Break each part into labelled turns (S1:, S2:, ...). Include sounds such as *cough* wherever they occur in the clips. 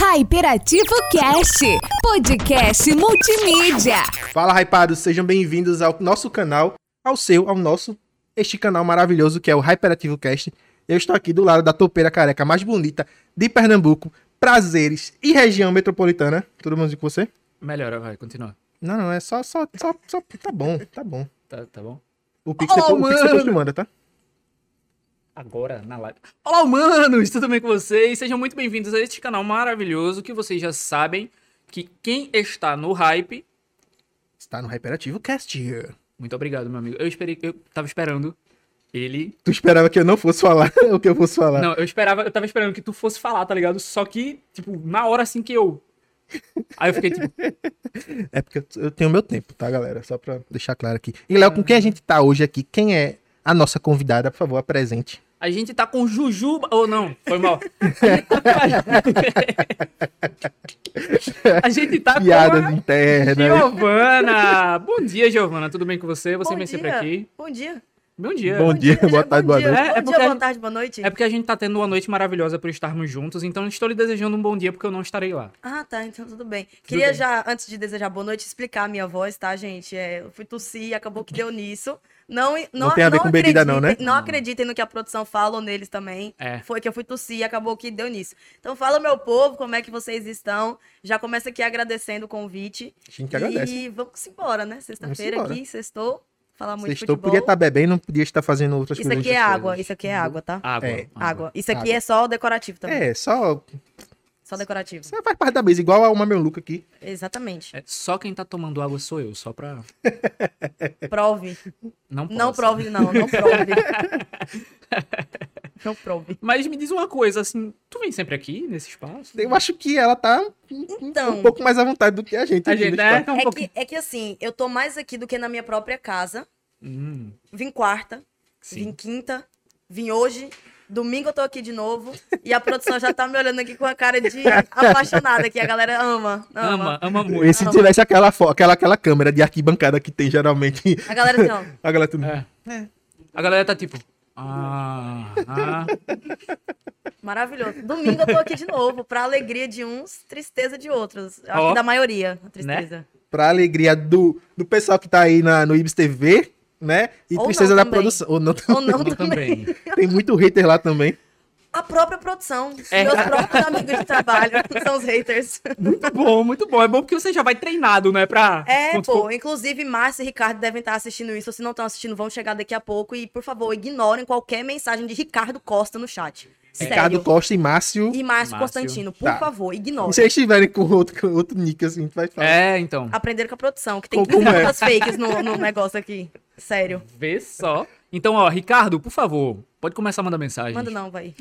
S1: Hyperativo Cast, podcast multimídia.
S2: Fala, hypados! Sejam bem-vindos ao nosso canal, ao seu, ao nosso, este canal maravilhoso que é o Hyperativo Cast. Eu estou aqui do lado da topeira careca mais bonita de Pernambuco, prazeres e região metropolitana. Tudo bom com você?
S3: Melhora, vai, continua.
S2: Não, não, é só, só, só, só- tá bom, tá bom.
S3: Tá, tá bom?
S2: O Pix você
S3: Oh,
S2: o Pix
S3: mano!
S2: depois te manda, tá?
S3: Agora, na live. Olá, humanos! Tudo bem com vocês? Sejam muito bem-vindos a este canal maravilhoso que vocês já sabem que quem está no hype...
S2: Está no Hyperativo Cast.
S3: Muito obrigado, meu amigo. Eu esperei... Eu tava esperando ele...
S2: Tu esperava que eu não fosse falar *laughs* o que eu fosse falar?
S3: Não, eu esperava... Eu tava esperando que tu fosse falar, tá ligado? Só que, tipo, na hora assim que eu... Aí eu fiquei, tipo...
S2: É porque eu- eu tenho meu tempo, tá, galera? Só pra deixar claro aqui. E, Léo, com quem a gente tá hoje aqui? Quem é a nossa convidada? Por favor, apresente.
S3: A gente tá com Jujuba... Ou não, foi mal. A gente tá com a- A gente tá com a-
S2: Piadas internas.
S3: Giovana! Bom dia, Giovana. Tudo bem com você? Você
S4: Bom
S3: vem sempre
S4: dia.
S3: aqui.
S4: Bom dia.
S3: Bom dia.
S2: Bom dia, boa tarde, boa
S4: dia.
S2: noite.
S3: É, é
S4: Bom
S3: porque a
S4: dia, boa
S3: gente-
S4: tarde, boa noite.
S3: É porque a gente tá tendo uma noite maravilhosa por estarmos juntos, então estou lhe desejando um bom dia porque eu não estarei lá.
S4: Ah, tá, então tudo bem. Queria
S3: bem.
S4: já, antes de desejar boa noite, explicar a minha voz, tá, gente? É, eu fui tossir e acabou que deu nisso. Não, não,
S2: Não tem a ver com bebida, não,
S4: acreditem-
S3: né?
S4: Não acreditem no que a produção fala ou neles também.
S3: É.
S4: Foi que eu fui tossir e acabou que deu nisso. Então fala, meu povo, como é que vocês estão? Já começa aqui agradecendo o convite.
S2: A gente que agradece.
S4: E é vamos embora, né? Sexta-feira
S2: embora.
S4: aqui, sextou. Falar muito
S2: Sextou,
S4: futebol.
S2: podia estar bebendo, não podia estar fazendo outras
S4: Isso
S2: coisas.
S4: aqui é água,
S3: coisas.
S4: isso aqui é água, tá?
S3: Água.
S2: É.
S4: Água. Isso aqui
S2: Água.
S4: é só decorativo também.
S2: É, só,
S4: Só decorativo.
S2: só faz parte da mesa, igual a uma meu Luca aqui.
S4: Exatamente.
S3: É, só quem tá tomando água sou eu, só pra.
S4: Prove.
S3: Não posso.
S4: Não prove, não. Não prove. não prove.
S3: Mas me diz uma coisa, assim, tu vem sempre aqui nesse espaço?
S2: Eu acho que ela tá um-
S4: Então.
S2: um pouco mais à vontade do que a gente.
S3: A
S2: aqui
S3: gente
S2: no
S3: né?
S2: espaço.
S3: tá um
S4: É
S3: pouquinho.
S4: que, é que assim, eu tô mais aqui do que na minha própria casa.
S3: Hum,
S4: Vim quarta, vim
S3: sim.
S4: quinta, vim hoje. Domingo eu tô aqui de novo. E a produção já tá me olhando aqui com a cara de apaixonada, que a galera ama. Ama.
S3: Ama, ama muito.
S2: E se tivesse aquela, fo- aquela, aquela câmera de arquibancada que tem geralmente, *laughs*
S4: A galera assim, ó.
S2: a galera tudo.
S3: É. A galera tá tipo. Ah,
S4: *laughs*
S3: ah.
S4: Maravilhoso. Domingo eu tô aqui de novo, pra alegria de uns, tristeza de outros. Eu Acho
S3: Ó.
S4: que da maioria, a tristeza.
S2: Pra alegria do, do pessoal que tá aí na, no Ibis TV, né? E
S4: Ou
S2: tristeza
S4: não
S2: da
S4: também.
S2: produção. Ou não,
S4: Ou não
S3: Eu
S4: também.
S3: também.
S2: *laughs* tem muito hater lá também.
S4: A própria produção.
S3: É.
S4: Meus próprios amigos de trabalho são
S2: *laughs*
S4: os haters.
S3: Muito bom, muito bom. É bom porque você já vai treinado, né? Pra.
S4: É,
S3: quando
S4: pô.
S3: for-
S4: Inclusive, Márcia e Ricardo devem estar assistindo isso. Se não estão assistindo, vão chegar daqui a pouco. E, por favor, ignorem qualquer mensagem de Ricardo Costa no chat. Sério.
S2: Ricardo Costa e Márcio.
S4: E Márcio,
S3: Márcio.
S4: Constantino, por
S2: Tá.
S4: favor, ignorem.
S2: E se eles estiverem com outro, com outro nick assim, tu vai falar.
S3: É, então.
S4: Aprenderam com a produção, que tem
S2: Como
S4: 15
S2: é?
S4: contas fakes no, no negócio aqui. Sério.
S3: Vê só. Então, ó, Ricardo, por favor, pode começar a mandar mensagem.
S4: Manda
S3: *laughs*
S4: não, vai.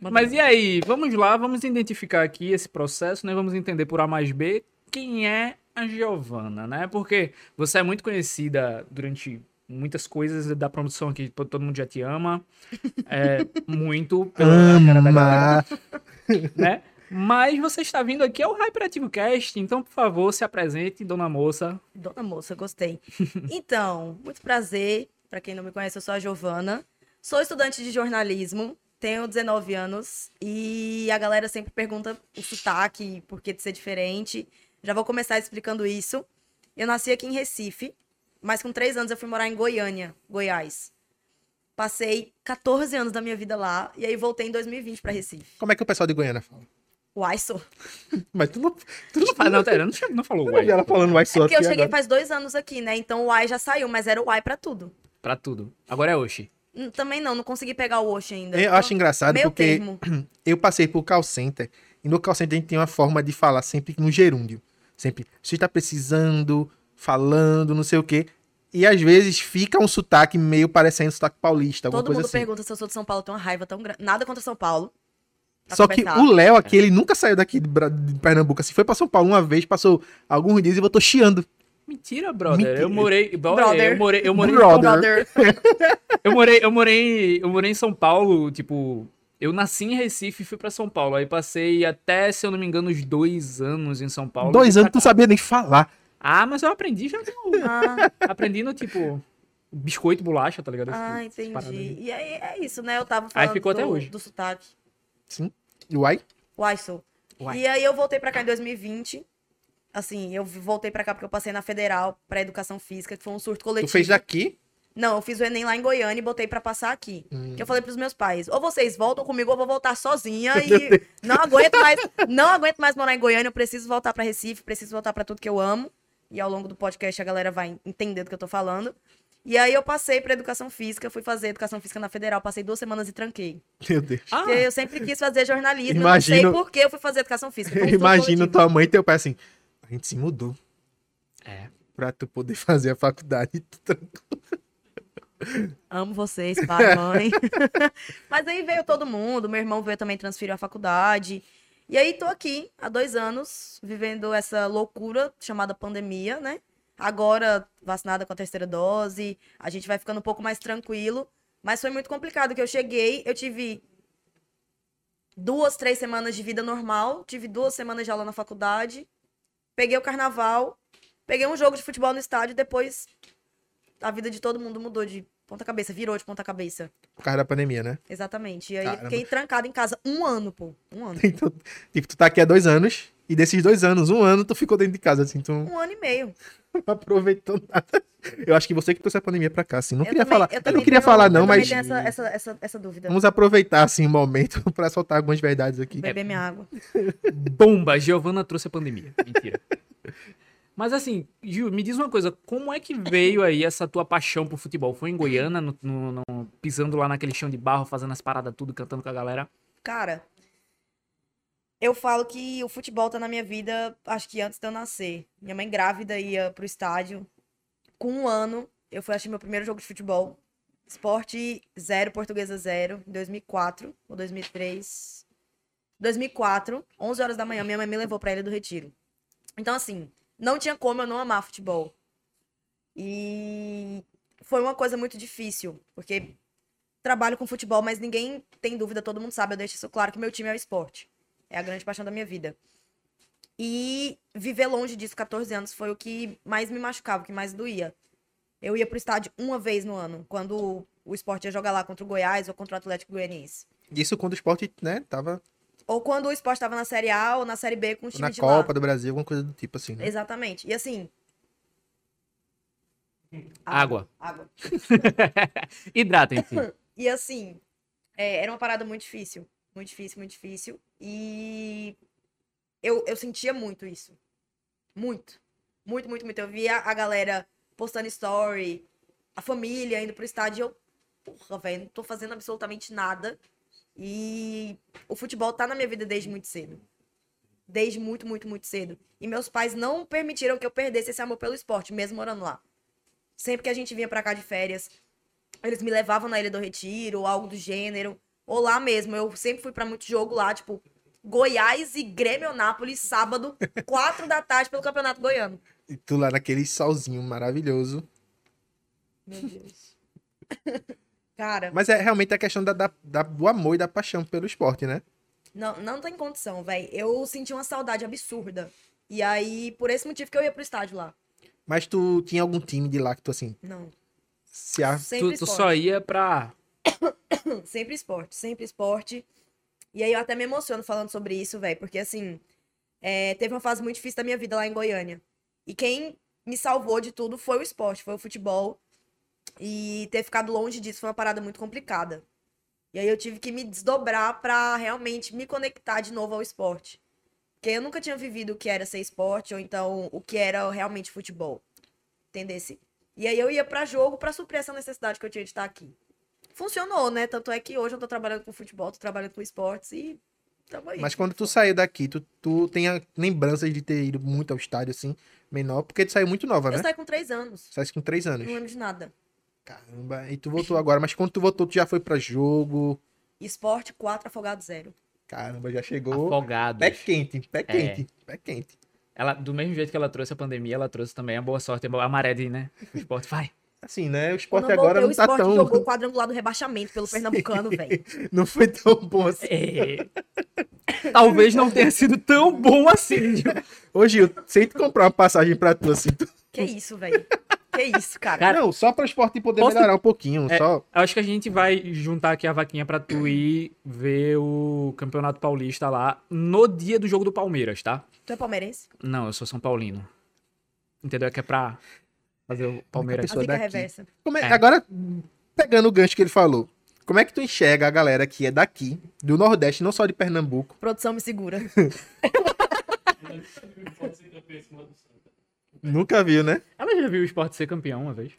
S4: Manda
S3: Mas
S4: não.
S3: e aí? Vamos lá, vamos identificar aqui esse processo, né? Vamos entender por A mais B quem é a Giovana, né? Porque você é muito conhecida durante muitas coisas da produção aqui, pô, todo mundo já te ama.
S4: *laughs*
S3: É, muito pela cara da galera,
S2: Ama.
S3: né? Mas você está vindo aqui ao Hyperativo Cast, então, por favor, se apresente, dona
S4: *laughs*
S3: moça.
S4: Dona moça,
S2: *laughs*
S4: gostei. Então, muito prazer. Pra quem não me conhece, eu sou a Giovana. Sou estudante de jornalismo, tenho 19 anos e a galera sempre pergunta o sotaque, por que de ser diferente. Já vou começar explicando isso. Eu nasci aqui em Recife, mas com 3 anos eu fui morar em Goiânia, Goiás. Passei 14 anos da minha vida lá e aí voltei em 2020 pra Recife.
S2: Como é que o pessoal de Goiânia fala?
S4: Uai, sou.
S2: Mas tu não. Tu
S3: Não,
S2: não
S3: fala- Ah, não, pera, não, che- não falou
S2: Eu vi
S3: ué
S2: ela falando mais
S4: É
S2: só
S4: porque eu
S2: aqui
S4: cheguei
S2: agora.
S4: faz dois anos aqui, né? Então o uai já saiu, mas era o uai pra tudo.
S3: pra tudo. Agora é Oxi.
S4: Hum, Também não, não consegui pegar o Osh ainda.
S2: É, Eu acho engraçado
S4: Meio
S2: porque
S4: então, termo.
S2: eu passei por call center e no call center a gente tem uma forma de falar sempre no gerúndio. Sempre, você está precisando, falando, não sei o quê. E às vezes fica um sotaque meio parecendo sotaque paulista, alguma
S4: Todo
S2: coisa
S4: mundo
S2: assim.
S4: pergunta se eu sou de São Paulo, tem uma raiva tão grande. Nada contra São Paulo. pra
S2: Só que
S4: começar. É.
S2: o Léo aqui, ele nunca saiu daqui de Bra- de Pernambuco. Assim, foi pra São Paulo uma vez, passou alguns dias e voltou chiando.
S3: Mentira, brother.
S2: Mentira.
S3: Eu morei.
S4: Brother.
S3: Eu morei. Eu morei,
S2: Brother.
S4: Brother.
S2: *laughs*
S3: eu morei. Eu morei. Eu morei em São Paulo, tipo. Eu nasci em Recife e fui pra São Paulo. Aí passei até, se eu não me engano, uns dois anos em São Paulo.
S2: Dois anos, tu não sabia nem falar.
S3: Ah, mas eu aprendi já. *laughs* no-
S2: *laughs*
S4: Ah,
S3: aprendi no tipo. Biscoito, bolacha, tá ligado?
S4: ah,
S3: Essas paradas aí.
S4: entendi. E aí é isso, né? Eu tava
S3: Aí
S4: falando
S3: ficou
S4: do,
S3: até hoje.
S4: do sotaque.
S2: Sim. Uai?
S4: Weissel.
S3: Uai.
S4: E aí eu voltei pra cá em 2020. Assim, eu voltei pra cá porque eu passei na Federal pra Educação Física, que foi um surto coletivo.
S2: Tu fez daqui?
S4: Não, eu fiz o Enem lá em Goiânia e botei pra passar aqui.
S2: Hum.
S4: Que eu falei pros meus pais, ou vocês voltam comigo ou eu vou voltar sozinha e não aguento mais, não aguento mais morar em Goiânia, eu preciso voltar pra Recife, preciso voltar pra tudo que eu amo. E ao longo do podcast a galera vai entender do que eu tô falando. E aí eu passei pra educação física, fui fazer educação física na Federal, passei duas semanas e tranquei.
S2: Meu Deus.
S3: Ah,
S4: Porque eu sempre quis fazer jornalismo, eu
S2: Imagino-
S4: não sei por que eu fui fazer educação
S2: *laughs*
S4: física. foi um
S2: Eu
S4: surto
S2: imagino
S4: coletivo.
S2: tua mãe e teu pai assim. A gente se mudou
S3: é.
S2: pra tu poder *laughs* fazer a faculdade.
S4: Amo vocês, pai, mãe. *laughs* Mas aí veio todo mundo, meu irmão veio também, transferiu a faculdade. E aí tô aqui há dois anos, vivendo essa loucura chamada pandemia, né? Agora vacinada com a terceira dose, a gente vai ficando um pouco mais tranquilo. Mas foi muito complicado, que eu cheguei, eu tive duas, três semanas de vida normal, tive duas semanas de aula na faculdade, peguei o carnaval, peguei um jogo de futebol no estádio, e depois a vida de todo mundo mudou de ponta cabeça, virou de ponta cabeça.
S2: Por causa da pandemia, né?
S4: Exatamente. E aí
S2: Caramba.
S4: fiquei trancada em casa um ano, pô. Um ano.
S2: Então, tipo, tu tá aqui há dois anos. E desses dois anos, um ano, tu ficou dentro de casa, assim, tu não *laughs*
S4: Um ano e meio.
S2: aproveitou nada. Eu acho que você que trouxe a pandemia pra cá, assim. Não
S4: Eu
S2: queria
S4: também-
S2: falar. Eu,
S4: também
S2: não queria
S4: tenho-
S2: falar, não,
S4: eu também
S2: mas
S4: tenho essa, essa, essa, essa dúvida.
S2: vamos aproveitar, assim, o momento *laughs* pra soltar algumas verdades aqui.
S4: Beber minha água.
S3: Bomba, Giovana trouxe a pandemia. Mentira. Mas assim, Gil, me diz uma coisa, como é que veio aí essa tua paixão por futebol? Foi em Goiânia, no- no- no- pisando lá naquele chão de barro, fazendo as paradas tudo, cantando com a galera? *laughs*
S4: Cara, eu falo que o futebol tá na minha vida, acho que antes de eu nascer. Minha mãe grávida ia pro estádio. Com um ano, eu fui assistir meu primeiro jogo de futebol. Esporte zero, Portuguesa zero, em 2004 ou 2003. 2004, 11 horas da manhã, minha mãe me levou pra Ilha do Retiro. Então, assim, não tinha como eu não amar futebol. E foi uma coisa muito difícil, porque trabalho com futebol, mas ninguém tem dúvida, todo mundo sabe, eu deixo isso claro que meu time é o esporte. É a grande paixão da minha vida. E viver longe disso, 14 anos, foi o que mais me machucava, o que mais doía. Eu ia pro estádio uma vez no ano, quando o esporte ia jogar lá contra o Goiás ou contra o Atlético Goianiense.
S2: Isso quando o esporte, né, tava
S4: Ou quando o esporte tava na Série A ou na Série B com o time
S2: na
S4: de lá.
S2: Copa do Brasil, alguma coisa do tipo, assim, né?
S4: Exatamente. E assim.
S3: Água.
S4: Água.
S3: Hidratem-se.
S4: E assim, é, era uma parada muito difícil. Muito difícil, muito difícil. E eu, eu sentia muito isso. Muito. Muito, muito, muito. Eu via a galera postando story, a família indo pro estádio. e Eu, porra, velho, não tô fazendo absolutamente nada. E o futebol tá na minha vida desde muito cedo. Desde muito, muito, muito cedo. E meus pais não permitiram que eu perdesse esse amor pelo esporte, mesmo morando lá. Sempre que a gente vinha pra cá de férias, eles me levavam na Ilha do Retiro, ou algo do gênero. Ou lá mesmo, eu sempre fui pra muito jogo lá, tipo, Goiás e Grêmio
S3: *laughs*
S4: Nápoles, sábado, quatro da tarde, pelo Campeonato Goiano.
S2: E tu lá naquele solzinho maravilhoso.
S4: Meu Deus. *laughs* Cara,
S2: Mas é realmente a questão da, da- da- do amor e da paixão pelo esporte, né?
S4: não, não tem condição, velho. Eu senti uma saudade absurda. E aí, por esse motivo que eu ia pro estádio lá.
S2: Mas tu tinha algum time de lá que tu, assim,
S4: Não.
S2: se a...
S4: Sempre
S3: Ah, Tu, tu
S4: esporte. Hum,
S3: só ia pra.
S4: Sempre esporte, sempre esporte. E aí eu até me emociono falando sobre isso, velho, porque assim, é, teve uma fase muito difícil da minha vida lá em Goiânia. E quem me salvou de tudo foi o esporte, foi o futebol. E ter ficado longe disso foi uma parada muito complicada. E aí eu tive que me desdobrar pra realmente me conectar de novo ao esporte. Porque eu nunca tinha vivido o que era ser esporte, ou então o que era realmente futebol. Entendesse? E aí eu ia pra jogo pra suprir essa necessidade que eu tinha de estar aqui funcionou, né? Tanto é que hoje eu tô trabalhando com futebol, tô trabalhando com esportes e tamo aí.
S2: Mas quando tu saiu daqui, tu, tu tem a- lembranças de ter ido muito ao estádio, assim, menor, porque tu saiu muito nova,
S4: Eu
S2: né?
S4: saí um com três anos,
S2: Saísse com três anos.
S4: não lembro de nada.
S2: Caramba, e tu voltou agora, mas quando tu voltou, tu já foi pra jogo.
S4: Esporte 4, afogado zero.
S2: Caramba, já chegou.
S3: Afogados.
S2: Pé quente, pé
S3: É.
S2: quente, pé quente.
S3: Ela, do mesmo jeito que ela trouxe a pandemia, ela trouxe também a boa sorte, a maré de, né? O esporte vai.
S2: Assim, né? O esporte
S4: Quando eu
S2: agora
S4: voltei, o
S2: não tá
S4: esporte
S2: tão.
S4: jogou o quadrangular do rebaixamento pelo pernambucano, velho.
S2: *laughs* Não foi tão bom assim.
S3: É. Talvez não tenha sido tão bom assim. Gil.
S2: *laughs* Ô, Gil, se a gente comprar uma passagem pra tu, assim, tu
S4: Que isso, velho. Que isso, cara.
S3: Cara,
S2: não, só para o esporte poder
S3: Posso-
S2: melhorar um pouquinho,
S3: É.
S2: só.
S3: Eu acho que a gente vai juntar aqui a vaquinha pra tu ir ver o Campeonato Paulista lá no dia do jogo do Palmeiras, tá?
S4: Tu é palmeirense?
S3: Não, eu sou São Paulino. Entendeu? É que é pra fazer o Palmeiras.
S2: Sou
S4: A zica
S2: daqui.
S4: reversa.
S2: Como é-
S3: É.
S2: Agora, pegando o gancho que ele falou, como é que tu enxerga a galera que é daqui, do Nordeste, não só de Pernambuco?
S4: Produção me segura.
S2: Nunca viu, né?
S3: Ela já viu o esporte ser campeão uma vez?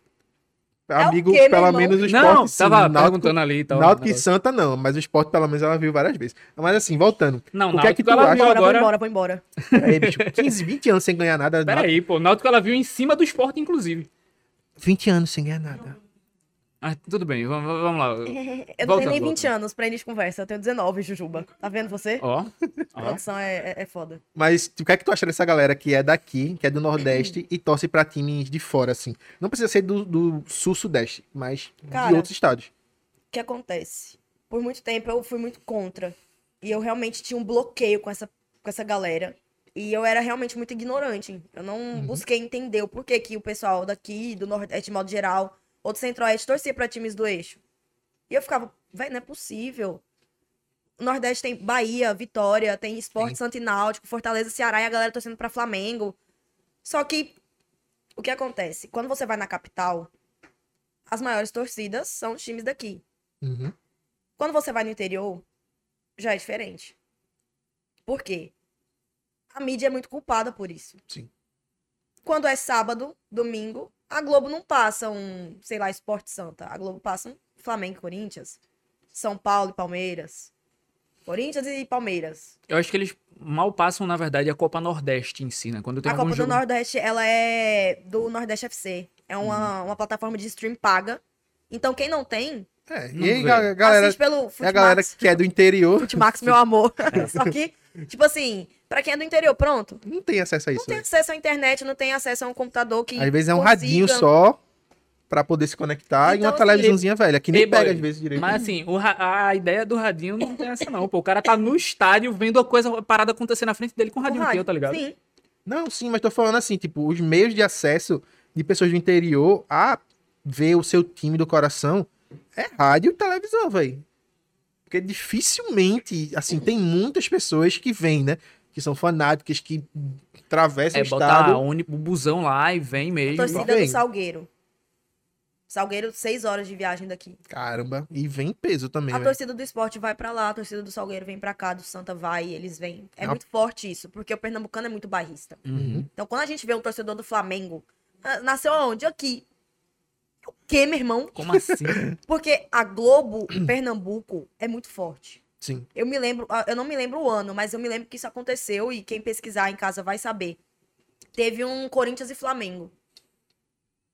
S2: Amigo,
S4: o quê, meu
S2: pelo
S4: irmão?
S2: menos o esporte.
S3: Não,
S2: sim,
S3: tava
S2: Náutico-
S3: perguntando ali e tal. né?
S2: Náutico e
S3: negócio.
S2: Santa não, mas o esporte pelo menos ela viu várias vezes. Mas assim, voltando.
S3: Não,
S2: o que é
S3: Náutico
S2: que tu
S3: ela
S2: acha?
S3: viu
S4: Bora, vou
S3: agora.
S4: embora, vou embora.
S2: Aí,
S3: *laughs*
S2: bicho, 15, 20 anos sem ganhar nada.
S3: Pera aí, pô. Náutico ela viu em cima do esporte, inclusive.
S2: 20 anos sem ganhar nada.
S3: Ah, tudo bem, vamos,
S2: *laughs*
S3: vamos lá.
S4: Eu não
S3: Volta,
S4: tenho nem
S3: volta.
S4: 20 anos pra início de conversa. Eu tenho 19, Jujuba. Tá vendo você?
S3: Ó. ó.
S4: Produção é, é, é foda.
S2: Mas o que é que tu acha dessa galera que é daqui, que é do Nordeste e torce pra times de fora, assim? Não precisa ser do, do Sul-Sudeste, mas de
S4: Cara.
S2: outros estados.
S4: O que acontece? Por muito tempo eu fui muito contra. E eu realmente tinha um bloqueio com essa, com essa galera. E eu era realmente muito ignorante. Eu não busquei entender o porquê que o pessoal daqui, do Nordeste, de modo geral, ou do Centro-Oeste, torcia pra times do eixo. E eu ficava, velho, não é possível. O Nordeste tem Bahia, Vitória, tem Esporte
S3: Sim.
S4: Santa e Náutico, Fortaleza, Ceará e a galera torcendo pra Flamengo. Só que o que acontece? Quando você vai na capital, as maiores torcidas são os times daqui.
S2: Uhum.
S4: Quando você vai no interior, já é diferente. Por quê? A mídia é muito culpada por isso.
S2: Sim.
S4: Quando é sábado, domingo, a Globo não passa um, sei lá, Esporte Santa. A Globo passa um Flamengo e Corinthians, São Paulo e Palmeiras. Corinthians e Palmeiras.
S3: Eu acho que eles mal passam, na verdade, a Copa Nordeste em si, né? Quando tem
S4: a
S3: algum
S4: Copa
S3: jogo...
S4: do Nordeste, ela é do Nordeste FC. É uma,
S2: Uhum.
S4: uma plataforma de stream paga. Então, quem não tem,
S2: É,
S3: Não
S2: e aí,
S3: vê.
S2: ga- galera,
S4: assiste pelo
S2: é a galera
S4: Futimax.
S2: que é do interior,
S4: Futimax, meu amor.
S2: *laughs*
S4: Só que, tipo assim, pra quem é do interior, pronto.
S2: não tem acesso a
S4: Não
S2: isso.
S4: tem
S2: né?
S4: acesso à internet, não tem acesso a um computador que.
S2: Às vezes é um
S4: consiga-
S2: radinho só pra poder se conectar e
S4: Então,
S2: uma
S4: assim,
S2: televisãozinha velha, que nem
S3: Ei, boy,
S2: pega às vezes direito.
S3: Mas assim, o ra- a ideia do radinho não tem essa não, pô. O cara tá no estádio vendo a coisa, a parada acontecer na frente dele com o
S4: um
S3: radinho
S4: rádio.
S3: teu, tá ligado?
S4: Sim.
S2: Não, sim, mas tô falando assim, tipo, os meios de acesso de pessoas do interior a ver o seu time do coração é rádio e televisão, velho. Porque dificilmente, assim, tem muitas pessoas que vêm, né? Que são fanáticas, que atravessam
S3: É,
S2: o
S3: botar
S2: estado.
S3: ônibus, o busão lá e vem
S4: A
S3: mesmo.
S4: torcida
S2: Bem.
S4: do Salgueiro. Salgueiro, seis horas de viagem daqui.
S2: Caramba, e vem em peso também,
S4: A
S2: velho.
S4: torcida do esporte vai pra lá, a torcida do Salgueiro vem pra cá, do Santa vai, eles vêm. É
S2: Ah.
S4: muito forte isso, porque o pernambucano é muito barrista.
S3: Uhum.
S4: Então, quando a gente vê um torcedor do Flamengo, "Ah, nasceu aonde? Aqui. O quê, meu irmão?
S3: Como assim?
S4: Porque a Globo *clears throat* Pernambuco é muito forte.
S2: Sim.
S4: Eu me lembro, ah, eu não me lembro o ano, mas eu me lembro que isso aconteceu e quem pesquisar em casa vai saber. Teve um Corinthians e Flamengo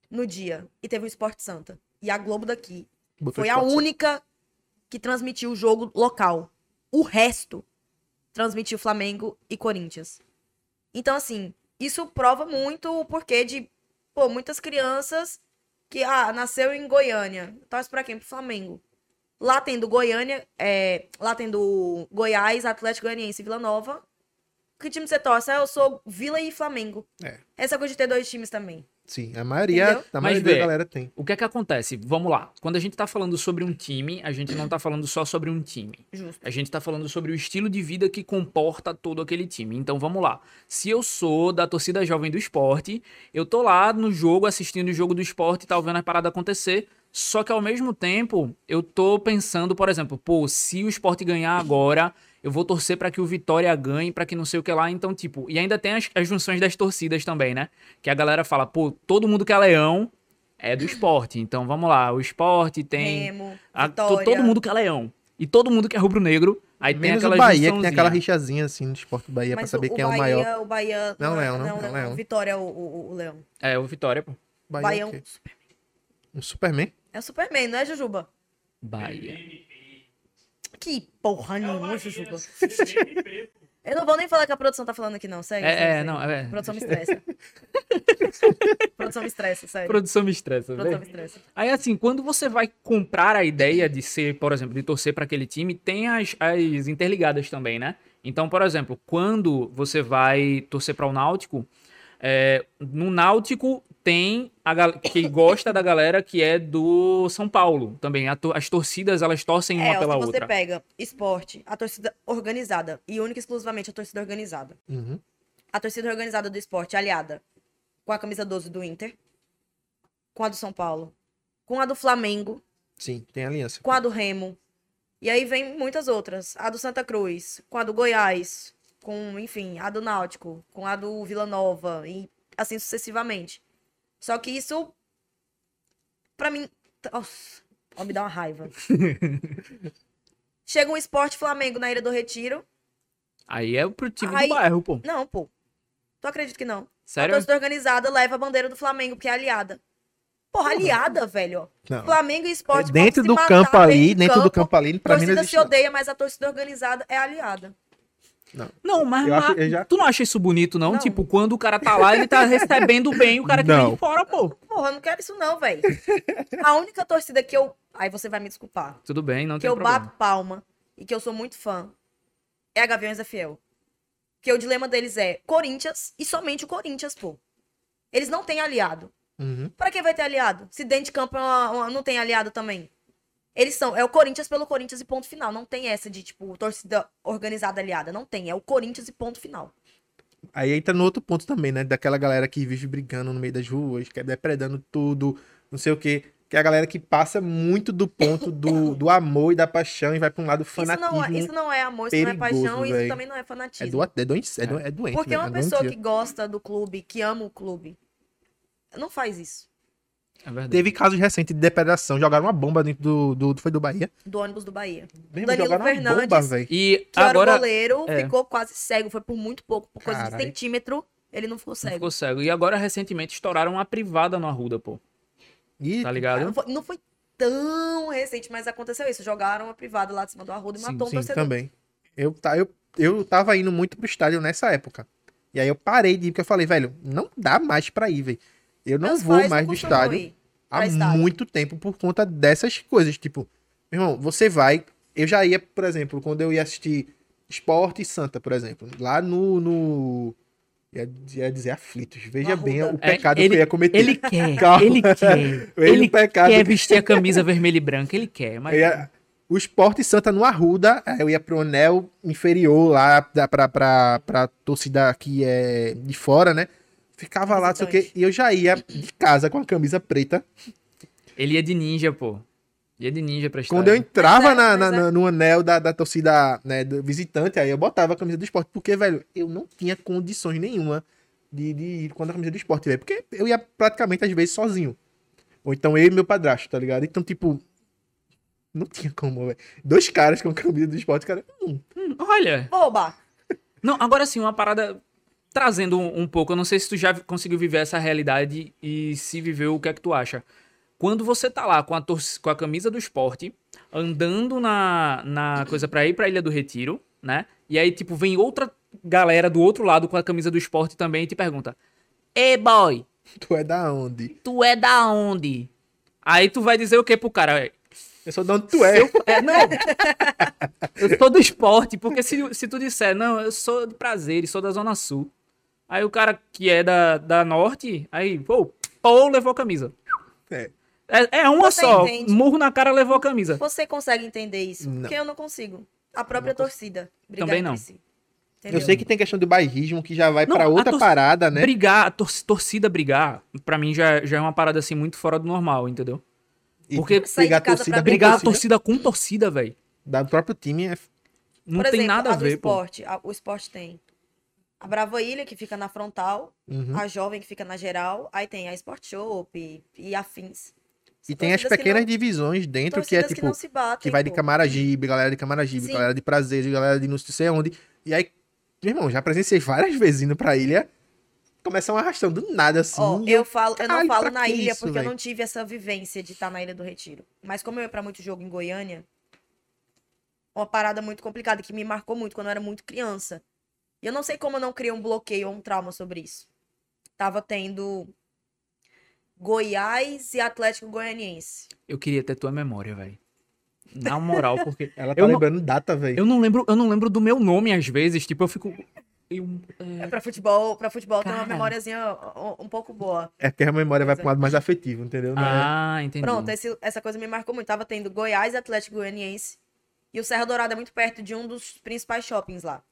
S4: no dia e teve um Esporte Santa. E a Globo daqui
S2: Botou
S4: foi a
S2: esporte só.
S4: única que transmitiu o jogo local. O resto transmitiu Flamengo e Corinthians. Então, assim, isso prova muito o porquê de, pô, muitas crianças que, ah, nasceu em Goiânia. Torce pra quem? Pro Flamengo. Lá tendo Goiânia, é, lá tendo Goiás, Atlético Goianiense e Vila Nova. Que time você torce? Ah, eu sou Vila e Flamengo.
S2: É.
S4: Essa coisa de ter dois times também.
S2: Sim, a maioria,
S4: Entendeu?
S2: a maioria
S3: vê.
S2: da galera tem.
S3: O que é que acontece? Vamos lá. Quando a gente tá falando sobre um time, a gente não tá falando só sobre um time.
S4: Justo.
S3: A gente tá falando sobre o estilo de vida que comporta todo aquele time. Então vamos lá. Se eu sou da torcida jovem do esporte, eu tô lá no jogo, assistindo o jogo do esporte e tal, vendo a parada acontecer. Só que ao mesmo tempo, eu tô pensando, por exemplo, pô, se o esporte ganhar agora, eu vou torcer pra que o Vitória ganhe, pra que não sei o que lá. Então, tipo, e ainda tem as, as junções das torcidas também, né? Que a galera fala, pô, todo mundo que é leão é do esporte. Então vamos lá, o esporte tem.
S4: Remo,
S3: A- to-
S4: Vitória.
S3: todo mundo que é leão. E todo mundo que é rubro-negro. Aí
S2: Menos
S3: tem aquela
S2: o Bahia, que tem
S3: junçãozinha.
S2: aquela rixazinha, assim, no esporte do Bahia, pra
S4: Mas
S2: saber
S4: o,
S2: quem
S4: o
S2: é o
S4: Bahia,
S2: maior.
S4: O Bahia.
S2: Não, Leão, não, não,
S4: Não,
S2: Leão.
S4: Vitória é o, o, o Leão.
S3: É, o Vitória, pô.
S2: Bahia,
S4: Bahia é
S2: o
S4: um
S2: quê? Um Superman?
S4: É o Superman, não é, Jujuba?
S3: Bahia.
S4: Que porra nenhuma, Jujuba. *laughs* Eu não vou nem falar que a produção tá falando aqui, não, sério. sério,
S3: É, é,
S4: sério.
S3: não, é.
S4: Produção
S3: *laughs*
S4: me estressa. produção me estressa, sério.
S3: Produção me estressa,
S4: Produção me
S3: velho.
S4: estressa.
S3: Aí, assim, quando você vai comprar a ideia de ser, por exemplo, de torcer pra aquele time, tem as, as interligadas também, né? Então, por exemplo, quando você vai torcer pra o Náutico, é, no Náutico tem a gal- que gosta da galera que é do São Paulo também. A to- As torcidas, elas torcem uma
S4: é, ó,
S3: pela
S4: se você
S3: outra.
S4: pega esporte, a torcida organizada, e única e exclusivamente a torcida organizada.
S2: Uhum.
S4: A torcida organizada do esporte aliada com a camisa 12 do Inter, com a do São Paulo, com a do Flamengo,
S2: Sim, tem aliança.
S4: com a do Remo. E aí vem muitas outras. A do Santa Cruz, com a do Goiás, com, enfim, a do Náutico, com a do Vila Nova, e assim sucessivamente. Só que isso, pra mim. Nossa, ó, me dá uma raiva. Chega um esporte Flamengo na Ilha do Retiro.
S3: Aí é pro time
S4: Aí-
S3: do bairro, pô.
S4: Não, pô. Tu acredita que não? A
S3: Sério?
S4: torcida organizada leva a bandeira do Flamengo, porque é aliada. Porra, aliada, velho.
S2: Não.
S4: Flamengo e esporte. podem
S2: É Dentro
S4: se
S2: do
S4: matar
S2: campo ali, dentro do
S4: campo.
S2: campo ali,
S4: A
S2: pra mim não
S4: torcida
S2: existe.
S4: se odeia, mas a torcida organizada é aliada.
S3: Não, mas,
S2: Eu acho-
S3: mas
S2: eu já-
S3: tu não acha isso bonito, não?
S4: Não.
S3: Tipo, quando o cara tá lá, ele tá recebendo bem o cara que vem
S2: Não.
S3: de fora, pô.
S4: Porra, eu não quero isso não,
S2: *laughs*
S4: velho. A única torcida que eu... Aí você vai me desculpar.
S3: Tudo bem, não
S4: que
S3: tem
S4: eu
S3: problema.
S4: bato palma e que eu sou muito fã é a Gaviões da Fiel. Que o dilema deles é Corinthians e somente o Corinthians, pô. Eles não têm aliado.
S2: não. Uhum.
S4: Pra que vai ter aliado? Se dentro de campo é uma- uma- não tem aliado também. Eles são, é o Corinthians pelo Corinthians e ponto final. Não tem essa de, tipo, torcida organizada aliada. Não tem. É o Corinthians e ponto final.
S2: Aí entra no outro ponto também, né? Daquela galera que vive brigando no meio das ruas, que é depredando tudo, não sei o quê. Que é a galera que passa muito do ponto
S4: *laughs*
S2: do, do amor e da paixão e vai pra um lado
S4: Isso
S2: fanatismo.
S4: não, é, isso não é amor, isso não é
S2: perigoso,
S4: paixão, isso
S2: véi.
S4: também não é
S2: É,
S4: fanatismo.
S2: do, é, doente, é, do- é doente.
S4: Porque
S2: né?
S4: uma
S2: É
S4: pessoa
S2: doentio.
S4: que gosta do clube, que ama o clube, não faz isso.
S3: É verdade.
S2: Teve casos recentes de depredação. Jogaram uma bomba dentro do. do, foi do Bahia?
S4: Do ônibus do Bahia.
S2: Mesmo,
S4: Danilo
S2: jogaram uma
S4: Fernandes.
S2: bomba, velho.
S3: E
S4: Que era o
S3: agora
S4: goleiro,
S3: é.
S4: ficou quase cego. Foi por muito pouco, por coisa de
S2: Caralho.
S4: centímetro, ele não ficou
S3: não
S4: cego.
S3: ficou cego. E agora, recentemente, estouraram uma privada no Arruda, pô.
S2: E
S3: Tá
S4: Cara, Não
S3: ligado?
S4: foi, não foi tão recente, mas aconteceu isso. Jogaram a privada lá de cima do Arruda e
S3: Sim,
S4: matou um
S2: Sim,
S4: torcedor.
S2: também. Eu, tá, eu, eu tava indo muito pro estádio nessa época. E aí eu parei de ir, porque eu falei, velho, não dá mais pra ir, velho. Eu não
S4: Meus
S2: vou
S4: pais
S2: mais no
S4: costumam
S2: estádio
S4: ir.
S2: há
S4: pra estádio.
S2: muito tempo por conta dessas coisas. Tipo, meu irmão, você vai. Eu já ia, por exemplo, quando eu ia assistir Esporte e Santa, por exemplo, lá no. no ia, ia dizer aflitos. Veja
S4: Arruda.
S2: bem o
S3: É,
S2: pecado
S3: ele-
S2: que eu ia cometer.
S3: Ele quer,
S2: Calma.
S3: ele quer.
S2: Veja
S3: ele
S2: o pecado
S3: quer
S2: que
S3: vestir a camisa vermelha e branca, ele quer, mas...
S2: Eu ia- o Esporte Santa no Arruda, aí eu ia pro anel inferior lá da- pra, pra, pra torcida que é de fora, né? Ficava lá, não sei o quê,
S4: Visitante.
S2: e eu já ia de casa com a camisa preta.
S3: Ele ia de ninja, pô. Ia de ninja pra
S2: Quando eu
S3: estádio.
S2: entrava
S4: Mas é,
S2: na, na-
S4: mas é.
S2: na- no anel da, da torcida né, do visitante, aí eu botava a camisa do esporte, porque, velho, eu não tinha condições nenhuma de, de ir com a camisa do esporte, velho. Porque eu ia praticamente, às vezes, sozinho. Ou então eu e meu padrasto, tá ligado? Então, tipo, não tinha como, velho. Dois caras com a camisa do esporte, cara, hum,
S3: Hum, olha...
S4: Boba!
S3: Não, agora sim, uma parada trazendo um, um pouco. Eu não sei se tu já vi- conseguiu viver essa realidade e se viveu, o que é que tu acha? Quando você tá lá com a, torci- com a camisa do esporte, andando na, na coisa pra ir pra Ilha do Retiro, né? E aí, tipo, vem outra galera do outro lado com a camisa do esporte também e te pergunta: Ei, boy,
S2: tu é da onde?
S3: tu é da onde? Aí tu vai dizer o que pro cara?
S2: Eu sou da onde tu é.
S3: É, não. Eu sou do esporte, porque se, se tu disser, não, eu sou de prazer, sou da Zona Sul. Aí o cara que é da, da Norte, aí, pô, pô, levou a camisa.
S2: É.
S3: É, é uma
S4: Você
S3: só,
S4: entende?
S3: murro na cara, levou a camisa.
S4: Você consegue entender isso?
S2: Não.
S4: Porque eu não consigo. A própria torcida. brigar
S3: Também não.
S4: entre si. Entendeu?
S2: Eu sei que tem questão do bairrismo, que já vai
S3: Não,
S2: pra
S3: a
S2: outra
S3: torci-
S2: parada, né?
S3: Brigar, a tor- torcida brigar, pra mim já, já é uma parada assim muito fora do normal, entendeu?
S2: E
S3: Porque
S4: Sair de casa pra
S2: com
S3: brigar
S2: É
S3: a
S2: torcida
S3: torcida com torcida, velho,
S2: Da próprio time é
S3: não
S4: Por
S3: tem
S4: exemplo,
S3: nada a
S4: do
S3: ver, pô.
S4: esporte, a- o esporte tem a Brava Ilha, que fica na frontal,
S2: Uhum.
S4: a Jovem, que fica na geral, aí tem a Sport Shop e, e afins.
S2: E tem as
S4: Torcidas que
S2: pequenas
S4: não-
S2: divisões dentro que é
S4: torcidas que
S2: tipo
S4: não
S2: que,
S4: se batem,
S2: vai de
S4: pô.
S2: Camaragibe, galera de Camaragibe,
S4: Sim.
S2: galera de Prazeres, galera de não sei é onde. E aí, meu irmão, já presenciei várias vezes indo pra ilha. Começa um arrastão do nada assim.
S4: Ó,
S2: e
S4: eu, falo, eu
S2: Caralho,
S4: não falo
S2: pra
S4: na
S2: que
S4: ilha
S2: isso,
S4: porque
S2: véi?
S4: eu não tive essa vivência de estar na ilha do retiro. Mas como eu ia pra muito jogo em Goiânia, uma parada muito complicada que me marcou muito quando eu era muito criança. E eu não sei como eu não criei um bloqueio ou um trauma sobre isso. Tava tendo Goiás e Atlético Goianiense.
S3: Eu queria ter tua memória, velho. Na moral, porque
S2: Ela tá
S3: eu não-
S2: lembrando data, velho.
S3: Eu não lembro, eu não lembro do meu nome às vezes, tipo, eu fico eu,
S4: É pra futebol, pra futebol tem uma
S3: Cara.
S4: memóriazinha ó, um pouco boa.
S2: É porque a memória vai para um lado mais afetivo, entendeu? Não é-
S3: Ah, entendi.
S4: Pronto, esse- essa coisa me marcou muito. Tava tendo Goiás e Atlético Goianiense. E o Serra Dourada é muito perto de um dos principais shoppings lá.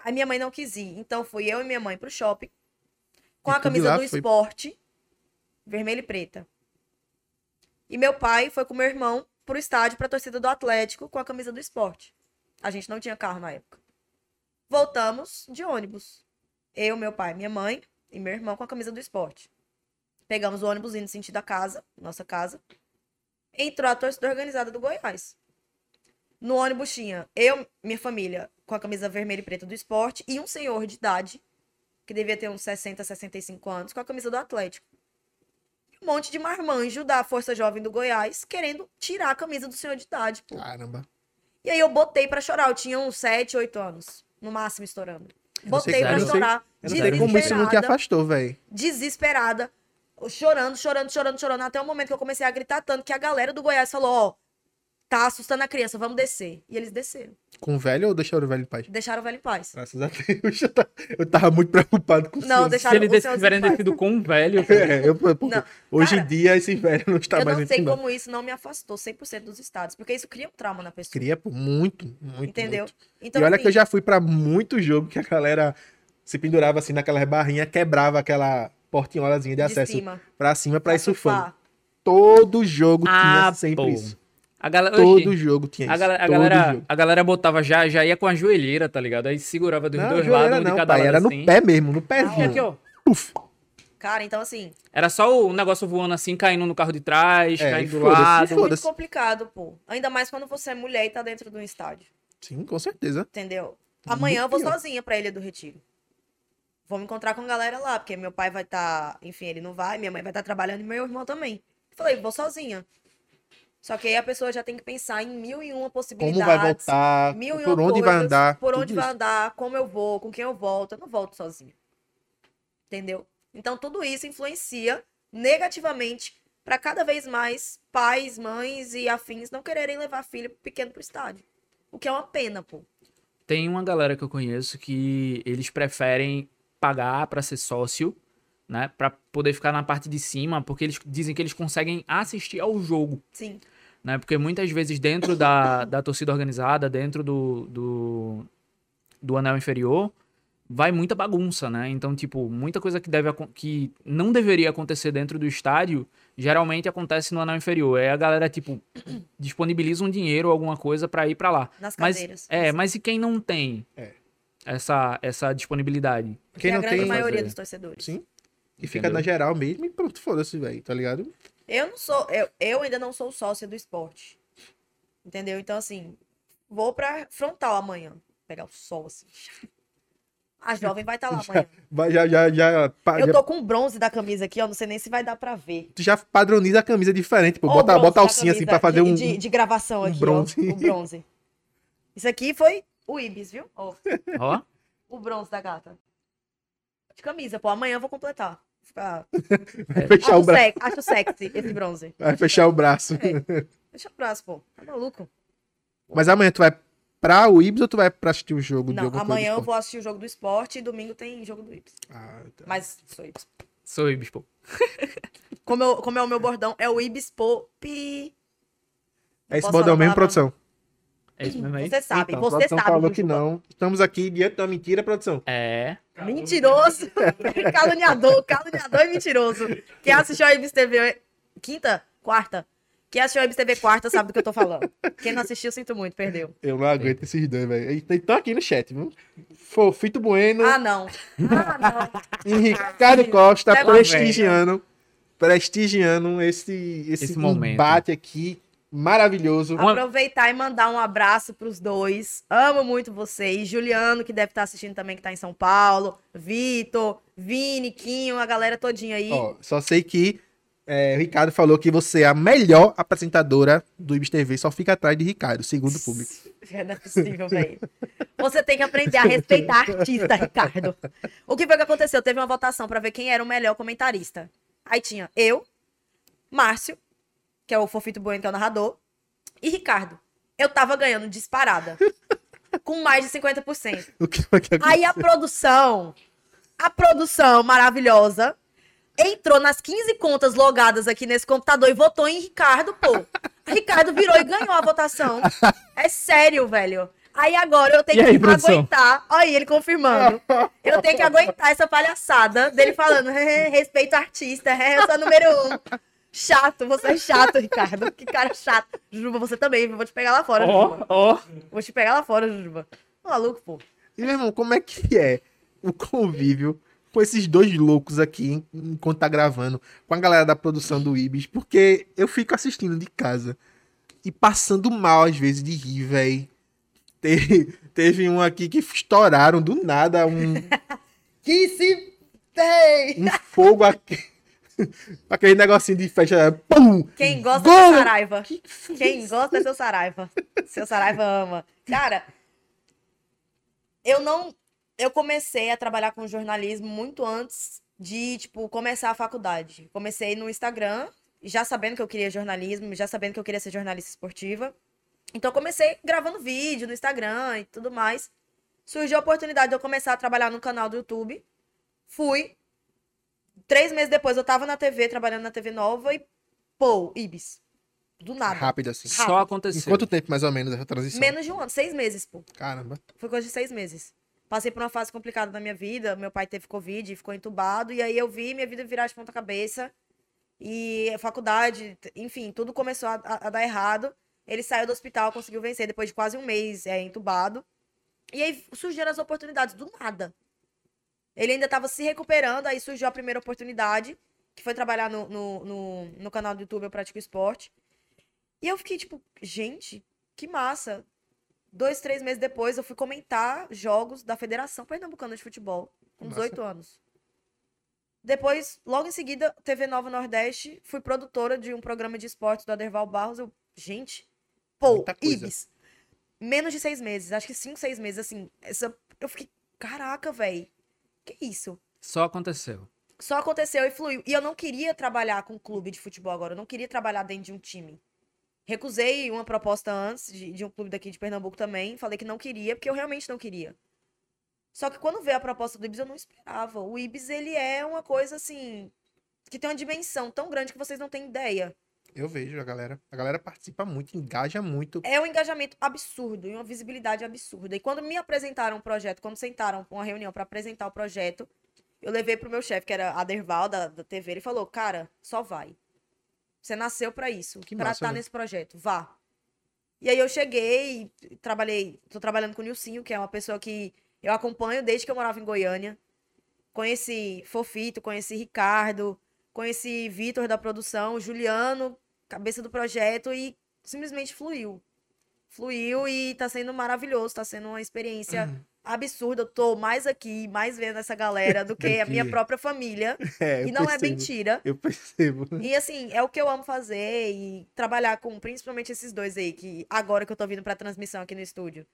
S4: Aí minha mãe não quis ir. Então fui eu e minha mãe pro shopping. Com
S2: E
S4: a
S2: tu de
S4: camisa
S2: lá
S4: do
S2: foi-
S4: esporte. Vermelha e preta. E meu pai foi com meu irmão pro estádio pra torcida do Atlético com a camisa do esporte. A gente não tinha carro na época. Voltamos de ônibus. Eu, meu pai, minha mãe e meu irmão com a camisa do esporte. Pegamos o ônibus indo sentido da casa, nossa casa. Entrou a torcida organizada do Goiás. No ônibus tinha eu, minha família, com a camisa vermelha e preta do esporte, e um senhor de idade, que devia ter uns 60, 65 anos, com a camisa do Atlético. Um monte de marmanjo da Força Jovem do Goiás querendo tirar a camisa do senhor de idade, pô.
S2: Caramba.
S4: E aí eu botei pra chorar. Eu tinha uns 7, 8 anos, no máximo estourando. Botei
S2: sei-
S4: pra
S2: eu não sei-
S4: chorar.
S2: Eu não sei como isso não te
S4: desesperada
S2: afastou, velho.
S4: desesperada, chorando, chorando, chorando, chorando, até o momento que eu comecei a gritar tanto que a galera do Goiás falou, ó, tá assustando a criança, vamos descer. E eles desceram.
S2: Com o velho ou deixaram o velho em paz?
S4: Deixaram o velho em paz.
S2: Graças a Deus. *laughs* Eu tava, eu tava muito preocupado com o
S4: Não,
S2: senhor.
S3: Se
S4: deixaram
S3: eles
S4: o senhor
S3: tiverem
S4: em paz.
S3: decidido com
S2: *laughs*
S3: um velho,
S2: É, eu- eu-
S4: Não,
S2: hoje em
S4: cara,
S2: dia esse velho não está
S4: Eu
S2: mais
S4: não sei
S2: entre nós.
S4: como isso não me afastou 100% dos estados, porque isso cria um trauma na pessoa,
S2: Cria pô, muito, muito.
S4: entendeu?
S2: muito.
S4: Então,
S2: e olha que eu
S4: assim,
S2: já fui pra muito jogo que a galera se pendurava assim naquelas barrinhas, quebrava aquela portinholazinha de acesso
S4: cima,
S2: pra cima pra
S4: pra
S2: ir surfando.
S4: surfar.
S2: Todo jogo
S3: Ah,
S2: tinha sempre
S3: pô.
S2: isso.
S3: a galera.
S2: Todo jogo tinha isso.
S3: A, galera, a,
S2: todo
S3: galera,
S2: jogo.
S3: a galera botava já, já ia com a joelheira, tá ligado? Aí segurava dos
S2: Não,
S3: dois
S2: joelheira
S3: lados, um de
S2: não,
S3: cada
S2: pai,
S3: lado.
S2: era
S3: assim.
S2: no pé mesmo, no
S4: Ah,
S3: E aqui,
S2: pezinho.
S3: ó.
S2: Puf,
S4: Cara, então assim,
S3: Era só o negócio voando assim, caindo no carro de trás,
S2: É,
S3: caindo
S2: e
S3: do
S2: foda-se,
S4: é
S3: lado.
S4: muito
S2: Foda-se.
S4: complicado, pô. Ainda mais quando você é mulher e tá dentro de um estádio.
S2: Sim, com certeza.
S4: Entendeu? Amanhã eu vou
S2: pior.
S4: sozinha pra Ilha do Retiro. Vou me encontrar com a galera lá, porque meu pai vai estar. Enfim, ele não vai, minha mãe vai estar trabalhando e meu irmão também. Falei, vou sozinha. Só que aí a pessoa já tem que pensar em mil e uma
S2: Como
S4: possibilidades.
S2: vai voltar,
S4: Mil e
S2: por
S4: uma
S2: onde vai
S4: coisas,
S2: andar.
S4: Por
S2: tudo
S4: onde vai
S2: isso.
S4: andar, como eu vou, com quem eu volto. Eu não volto sozinha. Entendeu? Então tudo isso influencia negativamente pra cada vez mais pais, mães e afins não quererem levar filho pequeno pro estádio. O que é uma pena, pô.
S3: Tem uma galera que eu conheço que eles preferem pagar pra ser sócio, né? Pra poder ficar na parte de cima, porque eles dizem que eles conseguem assistir ao jogo.
S4: Sim.
S3: né? Porque muitas vezes dentro da, da torcida organizada, dentro do, do, do anel inferior, vai muita bagunça, né? Então, tipo, muita coisa que, deve, acon- que não deveria acontecer dentro do estádio, geralmente acontece no anel inferior. É a galera, tipo, *clears throat* disponibiliza um dinheiro ou alguma coisa pra ir pra lá.
S4: Nas cadeiras.
S3: Mas, é, mas e quem não tem
S2: É.
S3: essa, essa disponibilidade?
S4: Que
S2: Quem
S4: é a
S2: não
S4: grande
S2: tem.
S4: maioria
S3: fazer.
S4: dos torcedores.
S2: Sim. E fica
S3: Entendeu?
S2: na geral mesmo e pronto, foda-se, velho, tá ligado?
S4: Eu não sou, eu, eu ainda não sou sócia do esporte. Entendeu? Então, assim, vou pra frontal amanhã. Pegar o sol, assim. *laughs* A jovem vai estar lá amanhã.
S2: Vai, já, já, já, pa-
S4: Eu
S2: já-
S4: tô com bronze da camisa aqui, ó. Não sei nem se vai dar pra ver.
S2: tu já padroniza a camisa diferente, pô.
S4: Ó o
S2: Bota,
S4: bronze
S2: bota
S4: da
S2: alcinha assim
S4: camisa
S2: pra fazer
S4: de,
S2: um.
S4: De, de gravação
S2: um
S4: aqui,
S2: bronze.
S4: ó. O bronze. Isso aqui foi o Ibis, viu? Ó,
S3: Ó,
S4: o bronze da gata. De camisa, pô. Amanhã eu vou completar. Ficar...
S2: Vai fechar,
S4: Acho,
S2: o bra...
S4: sexy, acho sexy esse bronze.
S2: vai fechar o braço.
S4: É. Deixa o braço, pô. Tá maluco?
S2: Mas amanhã tu vai pra o Ibs ou tu vai pra assistir o jogo de
S4: Não,
S2: alguma coisa?
S4: amanhã eu
S2: do esporte?
S4: vou assistir o jogo do esporte e domingo tem jogo do Ibis.
S2: Ah, tá.
S4: Mas sou Ibis.
S3: sou Ibis, pô.
S4: Como, eu- como é o meu bordão, é o Ibis Pop.
S2: É esse
S4: posso
S2: bordão mesmo,
S4: falar palavrão?
S2: produção?
S3: É isso mesmo aí?
S4: Você sabe,
S2: Então, a
S4: você
S2: produção
S4: sabe.
S2: falou
S4: Jujuba.
S2: que não. Estamos aqui diante da mentira, produção.
S3: É.
S4: Mentiroso. *laughs* caluniador, caluniador e mentiroso. Quem assistiu a Ibis TV quinta? Quarta? Quem assistiu a Ibis TV quarta sabe do que eu tô falando. Quem não assistiu, sinto muito, perdeu.
S2: Eu não aguento
S4: É.
S2: esses dois, velho. Eles estão aqui no chat, viu? Fofito Bueno
S4: Ah, não. Ah, não.
S2: e Ricardo Costa
S4: Tá bom,
S2: prestigiando,
S4: né?
S2: prestigiando esse, esse,
S3: Esse momento.
S2: embate aqui maravilhoso.
S3: Uma-
S4: Aproveitar e mandar um abraço pros dois. Amo muito vocês. Juliano, que deve estar assistindo também, que tá em São Paulo. Vitor, Vini, Quinho, a galera todinha aí.
S2: Ó, só sei que é, o Ricardo falou que você é a melhor apresentadora do Ibis TV, só fica atrás de Ricardo, segundo o público.
S4: *laughs* Não é possível, velho. Você tem que aprender a respeitar a artista, Ricardo. O que foi que aconteceu? Teve uma votação pra ver quem era o melhor comentarista. Aí tinha eu, Márcio, que é o Fofito Bueno, que é o narrador, e Ricardo. Eu tava ganhando disparada. com mais de 50%.
S2: O que foi que é-
S4: Aí a produção, a produção maravilhosa, entrou nas 15 contas logadas aqui nesse computador e votou em Ricardo, pô. *laughs* Ricardo virou e ganhou a votação. É sério, velho. Aí agora eu tenho
S3: E aí,
S4: que
S3: produção?
S4: aguentar. Olha aí, ele confirmando. Eu tenho que aguentar essa palhaçada dele falando, "Eh, respeito ao artista, eh, eu sou número um. Chato, você é chato, Ricardo. Que cara chato. Juba, você também, viu? vou te pegar lá fora,
S3: Ó,
S4: Juba.
S3: ó.
S4: Vou te pegar lá fora, Juba. Maluco, pô.
S2: E, meu irmão, como é que é o convívio com esses dois loucos aqui, hein, enquanto tá gravando, com a galera da produção do Ibis? Porque eu fico assistindo de casa e passando mal, às vezes, de rir, véi. Teve, teve um aqui que estouraram do nada um,
S4: Que se tem!
S2: um fogo aqui. *laughs* Aquele negocinho de festa. Pum!
S4: Quem gosta
S2: Gol!
S4: do Saraiva.
S2: Que que foi
S4: Quem gosta é seu Saraiva. Seu Saraiva ama. Cara, eu não. Eu comecei a trabalhar com jornalismo muito antes de, tipo, começar a faculdade. Comecei no Instagram, já sabendo que eu queria jornalismo, já sabendo que eu queria ser jornalista esportiva. Então, eu comecei gravando vídeo no Instagram e tudo mais. Surgiu a oportunidade de eu começar a trabalhar no canal do YouTube. Fui. Três meses depois, eu tava na TV, trabalhando na TV Nova e, pô, Ibis. Do nada.
S2: Rápido assim.
S3: Só aconteceu.
S2: Em quanto tempo, mais ou menos, essa transição?
S4: Menos de um ano, seis meses, pô.
S2: Caramba.
S4: Foi coisa de seis meses. Passei por uma fase complicada na minha vida. Meu pai teve Covid, ficou entubado. E aí eu vi minha vida virar de ponta cabeça. E a faculdade, t- enfim, tudo começou a, a- a dar errado. Ele saiu do hospital, conseguiu vencer depois de quase um mês é, entubado. E aí surgiram as oportunidades do nada. Ele ainda estava se recuperando, aí surgiu a primeira oportunidade, que foi trabalhar no, no, no, no canal do YouTube Eu Pratico Esporte. E eu fiquei tipo, gente, que massa dois, três meses depois, eu fui comentar jogos da Federação Pernambucana de Futebol, com
S2: Massa.
S4: 18 anos. Depois, logo em seguida, TV Nova Nordeste, fui produtora de um programa de esportes do Aderval Barros. Eu, gente, pô,
S2: Muita coisa.
S4: Ibis. Menos de seis meses, acho que cinco, seis meses, assim. Essa, eu fiquei, caraca, velho, que isso?
S3: Só aconteceu.
S4: Só aconteceu e fluiu. E eu não queria trabalhar com clube de futebol agora. Eu não queria trabalhar dentro de um time. Recusei uma proposta antes de, de um clube daqui de Pernambuco também. Falei que não queria, porque eu realmente não queria. Só que quando veio a proposta do Ibis, eu não esperava. O Ibis, ele é uma coisa assim. que tem uma dimensão tão grande que vocês não têm ideia.
S2: Eu vejo a galera. A galera participa muito, engaja muito.
S4: É um engajamento absurdo e uma visibilidade absurda. E quando me apresentaram o projeto, quando sentaram pra uma reunião para apresentar o projeto, eu levei pro meu chefe, que era Aderval, da, da TV, ele falou: Cara, só vai. Você nasceu pra isso,
S2: Que
S4: pra
S2: massa,
S4: estar
S2: né?
S4: nesse projeto, vá. E aí eu cheguei, e trabalhei, tô trabalhando com o Nilcinho, que é uma pessoa que eu acompanho desde que eu morava em Goiânia. Conheci Fofito, conheci Ricardo, conheci Vitor da produção, Juliano, cabeça do projeto, e simplesmente fluiu. Fluiu e tá sendo maravilhoso, tá sendo uma experiência
S2: Uhum.
S4: absurda. Eu tô mais aqui, mais vendo essa galera do que a minha
S2: que-
S4: própria família.
S2: *laughs* É, eu
S4: E não é
S2: percebo.
S4: mentira.
S2: Eu percebo. né?
S4: E assim, é o que eu amo fazer e trabalhar com principalmente esses dois aí, que agora que eu tô vindo pra transmissão aqui no estúdio.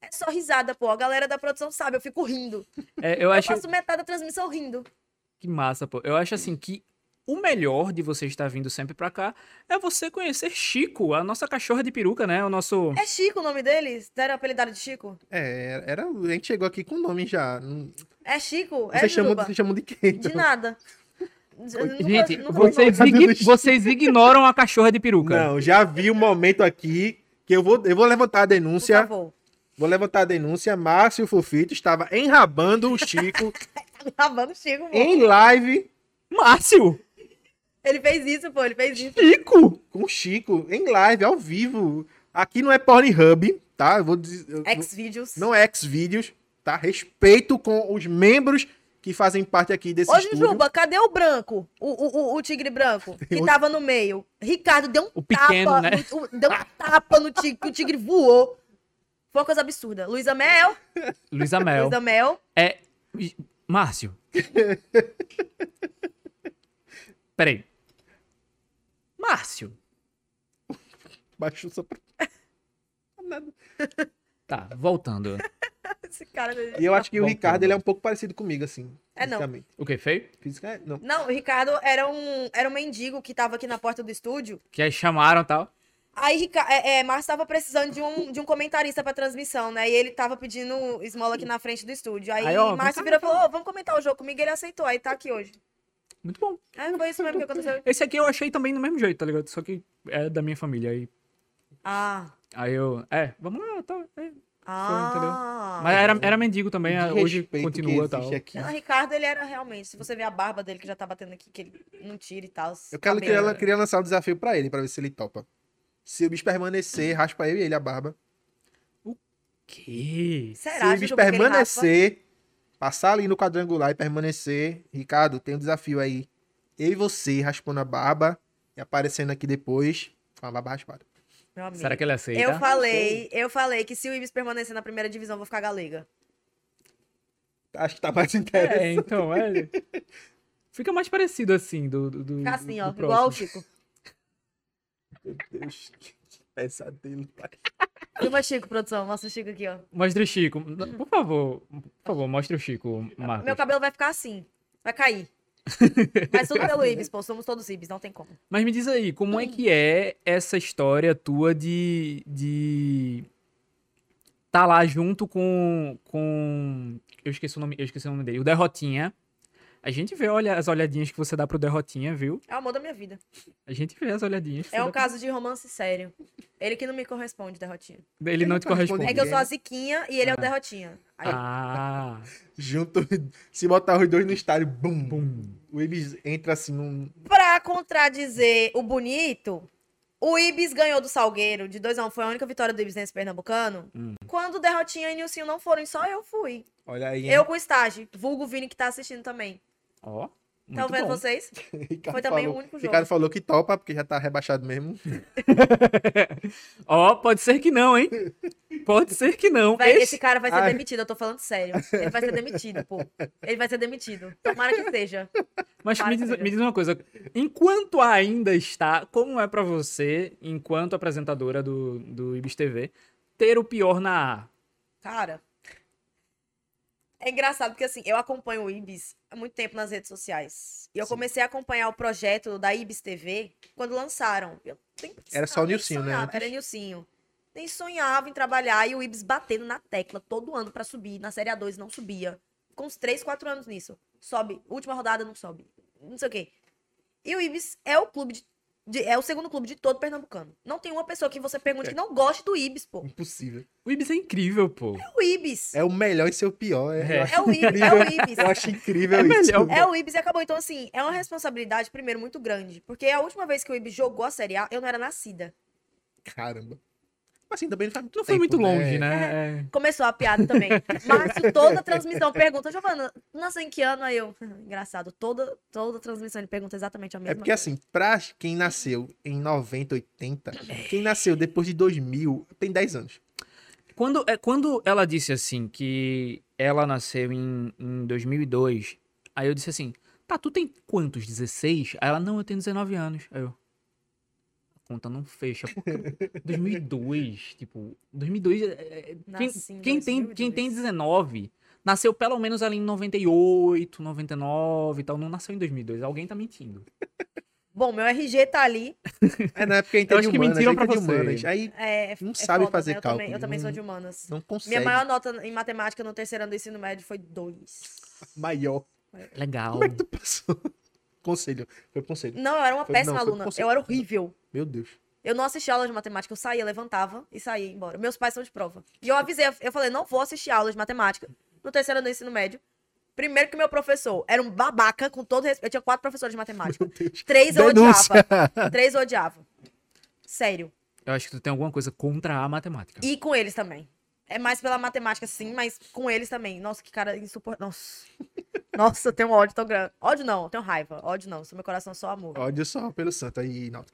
S4: É só risada, pô. A galera da produção sabe, eu fico rindo.
S3: É, eu
S4: Eu
S3: acho
S4: faço metade da transmissão rindo.
S3: que massa, pô. Eu acho assim que o melhor de você estar vindo sempre pra cá é você conhecer Chico, a nossa cachorra de peruca, né? O nosso.
S4: É Chico o nome deles? Deram apelidado de Chico?
S2: É, era, era- a gente chegou aqui com o nome já. Não-
S4: É Chico? É
S2: Vocês chamam,
S4: Juba?
S2: vocês chamam de quê? então?
S4: De nada. Eu nunca-
S3: Gente,
S4: nunca-
S3: vocês,
S2: nunca-
S3: ign- vocês ignoram a cachorra de peruca.
S2: Não, já vi o momento aqui que eu vou, eu vou levantar a
S4: Por
S2: denúncia.
S4: favor.
S2: Vou levantar a denúncia. Márcio Fufito estava enrabando o
S4: *laughs*
S2: Chico
S4: *laughs* Tá me lavando Chico, pô.
S2: em live
S4: *laughs*
S3: Márcio!
S4: Ele fez isso, pô. Ele fez isso.
S3: Chico!
S2: com o Chico, em live, ao vivo. Aqui não é Pornhub, tá? Eu vou dizer, eu-
S4: Ex-Vídeos.
S2: Não é Xvideos, tá? Respeito com os membros que fazem parte aqui desse
S4: Ô,
S2: estúdio.
S4: Juba, cadê o branco? O, o, o, o tigre branco que
S2: outro.
S4: tava no meio. Ricardo deu um
S3: O pequeno,
S4: tapa.
S3: né?
S4: no- o- deu
S3: *laughs*
S4: um tapa no tigre, que o tigre voou. Foi uma coisa absurda. Luísa Mel,
S3: Luísa Mel.
S4: Luísa Mel,
S3: É. Ih,
S4: *laughs*
S3: Márcio. Peraí. Márcio.
S2: Baixou só pra...
S3: Tá, voltando.
S4: esse cara.
S2: E eu acho que o
S3: Bom,
S2: Ricardo
S3: tudo
S2: ele é
S3: bom.
S2: um pouco parecido comigo, assim.
S4: Tá É, não.
S2: fisicamente.
S3: O que, feio?
S2: Física- é, não.
S4: Não, o Ricardo era um, era um mendigo que tava aqui na porta do estúdio.
S3: Que aí chamaram e tal.
S4: Aí Rica- é, é, Márcio tava precisando de um, de um comentarista pra transmissão, né? E ele tava pedindo esmola aqui na frente do estúdio. Aí,
S3: Aí, ó,
S4: Márcio
S3: vamos
S4: virou e falou: "Ô, vamos comentar o jogo comigo. Ele aceitou, aí tá aqui hoje.
S3: Muito bom.
S4: É, foi isso mesmo que aconteceu.
S3: Esse aqui eu achei também do mesmo jeito, tá ligado? Só que é da minha família. Aí,
S4: Ah,
S3: aí eu. É, vamos lá, tá. é.
S4: ah.
S3: Mas era, era mendigo também, é,
S2: De
S3: hoje
S2: respeito que
S3: continua e tal.
S2: existe aqui.
S4: Não, Ricardo, ele era realmente. Se você ver a barba dele que já tá batendo aqui, que ele não tira e tal. os
S2: Eu quero,
S4: cabelos.
S2: queria, lan- queria lançar o desafio pra ele, pra ver se ele topa. Se o bicho permanecer, raspa eu e ele a barba.
S3: Que?
S4: Será,
S2: se o
S4: Juju,
S2: bicho
S4: porque ele
S2: permanecer, passar ali no quadrangular e permanecer, Ricardo, tem um desafio aí. Eu e você raspando a barba e aparecendo aqui depois com a barba raspada.
S4: rapa? Meu amigo.
S3: Será que ele aceita?
S4: Eu falei, eu falei que se o Ibis permanecer na primeira divisão, eu vou ficar galega.
S2: Acho que tá mais *laughs* interessante.
S3: É, então, é. Fica mais parecido assim do. do, do
S4: Ficar assim,
S3: do
S4: ó,
S3: próximo.
S4: igual eu fico.
S2: Meu Deus, *laughs* que pesadelo. pai.
S4: Filma Chico, produção. Mostra o Chico aqui, ó.
S3: Mostra o Chico. Por favor, por favor, mostra o Chico, Marcos.
S4: Meu cabelo vai ficar assim.
S3: *laughs*
S4: Vai cair. Mas tudo pelo Ibis, pô. Somos todos Ibis, não tem como.
S3: Mas me diz aí, como é que é essa história tua de. de. tá lá junto com. com. Eu esqueci o nome, eu esqueci o nome dele, o Derrotinha. A gente vê olha, as olhadinhas que você dá pro Derrotinha, viu?
S4: É o amor da minha vida.
S3: A gente vê as olhadinhas. que
S4: É
S3: você
S4: um
S3: dá
S4: caso de romance sério. Ele que não me corresponde, derrotinha.
S3: pro- Ele não te corresponde.
S4: É que eu sou a Ziquinha e ele é o derrotinha. Aí,
S3: Ah,
S2: Junto, se botar os dois no estádio, bum, bum.
S3: pum.
S2: O Ibis entra assim num.
S4: Pra contradizer o bonito, o Ibis ganhou do Salgueiro de 2x1. Foi a única vitória do Ibis nesse Pernambucano.
S3: Hum.
S4: Quando o Derrotinha e o Nilcinho não foram, só eu fui.
S2: Olha aí. hein?
S4: Eu com estágio. Vulgo Vini que tá assistindo também.
S3: Ó. Muito
S4: Estão vendo
S3: bom.
S4: vocês?
S2: *laughs* Ricardo
S4: Foi também
S2: falou-
S4: o único jogo.
S2: Ricardo falou que topa, porque já tá rebaixado mesmo. *laughs*
S3: Ó, pode ser que não,
S4: *laughs*
S3: hein? Pode ser que não.
S4: Véi,
S3: Então, Esse-
S4: Esse cara vai ser
S2: Ai.
S4: demitido, eu tô falando sério. Ele vai ser demitido, pô. Ele vai ser demitido. Tomara que seja.
S3: Mas
S4: Para
S3: me
S4: que
S3: diz,
S4: seja.
S3: me diz uma coisa, enquanto ainda está, como é pra você, enquanto apresentadora do, do Ibis TV, ter o pior na A?
S4: Cara. É engraçado porque assim, eu acompanho o Ibis há muito tempo nas redes sociais. E eu comecei a acompanhar o projeto da Ibis TV quando lançaram. Eu nem
S2: Era só o
S4: nem
S2: Nilcinho, né,
S4: sonhava-
S2: antes?
S4: Era Nilcinho. Nem sonhava em trabalhar e o Ibis batendo na tecla todo ano pra subir. Na Série A2 não subia. Com uns 3, 4 anos nisso. Sobe. Última rodada não sobe. Não sei o quê. E o Ibis é o clube de- de- é o segundo clube de todo pernambucano. Não tem uma pessoa que você pergunte
S2: É.
S4: que não goste do Ibis, pô.
S2: Impossível.
S3: O Ibis é incrível, pô.
S4: O Ibis.
S2: É o melhor e seu pior. É.
S3: É.
S2: Eu, acho,
S4: É o Ibis, é o Ibis.
S2: eu acho incrível
S3: É
S2: isso.
S3: melhor.
S4: É o Ibis e acabou. Então, assim, é uma responsabilidade, primeiro, muito grande. Porque a última vez que o Ibis jogou a Série A, eu não era nascida.
S2: Caramba. Mas assim, também não faz muito
S3: Não foi
S2: tempo,
S3: muito longe, né? É.
S4: Começou a piada
S2: *laughs*
S4: também. Márcio, toda a transmissão pergunta, Giovana, nasceu em que ano? Aí eu, "Hum, engraçado, toda, toda a transmissão ele pergunta exatamente a mesma
S2: É porque assim, pra quem nasceu em 90, 80, quem nasceu depois de 2000, tem 10 anos.
S3: Quando, é, quando ela disse assim que ela nasceu em, em 2002, aí eu disse assim, tá, tu tem quantos, 16? Aí ela, não, eu tenho 19 anos. Aí eu, a conta não fecha, porque 2002, *laughs* tipo, 2002, é- é- quem,
S4: Nasci em
S3: quem tem, quem
S4: 2002.
S3: tem 19 nasceu pelo menos ali em 98, 99 e tal, não nasceu em 2002, alguém tá mentindo.
S4: Bom, meu RG tá ali.
S2: É na época a gente
S3: Eu acho que mentiram
S2: a gente
S3: pra
S2: é de
S3: você.
S2: humanas. Aí
S4: É,
S2: Não
S4: é
S2: sabe
S4: foda,
S2: fazer
S4: né? Eu também-
S2: cálculo,
S4: eu também sou
S2: não-
S4: de humanas.
S2: não consegue.
S4: Minha maior nota em matemática no terceiro ano do ensino médio foi dois.
S2: Maior.
S3: Legal.
S2: Como é que tu passou? *laughs* Conselho. Foi conselho.
S4: Não, eu era uma
S2: Foi-
S4: péssima
S2: não, foi
S4: aluna.
S2: conceito.
S4: Eu era horrível.
S2: Meu Deus.
S4: Eu não assisti aula de matemática, eu saía, levantava e saía embora. Meus pais são de prova. E eu avisei, eu falei, não vou assistir aula de matemática no terceiro ano do ensino médio. Primeiro que meu professor era um babaca, com todo respeito. Eu tinha quatro professores de matemática. Três eu
S2: Denúncia.
S4: odiava. Três eu odiava. Sério.
S3: Eu acho que tu tem alguma coisa contra a matemática.
S4: E com eles também. É mais pela matemática, sim, mas com eles também. Nossa, que cara insuportável. Nossa. Nossa, eu tenho um ódio tão grande. Ódio não, eu tenho raiva. Ódio não, sou meu coração é só amor.
S2: Ódio só pelo santo. Aí, não.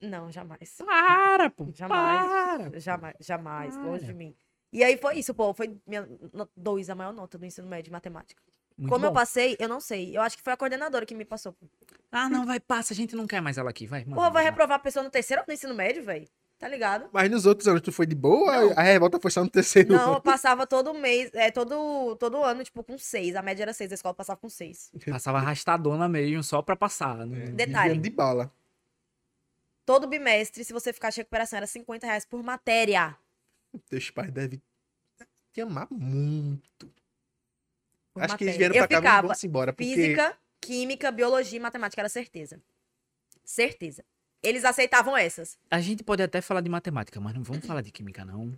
S4: Não, jamais.
S3: Para, pô,
S4: Jamais.
S3: para.
S4: Jamais, jamais, longe de
S3: Cara.
S4: mim. E aí foi isso, pô. Foi minha no- dois, a maior nota do ensino médio de matemática.
S3: Muito
S4: Como eu
S3: bom.
S4: passei, eu não sei. Eu acho que foi a coordenadora que me passou.
S3: Ah, não, vai, passa, a gente não quer mais ela aqui, vai.
S4: Porra,
S3: manda,
S4: vai
S2: é.
S3: manda.
S4: reprovar a pessoa no terceiro ano do ensino médio, velho?
S2: *laughs*
S4: Tá ligado?
S2: Mas nos outros anos tu foi de boa? A revolta foi só no terceiro
S4: Não, eu
S2: ano.
S4: passava todo mês, é, todo, todo ano, tipo, com seis. A média era seis, a escola passava com seis.
S2: É.
S3: Passava arrastadona mesmo, só pra passar. né?
S4: Detalhe.
S2: Desviando de bala.
S4: Todo bimestre, se você ficar de recuperação, era 50 reais por matéria.
S2: Teus pais devem te amar muito.
S4: Por
S2: Acho que eles
S4: matéria.
S2: vieram pra
S4: Eu
S2: cá, é mas
S4: ficava
S2: vamos embora. Porque
S4: Física, química, biologia e matemática, era certeza. Certeza. Eles aceitavam essas.
S3: A gente pode até falar de matemática, mas não vamos falar de química, não.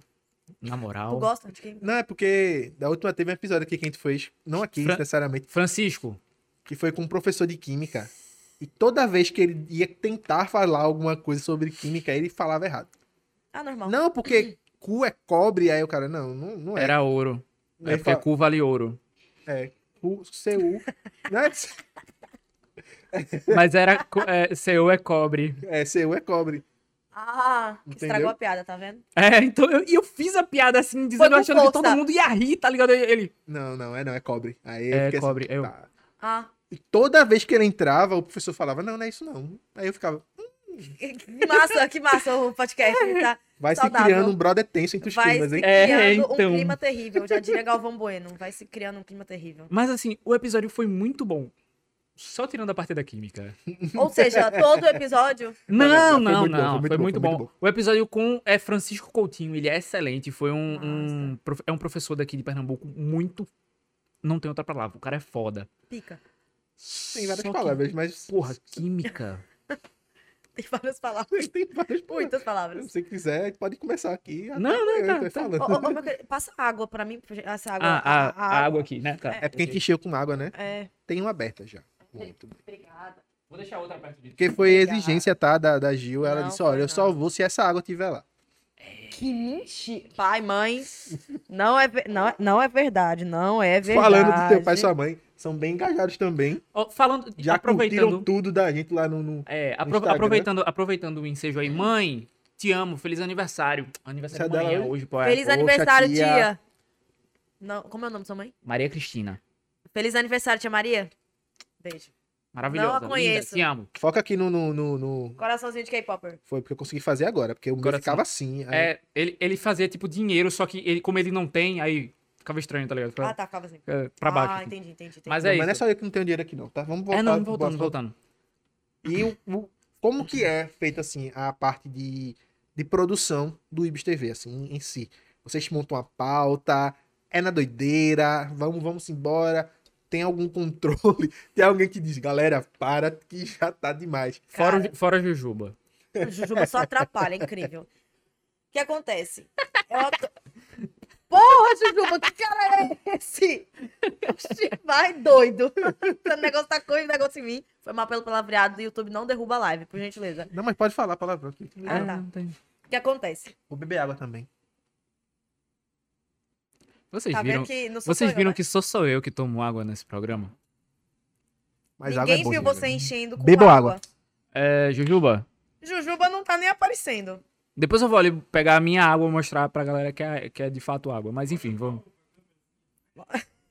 S3: Na
S4: Tu
S3: moral.
S4: gosta de química?
S2: Não, é porque da última teve um episódio aqui que a gente fez, não aqui
S3: Fran-
S2: necessariamente,
S3: Francisco,
S2: que foi com um professor de química. E toda vez que ele ia tentar falar alguma coisa sobre química, ele falava errado.
S4: Ah, normal.
S2: Não, porque cu é cobre, aí o cara, não, não, não é.
S3: era ouro.
S2: Ele
S3: É porque
S2: fala-
S3: cu vale ouro.
S2: É, Cu, seu. né?
S3: Mas era. co- É, seu é cobre.
S2: É, seu é cobre.
S4: Ah,
S2: Entendeu?
S4: estragou a piada, tá vendo?
S3: É, então. eu- E eu, fiz a piada assim, dizendo,
S4: com
S3: achando que todo
S4: força.
S3: mundo ia rir, tá ligado? Ele.
S2: Não, não, é não, é cobre. Aí eu
S3: É,
S2: fiquei assim,
S3: cobre, eu-
S2: tá.
S4: Ah,
S2: E toda vez que ele entrava, o professor falava, não, não é isso não. Aí eu ficava, *laughs*
S4: que massa, que massa o podcast,
S2: É,
S4: tá?
S2: vai se
S4: Saudável.
S2: criando um brother tenso entre os
S4: Vai
S2: climas,
S4: se
S2: hein?
S4: criando
S3: É,
S4: um
S3: então.
S4: clima terrível. Já diria Galvão Bueno, vai se criando um clima
S2: *laughs*
S4: terrível.
S3: Mas assim, o episódio foi muito bom. Só tirando a parte da química.
S4: Ou seja, todo episódio
S3: Não,
S2: mas
S3: não,
S2: foi muito bom,
S3: não. Foi muito bom.
S2: bom.
S3: O episódio com é Francisco Coutinho, ele é excelente. Foi um, um
S4: Nossa.
S3: prof- é um professor daqui de Pernambuco muito. Não tem outra palavra. O cara é foda.
S4: pica.
S2: tem várias
S3: Só que,
S2: palavras, mas...
S3: Porra,
S2: *laughs*
S3: química.
S4: Tem várias palavras.
S2: tem várias palavras.
S4: Muitas palavras.
S2: Se você quiser, pode começar aqui. até
S3: Não, não,
S2: eu
S3: tá,
S2: tô
S3: tá.
S4: Ô,
S2: falando.
S4: ô, ô, meu querido, passa água pra mim, essa água.
S3: Ah, a, a água aqui, né? Tá.
S2: É porque a gente encheu com água, né?
S4: É,
S2: Tem uma aberta já. Muito bem.
S4: obrigada.
S3: Vou deixar outra perto de
S2: Porque foi
S4: Obrigada.
S2: exigência, tá, da, da Gil. Ela
S4: Não,
S2: disse, olha,
S4: foi
S2: eu só
S4: não.
S2: vou se essa água tiver lá.
S4: Que mentira. Pai, mãe, não é, ve- não, é- não é verdade, não é verdade.
S2: Falando do teu pai e sua mãe, são bem engajados também.
S3: falando,
S2: Já curtiram
S3: aproveitando.
S2: tudo da gente lá no... no...
S3: É, apro-
S2: Instagram.
S3: aproveitando, aproveitando o ensejo aí. Mãe, te amo, feliz aniversário. Aniversário
S2: Essa
S3: da manhã
S2: dela- né?
S3: hoje, pô. é.
S4: Feliz
S2: Poxa,
S4: aniversário,
S2: tia.
S4: tia. Não, como é o nome da sua mãe?
S3: Maria Cristina.
S4: Feliz aniversário, tia Maria. Beijo.
S3: Maravilhosa. linda,
S4: conheço.
S3: Te amo.
S2: Foca aqui no, no, no, no-
S4: Coraçãozinho de K-Popper.
S2: Foi porque eu consegui fazer agora. Porque o meu
S3: Coração.
S2: ficava assim. aí-
S3: É, ele, ele fazia tipo dinheiro, só que ele, como ele não tem, aí ficava estranho, tá ligado? Pra,
S4: Ah, tá, calma assim.
S3: é, pra baixo.
S4: Ah,
S3: assim.
S4: entendi, entendi. entendi.
S3: Mas
S2: Não,
S3: é
S2: mas não é
S3: isso.
S2: só eu que não tenho dinheiro aqui, não, tá? Vamos voltar.
S3: É, não,
S2: voltar-
S3: voltando, voltando.
S2: E o, o- como que é feita, assim, a parte de, de produção do Ibis TV, assim, em si? Vocês montam a pauta, é na doideira, vamos, vamos embora. Tem algum *laughs* controle? Tem alguém que diz, galera, para que já tá demais.
S3: Fora,
S4: Cara.
S3: o- fora a Jujuba.
S4: Jujuba só atrapalha, é incrível. O que acontece? Eu ato- Porra, Jujuba, que cara é esse? Oxi, Vai doido. O negócio tá coisa, o negócio em mim. Foi mal pelo palavreado, o YouTube não derruba a live, por gentileza.
S2: Não, mas pode falar a palavra aqui.
S4: Ah, tá.
S3: É, não tem-
S4: O que acontece?
S2: Vou beber água também.
S3: Vocês
S4: tá
S3: viram,
S4: vendo que não sou
S3: vocês
S4: só eu,
S3: viram
S4: né?
S3: que só sou eu que tomo água nesse programa?
S2: Mas água
S4: Ninguém
S2: é bom,
S4: viu
S2: né?
S4: você enchendo com
S2: Bebo água.
S4: água.
S3: É, Jujuba,
S4: Jujuba não tá nem aparecendo.
S3: depois eu vou ali pegar a minha água e mostrar pra galera que é, que é de fato água. Mas enfim, vamos.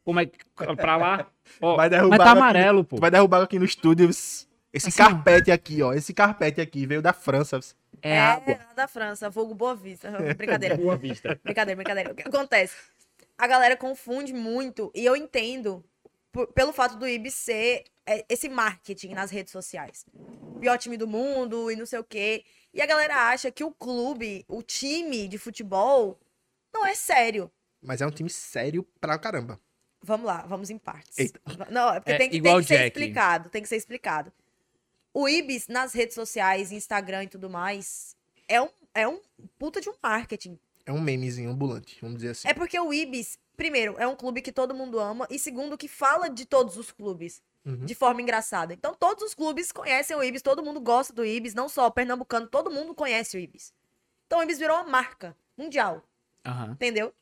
S3: Como é que. Pra lá? Ó,
S2: Vai derrubar
S3: mas
S2: água
S3: tá
S2: aqui.
S3: amarelo, pô.
S2: Tu vai derrubar água aqui no estúdio. Esse
S3: Assim, ó.
S2: carpete aqui, ó. Esse carpete aqui veio da França.
S3: É água.
S4: lá da França, vulgo Boa Vista. *laughs* Brincadeira.
S3: Boa vista.
S4: Brincadeira, brincadeira. O que acontece? A galera confunde muito, e eu entendo, por- pelo fato do IB ser é, esse marketing nas redes sociais. Pior time do mundo e não sei o quê. E a galera acha que o clube, o time de futebol, não é sério.
S2: Mas é um time sério pra caramba.
S4: Vamos lá, vamos em partes.
S2: Eita.
S4: Não, é porque
S3: É,
S4: tem, que- tem
S3: igual
S4: que ser
S3: Jack.
S4: explicado, tem que ser explicado. O Ibis nas redes sociais, Instagram e tudo mais, é um, é um puta de um marketing.
S2: É um memezinho ambulante, vamos dizer assim.
S4: É porque o Ibis, primeiro, é um clube que todo mundo ama e segundo, que fala de todos os clubes
S2: Uhum.
S4: de forma engraçada. Então, todos os clubes conhecem o Ibis, todo mundo gosta do Ibis, não só o pernambucano, todo mundo conhece o Ibis. Então, o Ibis virou uma marca mundial,
S3: Aham.
S4: entendeu?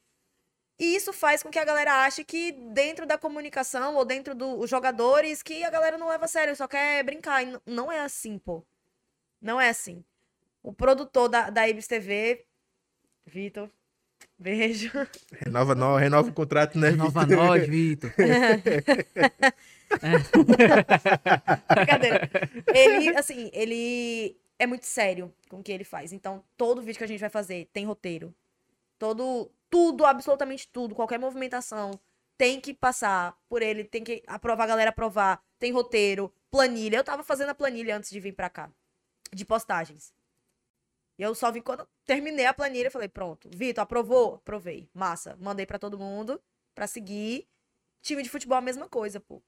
S4: E isso faz com que a galera ache que dentro da comunicação ou dentro dos jogadores, que a galera não leva a sério, só quer brincar. E n- não é assim, pô. Não é assim. O produtor da, da Ibis TV, Vitor, beijo.
S2: Renova, no- renova o contrato, né?
S3: Nova
S2: Vitor?
S3: nós, Vitor.
S4: Brincadeira. Ele, assim, ele é muito sério com o que ele faz. Então, todo vídeo que a gente vai fazer tem roteiro. Todo, tudo, absolutamente tudo, qualquer movimentação tem que passar por ele, tem que aprovar, a galera aprovar, tem roteiro, planilha. Eu tava fazendo a planilha antes de vir pra cá, de postagens. E eu só vim quando eu terminei a planilha e falei, pronto, Vitor, aprovou? Aprovei. Massa. Mandei pra todo mundo pra seguir. Time de futebol é a mesma coisa, pô.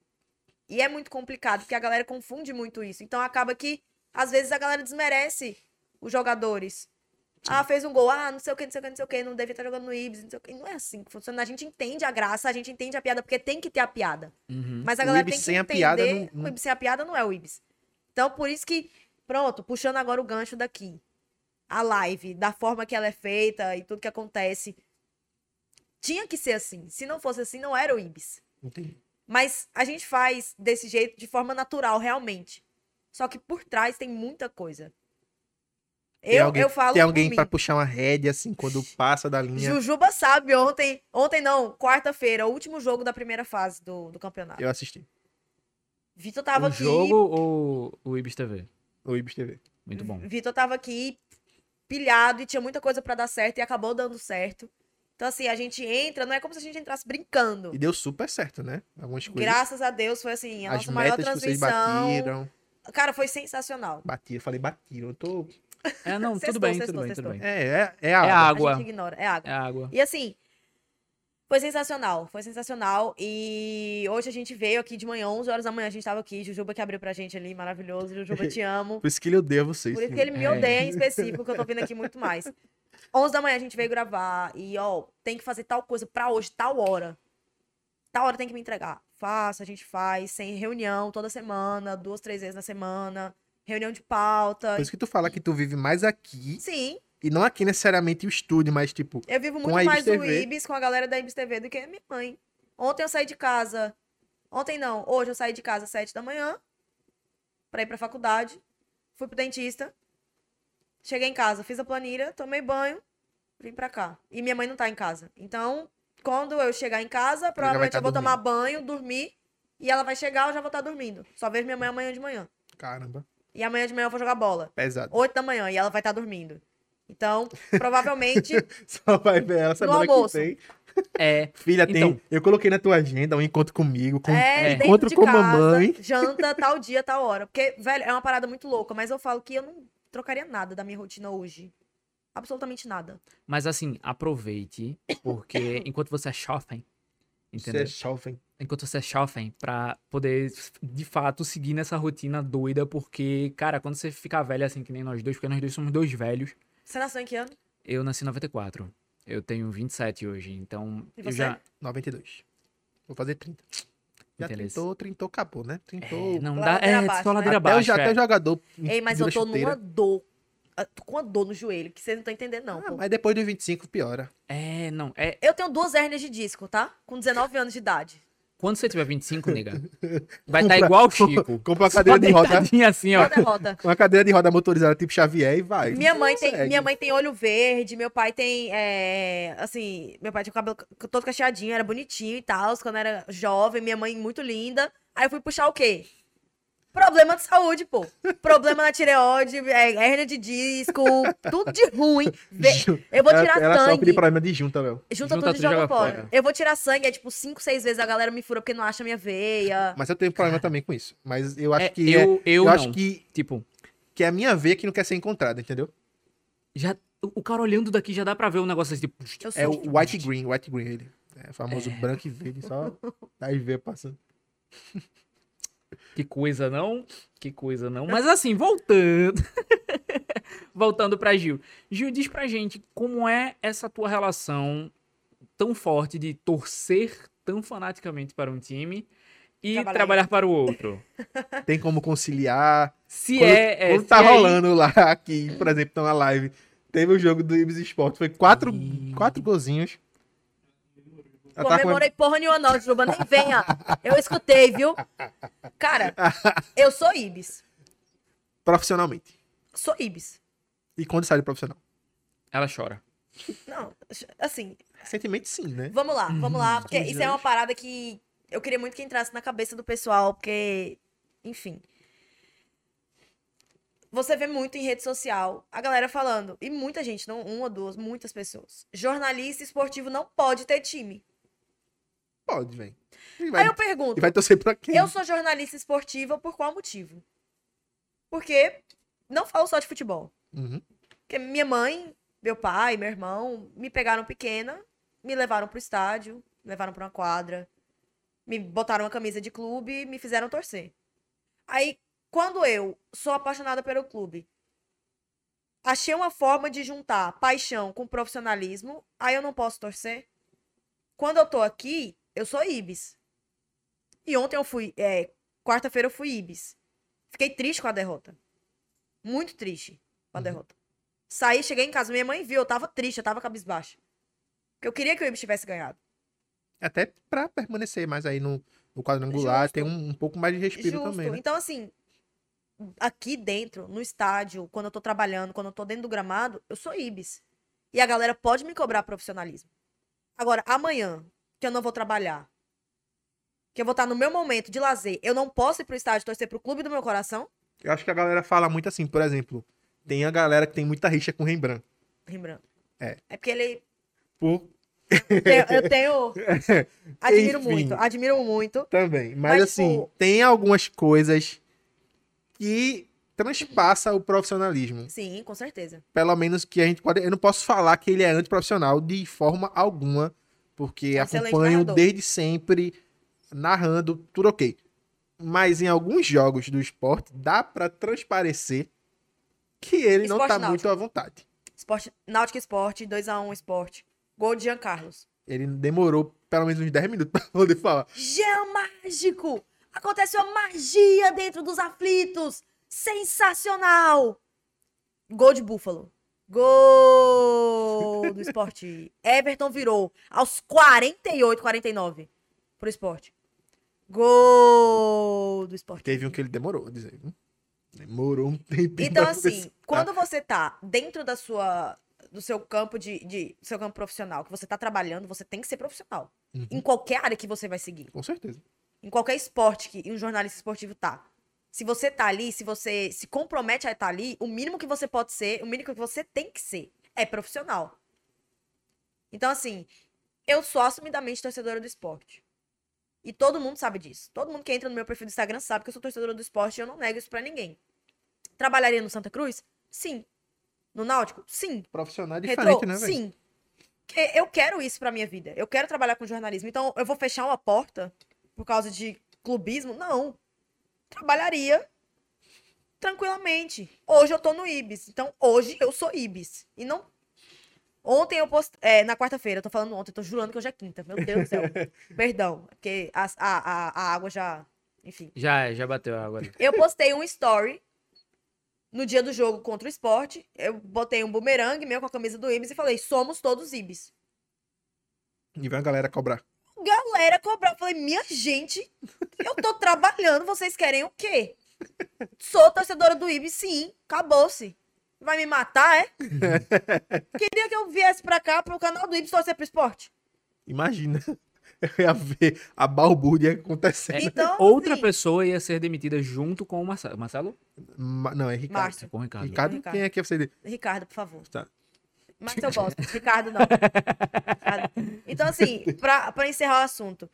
S4: E é muito complicado, porque a galera confunde muito isso. Então acaba que, às vezes, a galera desmerece os jogadores. Ah, fez um gol, ah, não sei o que, não sei o que, não sei o que, não devia estar jogando no Ibis, não sei o que. Não é assim que funciona. A gente entende a graça, a gente entende a piada, porque tem que ter a piada.
S3: Uhum.
S4: Mas a
S2: Hum. O
S4: galera
S2: Ibis
S4: tem que
S2: sem a
S4: entender,
S2: piada não-
S4: o Ibis sem a piada não é o Ibis. Então, por isso que, pronto, puxando agora o gancho daqui. A live, da forma que ela é feita e tudo que acontece. Tinha que ser assim. Se não fosse assim, não era o Ibis.
S2: Entendi.
S4: Mas a gente faz desse jeito de forma natural, realmente. Só que por trás tem muita coisa.
S2: Tem
S4: Eu,
S2: alguém-
S4: eu falo
S2: Tem
S4: por
S2: alguém
S4: mim.
S2: pra puxar uma rédea, assim, quando passa da linha.
S4: Jujuba sabe, ontem, ontem não, quarta-feira, o último jogo da primeira fase do, do campeonato.
S2: Eu assisti.
S4: Vitor tava
S3: o
S4: aqui,
S3: jogo ou o Ibis TV?
S2: O Ibis TV.
S3: Muito bom.
S4: Vitor tava aqui pilhado e tinha muita coisa pra dar certo e acabou dando certo. Então assim, a gente entra, não é como se a gente entrasse brincando.
S2: E deu super certo, né? Algumas coisas.
S4: Graças a Deus foi assim, a
S2: As
S4: nossa maior
S2: metas que vocês
S4: transmissão.
S2: batiram.
S4: Cara, foi sensacional.
S2: Batiram, falei, batiram. Eu tô.
S3: É, não, tudo
S4: Sextou,
S3: bem,
S4: sextou,
S3: tudo bem,
S4: sextou.
S3: tudo bem.
S2: É, é, é
S3: É
S2: a.
S4: A
S3: água.
S4: gente ignora, é água.
S3: É água.
S4: E assim, foi sensacional, foi sensacional. E hoje a gente veio aqui de manhã, 11 horas da manhã, a gente tava aqui, Jujuba que abriu pra gente ali, maravilhoso. Jujuba, te amo.
S2: *laughs* Por isso que ele odeia vocês.
S4: Por isso
S2: sim.
S4: que ele me
S3: É.
S4: odeia em específico, que eu tô vindo aqui muito mais. 11 da manhã a gente veio gravar e, ó, tem que fazer tal coisa pra hoje, tal hora. Tal hora tem que me entregar. Faço, a gente faz, sem reunião, toda semana, duas, três vezes na semana. Reunião de pauta.
S2: Por isso que tu fala que tu vive mais aqui.
S4: Sim,
S2: E não aqui necessariamente o estúdio, mas tipo.
S4: Eu vivo
S2: Com
S4: muito
S2: a Ibis
S4: mais o
S2: TV.
S4: Ibis com a galera da Ibis TV do que a minha mãe. Ontem eu saí de casa. Ontem não, hoje eu saí de casa às sete da manhã pra ir pra faculdade. Fui pro dentista. Cheguei em casa, fiz a planilha, tomei banho, vim pra cá. E minha mãe não tá em casa. Então, quando eu chegar em casa, provavelmente
S2: tá
S4: eu vou
S2: dormindo.
S4: tomar banho, dormir. E ela vai chegar, eu já vou estar dormindo. Só vejo minha mãe amanhã de manhã.
S2: Caramba,
S4: E amanhã de manhã eu vou jogar bola.
S2: pesado.
S4: 8 da manhã e ela vai estar dormindo.
S2: *laughs*
S4: Então, provavelmente
S2: Só vai ver ela semana que
S4: almoço.
S2: vem.
S3: É.
S2: Filha,
S3: Então.
S2: tem. Eu coloquei na tua agenda um encontro comigo. Com...
S4: É,
S3: É.
S4: dentro
S2: Encontro
S4: de
S2: com a
S4: casa,
S2: mamãe.
S4: Janta, tal dia, tal hora. Porque, velho, é uma parada muito louca, mas eu falo que eu não trocaria nada da minha rotina hoje. Absolutamente nada.
S3: Mas assim, aproveite,
S2: *coughs*
S3: porque enquanto você é jovem,
S2: Você é
S3: entendeu?
S2: jovem.
S3: Enquanto você é jovem, pra poder, de fato, seguir nessa rotina doida, porque, cara, quando você ficar velho assim, que nem nós dois, porque nós dois somos dois velhos,
S4: Você nasceu em que ano?
S3: eu nasci em 94. Eu tenho 27 hoje, então
S4: E
S3: eu
S4: você?
S2: é,
S3: já...
S2: 92. Vou fazer 30. Já
S3: Beleza.
S2: trintou, trintou, acabou, né? Trintou.
S3: É, não dá...
S4: Ladeira
S3: É,
S4: abaixo,
S3: só
S4: né?
S3: ladeira
S2: até, o
S3: abaixo,
S2: ja- até
S3: é.
S2: o jogador.
S4: Ei, mas
S2: vira
S4: eu tô
S2: chuteira.
S4: numa dor. ah, Tô com uma dor no joelho, que vocês não estão entendendo, não.
S2: Ah,
S4: pô.
S2: mas depois do 25 piora.
S3: É, não, é...
S4: Eu tenho duas hérnias de disco, tá? Com 19 anos de idade.
S3: Quando você tiver
S2: *laughs*
S3: 25, nega, vai estar
S2: Compra-
S3: igual o Chico.
S2: *laughs* Compra uma
S3: Só
S2: cadeira de roda.
S3: deitadinha assim,
S4: Uma
S3: ó.
S4: derrota.
S2: *laughs* Uma cadeira de roda motorizada tipo Xavier e vai.
S4: Minha mãe, tem,
S2: Consegue.
S4: minha mãe tem olho verde, meu pai tem. é, assim, meu pai tinha o cabelo c- todo cacheadinho, era bonitinho e tal, quando era jovem, minha mãe muito linda. Aí eu fui puxar o quê? Problema de saúde, pô. Problema na tireoide, é, hérnia de disco, tudo de ruim. Ve-
S2: *laughs* Ju-
S4: Eu vou
S2: ela-
S4: tirar
S2: ela sofre de
S4: sangue.
S2: problema de junta, meu.
S3: Junta
S4: Junta, tudo e
S3: tudo e
S4: joga
S3: joga
S4: fora.
S3: fora.
S4: Eu vou tirar sangue, é tipo cinco, seis vezes a galera me fura porque não acha minha veia.
S2: Mas eu tenho problema também com isso. Mas eu acho
S3: É,
S2: que. é-
S3: eu, eu,
S2: eu
S3: não.
S2: acho que,
S3: Tipo,
S2: que é a minha veia que não quer ser encontrada, entendeu?
S3: já... O o cara olhando daqui já dá pra ver um negócio assim, tipo...
S4: Eu sou
S2: É o White Green, White Green ele. É o famoso
S3: É.
S2: branco e verde, só
S3: *laughs*
S2: das veias passando.
S3: Que coisa não, que coisa não.
S2: É.
S3: Mas assim, voltando. *laughs* voltando pra Gil. Gil, diz pra gente como é essa tua relação tão forte de torcer tão fanaticamente para um time e
S4: Trabalhar
S3: trabalhar, para o outro.
S2: Tem como conciliar.
S3: Se
S2: quando
S3: é, é,
S2: quando
S3: se
S2: tá
S3: é
S2: rolando lá, aqui, por exemplo, tá na live. Teve o jogo do Ibis Sport, foi quatro,
S3: Ih.
S2: quatro golzinhos. Ela tá com-
S4: Comemorei porra nenhuma, não, Juba, nem venha. Eu escutei, viu? Cara, eu sou Ibis.
S2: profissionalmente.
S4: Sou Ibis.
S2: E quando sai do profissional?
S3: ela chora.
S4: Não, assim,
S2: Recentemente, sim, né?
S4: vamos lá, vamos lá. Porque
S2: Meu
S4: isso é uma parada que eu queria muito que entrasse na cabeça do pessoal, porque, enfim. Você vê muito em rede social a galera falando, e muita gente, não uma, duas, muitas pessoas. Jornalista esportivo não pode ter time.
S2: Pode, velho. E,
S4: Aí
S2: vai-
S4: eu pergunto,
S2: e vai torcer pra quem?
S4: Eu sou jornalista esportiva por qual motivo? Porque não falo só de futebol.
S2: Uhum.
S4: Porque minha mãe, meu pai, meu irmão me pegaram pequena, me levaram pro estádio, me levaram pra uma quadra, me botaram uma camisa de clube e me fizeram torcer. Aí, quando eu sou apaixonada pelo clube, achei uma forma de juntar paixão com profissionalismo, aí eu não posso torcer. Quando eu tô aqui, eu sou Ibis. E ontem eu fui, é, quarta-feira eu fui Ibis. Fiquei triste com a derrota. Muito triste com a
S2: Uhum.
S4: derrota. Saí, cheguei em casa, minha mãe viu, eu tava triste, eu tava cabisbaixa. Porque eu queria que o Ibis tivesse ganhado.
S2: Até pra permanecer mais aí no, no quadrangular,
S4: Justo.
S2: tem um, um pouco mais de respiro
S4: Justo.
S2: também, né?
S4: Então, assim, aqui dentro, no estádio, quando eu tô trabalhando, quando eu tô dentro do gramado, eu sou Ibis. E a galera pode me cobrar profissionalismo. Agora, amanhã, que eu não vou trabalhar, que eu vou estar no meu momento de lazer, eu não posso ir pro estádio torcer pro clube do meu coração?
S2: Eu acho que a galera fala muito assim, por exemplo, tem a galera que tem muita rixa com Rembrandt.
S4: Rembrandt.
S2: É.
S4: É porque ele.
S2: Por
S4: Eu
S2: *laughs*
S4: tenho. eu tenho- admiro
S2: Enfim.
S4: muito, admiro muito.
S2: também. Mas,
S4: Mas,
S2: assim,
S4: tipo-
S2: tem algumas coisas que transpassa o profissionalismo.
S4: Sim, com certeza.
S2: Pelo menos que a gente pode. Eu não posso falar que ele é antiprofissional de forma alguma, porque
S4: Um excelente
S2: acompanho
S4: narrador.
S2: desde sempre, narrando, tudo ok. Mas em alguns jogos do esporte, dá pra transparecer que ele não
S4: Esporte
S2: tá
S4: náutico.
S2: muito à vontade.
S4: Esporte, Náutico Esporte, 2x1 Esporte. Gol de Jean Carlos.
S2: Ele demorou pelo menos uns 10 minutos *laughs* pra poder falar.
S4: Jean Mágico! Acontece uma magia dentro dos aflitos! Sensacional! Gol de Búfalo. Gol
S2: *laughs*
S4: do esporte. Everton virou aos 48, 49 pro esporte. Gol do esporte.
S2: Teve um que ele demorou, dizer. hum, Demorou um tempinho.
S4: Então,
S2: pra
S4: assim,
S2: começar.
S4: quando você tá dentro da sua, do seu campo de, de seu campo profissional, que você tá trabalhando, você tem que ser profissional.
S2: Uhum.
S4: Em qualquer área que você vai seguir.
S2: Com certeza.
S4: em qualquer esporte que um jornalista esportivo tá. Se você tá ali, se você se compromete a estar ali, o mínimo que você pode ser, o mínimo que você tem que ser, é profissional. Então, assim, eu sou assumidamente torcedora do esporte. E todo mundo sabe disso. Todo mundo que entra no meu perfil do Instagram sabe que eu sou torcedora do esporte e eu não nego isso pra ninguém. Trabalharia no Santa Cruz? Sim. No Náutico? Sim.
S2: Profissional é
S4: Retrô?
S2: diferente, né, velho?
S4: Sim. Porque eu quero isso pra minha vida. Eu quero trabalhar com jornalismo. Então, eu vou fechar uma porta por causa de clubismo? Não. Trabalharia tranquilamente. Hoje eu tô no Ibis. Então, hoje eu sou Ibis. E não. Ontem eu postei. É, na quarta-feira, eu tô falando ontem, eu tô jurando que hoje é quinta. Meu Deus
S2: *laughs*
S4: do céu. Perdão. Porque a, a, a, a água já. Enfim.
S3: Já é, já bateu a água. ali.
S4: Eu postei um story no dia do jogo contra o esporte. Eu botei um bumerangue meu com a camisa do Ibis e falei: somos todos Ibis.
S2: E vai a galera cobrar.
S4: Galera cobrou. Eu falei: minha gente, eu tô trabalhando, vocês querem o quê? Sou torcedora do Ibis, sim. Acabou-se. Vai me matar, é? Queria que eu viesse pra cá pro canal do Ibis torcer pro esporte.
S2: Imagina. *laughs* Eu ia ver a balbúrdia acontecendo.
S4: Então,
S3: Outra
S4: assim,
S3: pessoa ia ser demitida junto com o Marcelo. Marcelo?
S2: Ma- Não, é Ricardo.
S4: Márcio.
S3: É com o Ricardo.
S2: Ricardo,
S4: Ricardo.
S2: quem é que é você?
S4: Ricardo, por favor.
S2: Tá.
S4: Mas eu gosto. Ricardo, não. Ricardo. Então, assim, pra, pra encerrar o assunto.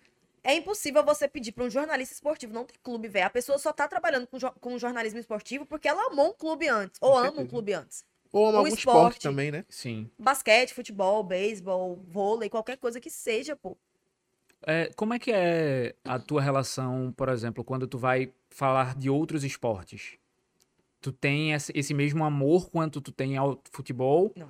S4: É impossível você pedir pra um jornalista esportivo não ter clube, velho. A pessoa só tá trabalhando com, jo- com jornalismo esportivo porque ela amou um clube antes. Ou
S2: Com
S4: ama um
S2: certeza.
S4: clube antes.
S2: Ou um
S4: O
S2: algum esporte.
S4: esporte.
S2: também, né?
S3: Sim.
S4: Basquete, futebol, beisebol, vôlei, qualquer coisa que seja, pô.
S3: É, como é que é a tua relação, por exemplo, quando tu vai falar de outros esportes? Tu tem esse esse mesmo amor quanto tu tem ao futebol?
S4: Não.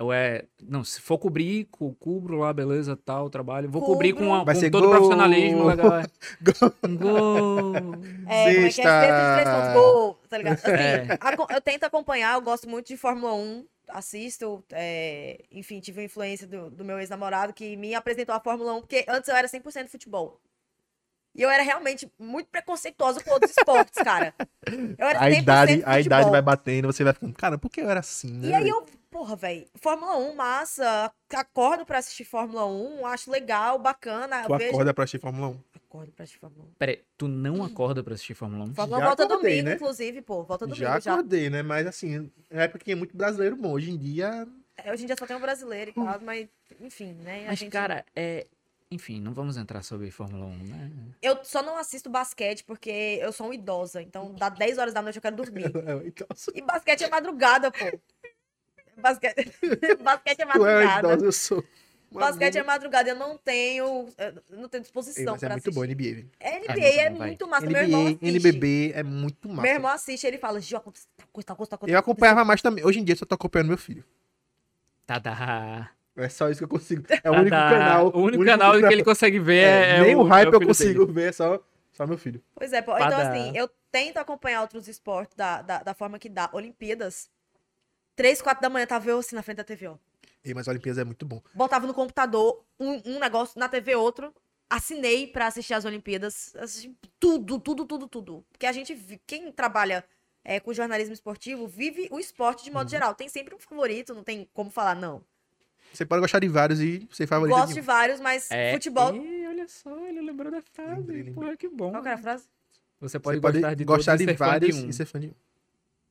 S3: Ou é, não, se for cobrir, cu- cubro lá, beleza, tal, trabalho. Vou cobrir com, a-
S2: Vai
S3: com
S2: ser
S3: todo o
S2: gol.
S3: profissionalismo, legal. é.
S2: *laughs* Gol.
S3: Gol.
S4: É, como é que
S2: Zesta.
S4: é? Dentro de três pontos, gol, tá ligado?
S3: *laughs*
S4: Assim,
S3: É.
S4: aco- eu tento acompanhar, eu gosto muito de Fórmula 1, assisto, é, enfim, tive uma influência do, do meu ex-namorado que me apresentou a Fórmula 1, porque antes eu era 100% futebol. E eu era realmente muito preconceituosa com outros esportes, cara. Eu era 100%
S2: A idade,
S4: futebol.
S2: a idade vai batendo, você vai ficando, cara, por que eu era assim, né?
S4: E aí
S2: velho?"
S4: eu, porra, velho, Fórmula 1, massa, acordo pra assistir Fórmula 1, acho legal, bacana,
S2: Tu
S4: vejo...
S2: acorda pra assistir Fórmula 1.
S4: Acordo pra assistir Fórmula 1.
S3: Peraí, tu não acorda pra assistir Fórmula 1?
S4: Fórmula
S2: Já
S4: 1 volta
S2: acordei,
S4: domingo,
S2: né?
S4: inclusive, pô, volta domingo
S2: Já
S4: já.
S2: acordei, né? Mas assim, na época que é muito brasileiro bom. Hoje em dia.
S4: É, Hoje em dia só tem um brasileiro e tal, mas enfim, né? a
S3: Mas,
S4: gente-
S3: cara, é. Enfim, não vamos entrar sobre Fórmula 1, né?
S4: Eu só não assisto basquete porque eu sou uma
S2: Uhum. *laughs* é um
S4: idosa. Então, dá 10 horas da noite eu quero dormir.
S2: Então,
S4: E basquete é madrugada, pô. Basquete, *laughs* basquete
S2: Tu
S4: é
S2: é uma
S4: *laughs* madrugada.
S2: idosa, eu sou. um uma
S4: Basquete é
S2: lula.
S4: madrugada, eu não tenho, eu não
S2: Ei,
S4: tenho disposição
S2: Mas é
S4: pra
S2: muito Ah, boa
S4: assistir.
S2: NBA. viu?
S4: É
S3: É
S4: NBA,
S3: muito
S4: é,
S3: bom, vai.
S4: muito massa. meu irmão
S2: NBA,
S4: assiste.
S2: NBB é muito massa.
S4: Meu irmão assiste, ele fala, "Gi, ó, aconteceu tal coisa, tal coisa, tal coisa.
S2: Eu acompanhava mais também. Hoje em dia eu só tô acompanhando meu filho.
S3: Tá, tá.
S2: É só isso que eu consigo. É o
S3: Tá,
S2: único
S3: tá.
S2: canal.
S3: O único canal que ele consegue ver é. é
S2: Nem o hype
S3: é
S2: eu
S3: filho dele.
S2: consigo ver, é só, só meu filho.
S4: Pois é, pô,
S3: Pra
S4: então
S3: dar.
S4: assim, eu tento acompanhar outros esportes da, da, da forma que dá. Olimpíadas, três, quatro da manhã, tava eu assim na frente da TV, ó.
S2: Ei, mas a Olimpíadas é muito bom.
S4: Botava no computador um, um negócio, na TV outro. Assinei pra assistir as Olimpíadas. Assisti tudo, tudo, tudo, tudo. Porque a gente, vi- quem trabalha é, com jornalismo esportivo, vive o esporte de modo geral. Tem sempre um favorito, não tem como falar não.
S2: Você pode gostar de vários e ser favorito
S4: Gosto
S2: de
S4: de
S2: um.
S4: vários, mas
S3: É.
S4: futebol...
S3: Ih, olha só, ele lembrou da frase.
S2: Lembrei, lembrei.
S3: Porra, que bom.
S4: Qual que era a frase?
S2: Você
S3: Você pode gostar de,
S2: gostar
S3: todos e
S2: de
S3: ser fã de
S2: vários
S3: um.
S2: e ser fã de um.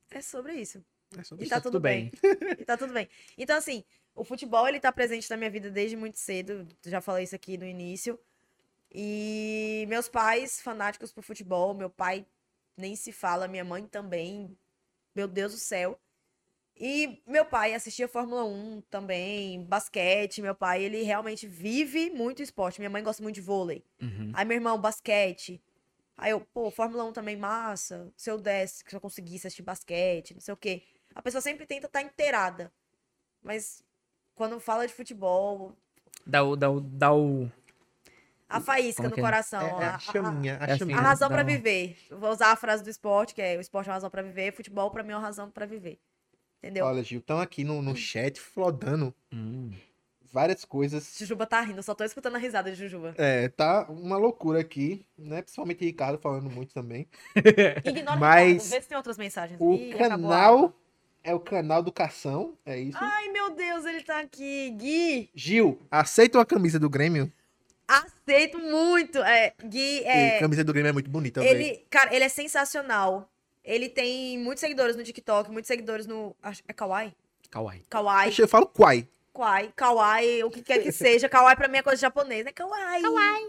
S4: É sobre isso.
S2: É só
S4: E
S2: isso.
S4: tá tudo bem. E tá tudo bem. Então, assim, o futebol, ele tá presente na minha vida desde muito cedo. Já falei isso aqui no início. E meus pais, fanáticos pro futebol. Meu pai nem se fala, minha mãe também. Meu Deus do céu. E meu pai assistia Fórmula 1 também, basquete. Meu pai, ele realmente vive muito esporte. Minha mãe gosta muito de vôlei.
S3: Uhum.
S4: Aí, meu irmão, basquete. Aí eu, pô, Fórmula 1 também massa. Se eu desse, se eu conseguisse assistir basquete, não sei o quê. A pessoa sempre tenta estar inteirada. Mas quando fala de futebol,
S3: Dá o. Dá o, dá o...
S4: a faísca
S3: Como
S4: no
S3: que é?
S2: É,
S4: coração.
S2: é
S4: a,
S2: a então. chaminha,
S3: é
S2: a
S3: assim,
S4: a- a
S2: chaminha.
S3: né?
S4: razão
S3: Dá
S4: pra
S3: um-
S4: viver. Eu Vou usar a frase do esporte, que é o esporte é uma razão pra viver. Futebol, pra mim, é uma razão pra viver. Entendeu?
S2: Olha, Gil, estão aqui no, no chat flodando
S3: Hum.
S2: várias coisas.
S4: Jujuba tá rindo, eu só tô escutando a risada
S2: *laughs*
S4: de Jujuba.
S2: É, tá uma loucura aqui, né? Principalmente Ricardo falando muito também.
S4: Ignora o
S2: Mas-
S4: Ricardo, vê se tem outras mensagens.
S2: O
S4: Ih, acabou a água.
S2: canal é o canal do Cação, é isso.
S4: Ai, meu Deus, ele tá aqui. Gui,
S2: Gil, aceita uma camisa do Grêmio?
S4: Aceito muito. É, Gui,
S2: E
S4: é,
S2: camisa do Grêmio é muito bonita, velho.
S4: ele, cara, ele é sensacional. Ele tem muitos seguidores no TikTok, muitos seguidores no. acho- É Kawaii? *laughs*
S3: Kawaii.
S4: Kawaii,
S2: Eu falo quai.
S4: Kawaii, Kawaii, o que quer que seja. Kawaii pra mim é coisa japonesa. É Kawaii,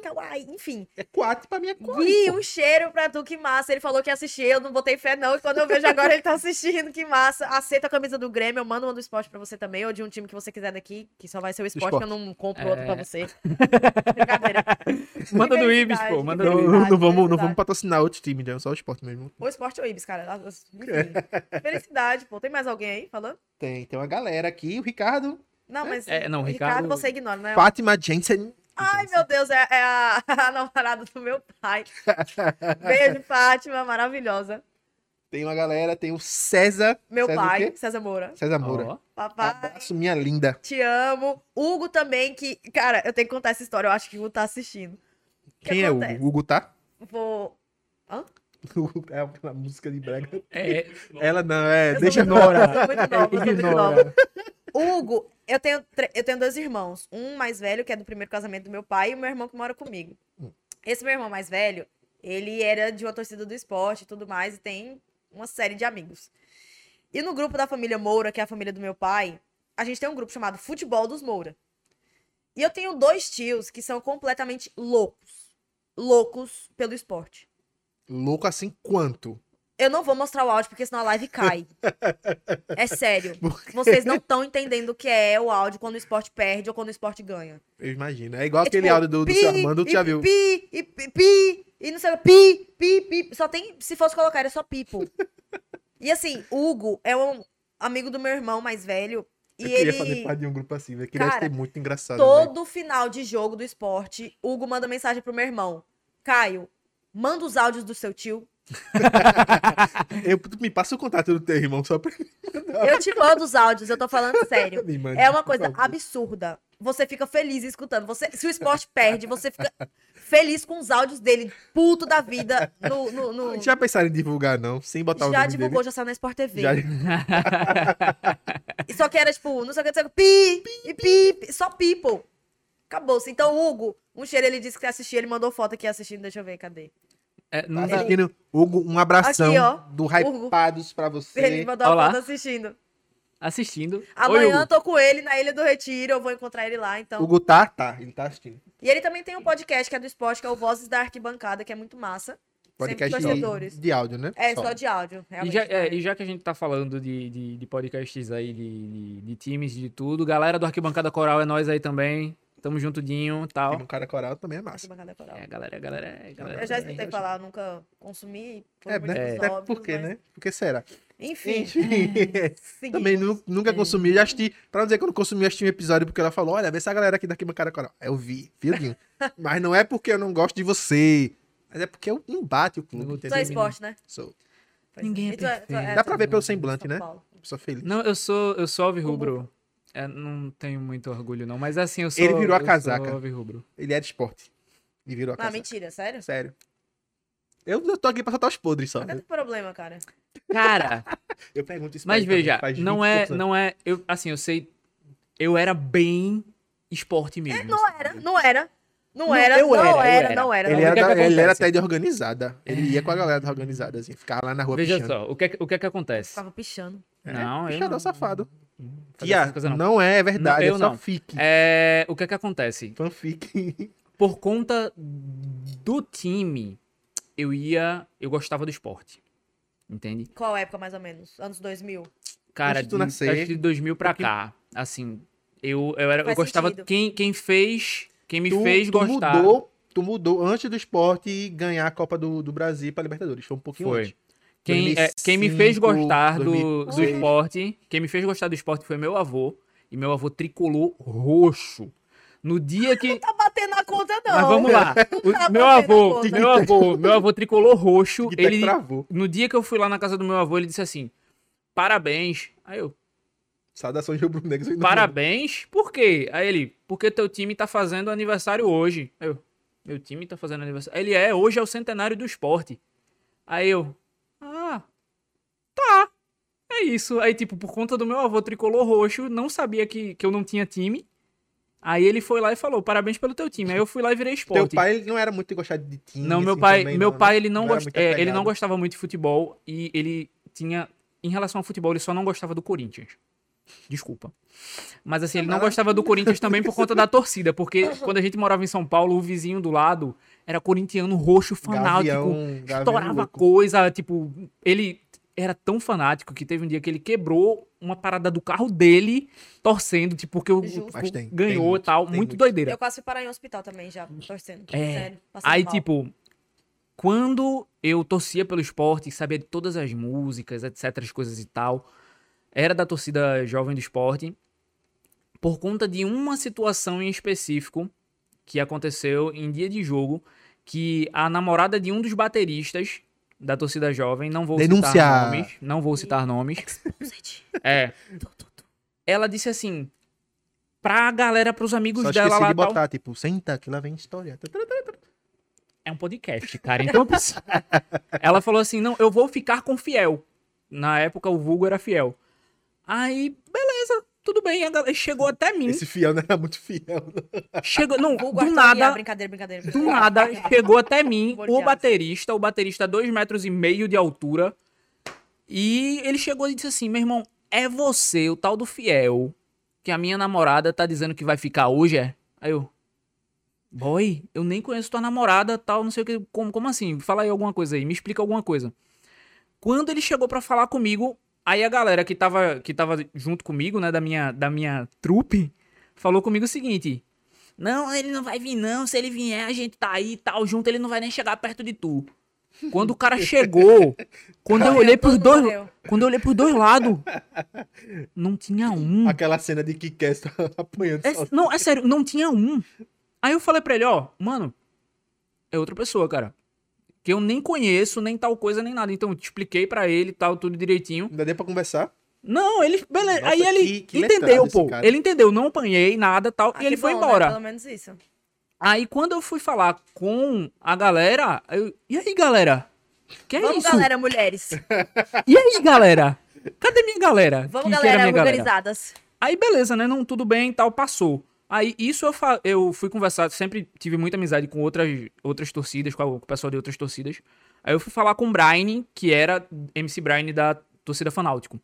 S4: Kawaii, enfim.
S2: É quatro pra mim é quai.
S4: Gui,
S2: pô.
S4: um cheiro pra tu, que massa. Ele falou que ia assistir, eu não botei fé não. E quando eu vejo agora ele tá assistindo, que massa. Aceita a camisa do Grêmio, eu mando uma do esporte pra você também, ou de um time que você quiser daqui, que só vai ser o esporte, que eu não compro outro pra você. Brincadeira.
S3: Manda do
S4: Felicidade,
S3: Ibis, pô. Manda do
S2: Não,
S3: Ibis.
S2: não,
S4: Verdade, é
S2: vamos, não
S4: verdade.
S2: vamos patrocinar outro time, né? Só o esporte mesmo.
S4: Ou esporte ou Ibis, cara.
S2: *laughs*
S4: As- Enfim. Felicidade, pô. Tem mais alguém aí falando?
S2: Tem, tem uma galera aqui. O Ricardo.
S4: Não, mas.
S3: É, não, Ricardo-
S4: você ignora, né?
S2: Fátima Jensen.
S4: Ai, meu Deus, é, é a, *laughs* a namorada do meu pai. Beijo, Fátima, maravilhosa.
S2: Tem uma galera, tem o César.
S4: Meu
S2: César o
S4: pai,
S2: quê?
S4: César Moura.
S2: César Moura.
S3: Ó,
S4: Papai,
S2: Abraço, minha linda.
S4: te amo. Hugo também, que. Cara, eu tenho que contar essa história, eu acho que o Hugo tá assistindo. O que
S2: Quem é o
S4: acontece?
S2: Hugo? Hugo, tá? *laughs*
S4: Vou.
S2: Hugo é aquela música de Braga.
S3: é, *laughs*
S2: Ela não, é.
S4: Eu sou
S2: deixa
S4: muito
S2: nós.
S3: Nora.
S4: nova, eu sou muito nova, eu sou muito nova.
S3: ignora.
S4: Hugo, eu tenho, tre- eu tenho dois irmãos. Um mais velho, que é do primeiro casamento do meu pai, e o meu irmão que mora comigo. Esse meu irmão mais velho, ele era de uma torcida do esporte e tudo mais, e tem uma série de amigos. E no grupo da família Moura, que é a família do meu pai, a gente tem um grupo chamado Futebol dos Moura. E eu tenho dois tios que são completamente loucos. Loucos pelo esporte.
S2: Louco assim quanto?
S4: Eu não vou mostrar o áudio, porque senão a
S2: *laughs*
S4: live cai. é sério. Vocês não estão entendendo o que é o áudio quando o esporte perde ou quando o esporte ganha.
S2: Eu imagino. É igual
S4: É
S2: aquele
S4: tipo,
S2: áudio do, do
S4: pi,
S2: seu Armando, tu
S4: e
S2: já viu?
S4: Pi, e pi, pi, e não sei o que, pi, pi, pi. Só tem, se fosse colocar, era só pipo. e assim, Hugo é um amigo do meu irmão mais velho. E
S2: Eu
S4: ele,
S2: queria fazer parte de um grupo assim, velho. Que deve
S4: Cara,
S2: ser muito engraçado. velho.
S4: todo final de jogo do esporte, Hugo manda mensagem pro meu irmão. Caio, manda os áudios do seu tio,
S2: Eu, tu me passa o contato do teu irmão só pra *laughs*
S4: Eu te mando os áudios, eu tô falando sério.
S2: mim, mano.
S4: É uma
S2: Por
S4: coisa
S2: favor.
S4: absurda. Você fica feliz escutando. Você, se o esporte perde, você fica feliz com os áudios dele, puto da vida. No, no- no-
S2: *laughs* Já pensaram em divulgar, não? Sem botar o
S4: Já
S2: nome
S4: divulgou,
S2: dele.
S4: já saiu na Sport TV.
S2: Já
S4: E Só que era tipo, não sei o que, não sei o que, pi, e pi, pi, só people. Acabou-se. Então, Hugo, um cheiro, ele disse que assistia, ele mandou foto aqui assistindo, deixa eu ver, cadê?
S2: *laughs*
S3: é,
S2: Tá
S3: não dá-
S2: assistindo, Hugo, um abração
S4: Aqui, ó.
S2: do Hypados pra você.
S4: Ele mandou a
S3: Olá.
S4: foto assistindo.
S3: assistindo. Oi,
S4: Amanhã
S3: Hugo.
S4: eu tô com ele na Ilha do Retiro, eu vou encontrar ele lá, então.
S2: Hugo tá? Tá, ele tá assistindo.
S4: E ele também tem um podcast que é do esporte, que é o Vozes da Arquibancada, que é muito massa.
S2: Podcast
S4: dois setores.
S2: de, de áudio, né?
S4: É, só de áudio,
S3: E
S4: realmente. né,
S3: já, é, e já que a gente tá falando de, de, de podcasts aí, de, de, de times, de tudo, galera do Arquibancada Coral é nós aí também. Tamo juntudinho e
S2: Tem
S3: tal.
S2: um cara coral também é massa.
S4: Arquibancada coral.
S3: É, galera, galera, galera.
S4: Eu já
S3: também.
S4: escutei falar, nunca consumi. Por
S2: É, né?
S4: motivos
S2: Até
S4: óbvios,
S2: porque,
S4: mas-
S2: né? Porque será?
S4: Enfim,
S2: Enfim,
S4: seguimos.
S2: *laughs* também nu-
S4: É.
S2: nunca consumi. Já assisti, pra não dizer que eu não consumi, eu assisti um episódio porque ela falou: olha, vê essa galera aqui daqui bancada coral. Eu vi,
S4: *laughs*
S2: viadinho. Mas não é porque eu não gosto de você. Mas é porque eu não bate o clube,
S3: Não
S4: Tu é
S2: entendeu?
S3: gostei.
S4: esporte, né?
S2: Sou.
S4: Pois
S3: Ninguém é
S4: E tu tu
S3: perfeito.
S2: Dá pra ver
S4: tu-
S2: pelo semblante,
S4: São
S2: né?
S4: Paulo.
S2: Pessoa feliz.
S3: Não, eu sou, eu sou alvirrubro. É, não tenho muito orgulho, não. Mas assim, eu sou.
S2: Ele virou a
S3: eu
S2: casaca.
S3: Sou alvirrubro.
S2: Ele é de esporte. Ele virou a
S4: Não,
S2: casa.
S4: mentira, sério?
S2: Sério. né? Eu, eu tô aqui pra soltar os podres só.
S4: Cadê
S2: Eu,
S4: o problema, cara?
S3: Cara,
S2: eu pergunto *laughs* isso pra
S3: mas
S2: ele também,
S3: veja,
S2: faz
S3: não
S2: 20
S3: é,
S2: poucos anos.
S3: não é. Eu, assim, eu sei. Eu era bem
S2: É,
S3: esporte mesmo.
S4: Não era, não era. Não
S3: Não,
S4: era,
S3: eu
S4: não
S3: era, eu
S4: era,
S3: era.
S4: não era.
S2: Ele assim.
S4: não
S2: era,
S3: que é
S2: da-
S3: que
S2: ele era
S3: acontece?
S2: até de organizada. Ele ia com a galera da organizada, assim. Ficava lá na rua
S3: Veja
S2: pichando.
S3: só, o que, é que- o que é que acontece?
S4: Ficava pichando.
S2: É,
S3: Não, eu
S2: pichador
S3: não-
S2: safado.
S3: Fazer
S2: Tia,
S3: essas coisas
S2: não.
S3: não.
S2: é verdade,
S3: Não, eu
S2: é só
S3: não.
S2: fic.
S3: É, o que é que acontece?
S2: Fanfic.
S3: Por conta do time, eu ia. Eu gostava do esporte. Entende?
S4: Qual época, mais ou menos? Anos 2000?
S3: Cara,
S2: Antes de
S3: de,
S2: tu nascer,
S3: acho que de 2000 pra
S2: porque-
S3: cá, assim, eu, eu, era, eu
S4: Faz
S3: gostava,
S4: sentido.
S3: quem, quem fez, quem me
S2: tu,
S3: fez
S2: tu
S3: gostar,
S2: mudou, tu mudou antes do esporte ganhar a Copa do, do Brasil pra Libertadores. Foi um pouquinho
S3: foi,
S2: antes.
S3: quem, é, quem me fez
S2: 2005,
S3: gostar do, do
S2: 2006.
S3: esporte, quem me fez gostar do esporte foi meu avô, e meu avô tricolou roxo, no dia que,
S4: Tá batendo na conta, não.
S3: mas vamos lá, O-
S4: tá
S3: meu
S4: batendo a
S3: avô,
S4: conta.
S3: meu avô, meu avô tricolou roxo,
S2: Tic-tac
S3: ele,
S2: travou.
S3: no dia que eu fui lá na casa do meu avô, ele disse assim, parabéns, aí eu,
S2: Saudações rubro-negros.
S3: Parabéns, por quê? Aí ele, porque teu time tá fazendo aniversário hoje. Aí Eu, meu time tá fazendo aniversário. Ele é, hoje é o centenário do esporte. Aí eu, ah, tá, é isso. Aí, tipo, por conta do meu avô tricolor roxo, não sabia que, que eu não tinha time. Aí ele foi lá e falou, parabéns pelo teu time. Aí eu fui lá e virei
S2: Teu
S3: esporte.
S2: pai ele não era muito de gostar de time.
S3: Não, meu
S2: assim,
S3: pai,
S2: também,
S3: meu
S2: né?
S3: pai ele não,
S2: era
S3: gost-
S2: muito
S3: é, ele
S2: apegado.
S3: não gostava muito de futebol e ele tinha em relação ao futebol ele só não gostava do Corinthians. Desculpa. Mas assim, ele não gostava do Corinthians também por conta da torcida, porque quando a gente morava em São Paulo, o vizinho do lado era corintiano roxo fanático,
S2: Gavião, gavião
S3: Um
S2: é
S3: estourava
S2: louco.
S3: coisa, tipo, ele era tão fanático que teve um dia que ele quebrou uma parada do carro dele torcendo, tipo, porque o,
S4: Justo.
S3: o-
S2: Mas tem, tem
S3: ganhou
S2: muito,
S3: tal,
S2: tem
S3: muito,
S2: muito.
S3: doideira.
S4: Eu quase fui parar em um hospital também já, torcendo.
S3: É.
S4: Sério. passando
S3: Aí,
S4: mal.
S3: tipo, quando eu torcia pelo esporte, sabia de todas as músicas, etc, as coisas e tal, era da torcida jovem do esporte, por conta de uma situação em específico que aconteceu em dia de jogo, que a namorada de um dos bateristas da torcida jovem, não vou
S2: Denúncia!
S3: citar nomes, não vou citar nomes,
S4: Bullseye.
S3: é,
S4: Tu, tu, tu.
S3: ela disse assim, pra galera, pros amigos
S2: Só
S3: dela
S2: esqueci
S3: lá,
S2: de
S3: tal,
S2: botar, tipo, senta que lá vem história.
S3: É um podcast, cara. Então eu preciso. *laughs* Ela falou assim: não, eu vou ficar com fiel. Na época o vulgo era fiel. Aí, beleza, tudo bem. A galera chegou até mim.
S2: Esse fiel não era muito fiel.
S3: Chegou. Não,
S4: Vulgo
S3: do
S4: Arthur Guiar,
S3: nada.
S4: Brincadeira, brincadeira.
S3: Do nada, chegou até mim o
S4: Molhados.
S3: baterista, o baterista dois metros e meio de altura. E ele chegou e disse assim: meu irmão, é você, o tal do fiel, que a minha namorada tá dizendo que vai ficar hoje, é? Aí eu. Boy, eu nem conheço tua namorada, tal, não sei o que. Como, como assim? Fala aí alguma coisa aí, me explica alguma coisa. Quando ele chegou pra falar comigo, aí a galera que tava, que tava junto comigo, né, da minha, da minha trupe, falou comigo o seguinte: Não, ele não vai vir, não. Se ele vier, a gente tá aí e tal, junto, ele não vai nem chegar perto de tu. Quando o cara chegou, quando eu olhei pros
S4: Todo
S3: dois.
S4: morreu.
S3: Quando eu olhei pros dois lados, não tinha um.
S2: Aquela cena de que Castro *laughs* apanhando
S3: É-
S2: sozinho.
S3: não, é sério, não tinha um. Aí eu falei pra ele, ó, mano, é outra pessoa, cara. Que eu nem conheço, nem tal coisa, nem nada. Então eu te expliquei pra ele e tal, tudo direitinho.
S2: Ainda deu pra conversar?
S3: Não, ele. Beleza.
S2: Nossa,
S3: Aí ele
S2: que- que letrado
S3: entendeu,
S2: esse
S3: pô.
S2: cara.
S3: Ele entendeu, não apanhei, nada tal.
S4: Ah,
S3: e ele
S4: que
S3: foi
S4: bom, né?
S3: embora.
S4: Pelo menos isso.
S3: Aí quando eu fui falar com a galera, eu, e aí, galera? Que é
S4: Vamos,
S3: isso? *laughs*
S4: galera, mulheres.
S3: E aí, galera? Cadê minha galera?
S4: Vamos,
S3: Que- que era
S4: galera,
S3: minha
S4: vulgarizadas.
S3: Aí beleza, né? Não, tudo bem e tal, passou. Aí isso eu, fa- eu fui conversar, sempre tive muita amizade com outras, outras torcidas, com a- com o pessoal de outras torcidas. Aí eu fui falar com o Brian, que era MC Brian da torcida Fanáutico.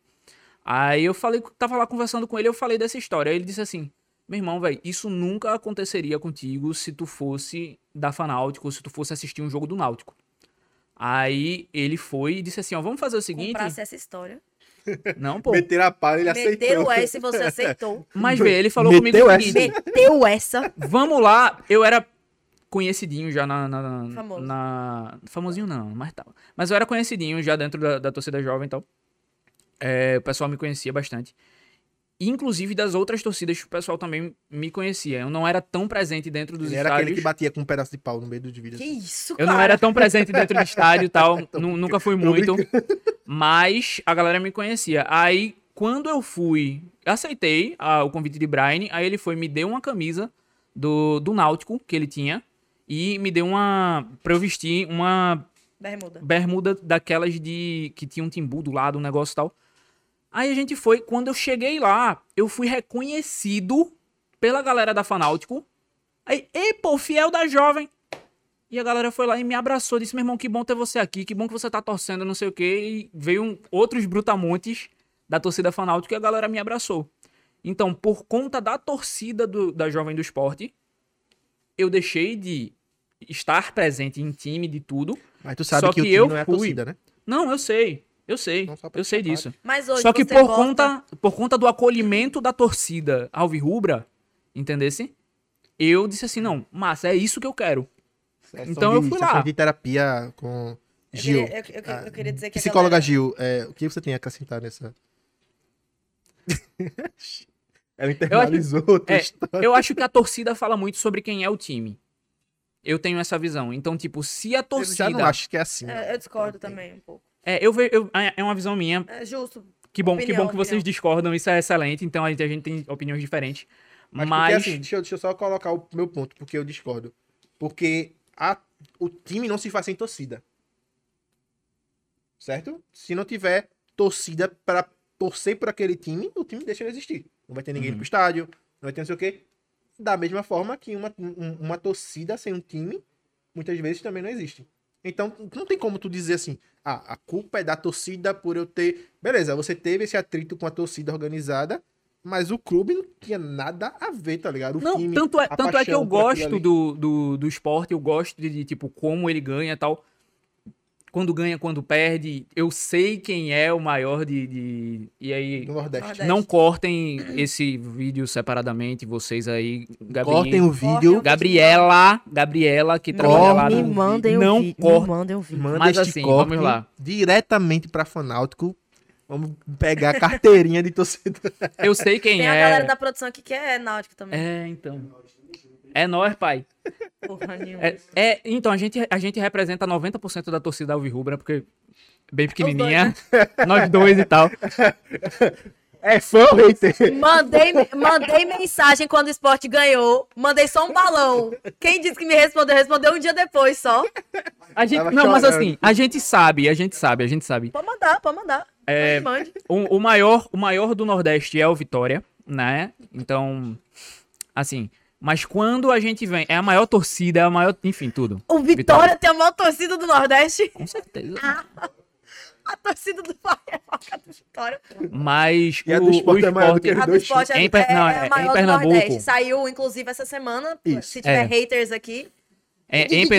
S3: Aí eu falei, tava lá conversando com ele, eu falei dessa história. Aí ele disse assim: Meu irmão, velho, isso nunca aconteceria contigo se tu fosse da Fanáutico, se tu fosse assistir um jogo do Náutico. Aí ele foi e disse assim, ó, vamos fazer o seguinte...
S4: Comprasse essa história.
S3: Não, pô.
S2: Meteram a pala, ele
S4: Meteu
S2: aceitou.
S4: essa e você aceitou.
S3: Mas vê, ele falou
S2: Meteu
S3: comigo o
S2: essa.
S3: seguinte,
S2: *laughs*
S4: Meteu essa.
S3: vamos lá, eu era conhecidinho já na... na, na-
S4: Famoso.
S3: na- famosinho não, mas tava. Mas eu era conhecidinho já dentro da, da torcida jovem e tal. É, o pessoal me conhecia bastante. Inclusive das outras torcidas, o pessoal também me conhecia. Eu não era tão presente dentro
S2: *laughs*
S3: dos
S2: Ele
S3: estádios.
S2: era aquele que batia com um pedaço de pau no meio do vídeo.
S4: Que isso,
S3: Eu
S4: cara.
S3: não era tão presente
S4: *laughs*
S3: dentro do estádio e tal, nu- nunca fui muito, mas a galera me conhecia. Aí, quando eu fui, eu aceitei ah, o convite de Brian, aí ele foi, me deu uma camisa do, do Náutico que ele tinha e me deu uma, pra eu vestir, uma
S4: Bermuda.
S3: bermuda daquelas de, que tinha um timbu do lado, um negócio e tal. Aí a gente foi, quando eu cheguei lá, eu fui reconhecido pela galera da Fanáutico. Aí, ei, pô, fiel da jovem. E a galera foi lá e me abraçou, disse, meu irmão, que bom ter você aqui, que bom que você tá torcendo, não sei o quê. E veio um- outros brutamontes da torcida fanáutica e a galera me abraçou. Então, por conta da torcida do- da Jovem do Esporte, eu deixei de estar presente em time de tudo.
S2: Mas tu sabe
S3: Só
S2: que, o
S3: que
S2: time
S3: eu
S2: não é a
S3: fui.
S2: torcida, né?
S3: Não, eu sei, eu sei,
S2: Não, Então só pra
S3: eu sei
S2: te falar.
S3: disso.
S4: Mas hoje
S3: Só que
S4: você
S3: por
S4: gosta-
S3: conta, por conta do acolhimento da torcida alvirrubra, entendesse? Eu disse assim, não, massa, é isso que
S2: *laughs*
S3: eu quero. Então eu
S2: de-
S3: fui
S2: sessão
S3: lá. É,
S2: de terapia com
S4: Eu
S2: Gil.
S4: queria- eu- eu- eu queria dizer que a
S2: Psicóloga
S4: galera-
S2: Gil, é, o que você tem a acrescentar
S3: *laughs*
S2: nessa... Ela internalizou a tua
S3: é,
S2: história. *laughs*
S3: Eu acho que a torcida fala muito sobre quem é o time. Eu tenho essa visão. Então, tipo, se a
S2: Eu já não
S3: torcida.
S2: acho que é assim.
S4: É, eu discordo também um pouco.
S3: É, eu ve- eu- é uma visão minha,
S4: É justo.
S3: Que bom, que
S4: Opinião,
S3: bom que vocês
S4: opinião.
S3: discordam, isso é excelente, então a gente, a gente tem opiniões diferentes.
S2: Mas,
S3: Mas,
S2: porque, assim, deixa eu, deixa eu só colocar o meu ponto, porque eu discordo. Porque a- o time não se faz sem torcida. Certo? Se não tiver torcida para torcer por aquele time, o time deixa de existir. Não vai ter ninguém
S3: Uhum.
S2: pro estádio, não vai ter não sei o quê. Da mesma forma que uma, um- uma torcida sem um time, muitas vezes também não existe. Então, não tem como tu dizer assim, ah, a culpa é da torcida por eu ter. Beleza, você teve esse atrito com a torcida organizada, mas o clube não tinha nada a ver, tá ligado? O
S3: não,
S2: time.
S3: tanto é,
S2: a
S3: tanto é que
S2: paixão
S3: eu
S2: por aquilo
S3: gosto
S2: ali.
S3: do, do, do esporte, eu gosto de, de, tipo, como ele ganha e tal. Quando ganha, quando perde, eu sei quem é o maior de... de- E aí,
S2: do Nordeste.
S4: Nordeste.
S3: não cortem esse vídeo separadamente, vocês aí,
S2: Cortem
S3: Gabriel,
S2: o vídeo.
S4: Cortem
S3: Gabriela, Gabriela, que trabalha lá
S4: Me
S3: no...
S4: mandem um
S3: Não
S4: vídeo. Me
S3: corta.
S4: mandem um vídeo.
S2: Manda
S3: Mas
S2: este
S3: assim,
S2: corte
S3: vamos lá.
S2: diretamente pra Fanáutico. Vamos pegar a carteirinha de torcedor. *laughs*
S3: Eu sei quem
S4: Tem
S3: é.
S4: a galera da produção aqui que é náutico também.
S3: É, então. É nós, pai.
S4: Porra nenhuma.
S3: É, é, então, a gente, a gente representa 90% da torcida Alvirrubra, porque é bem pequenininha, *laughs* nós dois e tal.
S2: É fã ou hater?
S4: Mandei, mandei mensagem quando o esporte ganhou. Mandei só um balão. Quem disse que me respondeu, respondeu um dia depois só.
S3: A gente,
S2: Tava
S3: não, mas
S2: chorando.
S3: assim, a gente sabe, a gente sabe, a gente sabe.
S4: Pode mandar, pode mandar.
S3: É,
S4: Mande.
S3: O, o maior, o maior do Nordeste é o Vitória, né? Então, assim, mas quando a gente vem, é a maior torcida, é a maior, enfim, tudo.
S4: O Vitória,
S3: Vitória.
S4: tem a maior torcida do Nordeste. *laughs*
S3: Com certeza.
S4: A torcida do Bahia é a do Vitória. pô.
S3: Mas
S2: E a do
S3: o,
S2: esporte
S3: o
S2: é maior do que
S4: A do
S2: Dois
S4: esporte é,
S3: times. Em Pe- não,
S4: é
S3: é-
S4: a
S3: em
S4: maior do
S3: Pernambuco.
S4: Nordeste. Saiu, inclusive, essa semana.
S2: Isso,
S4: se
S3: é.
S4: tiver haters aqui.
S3: é, em, Pe-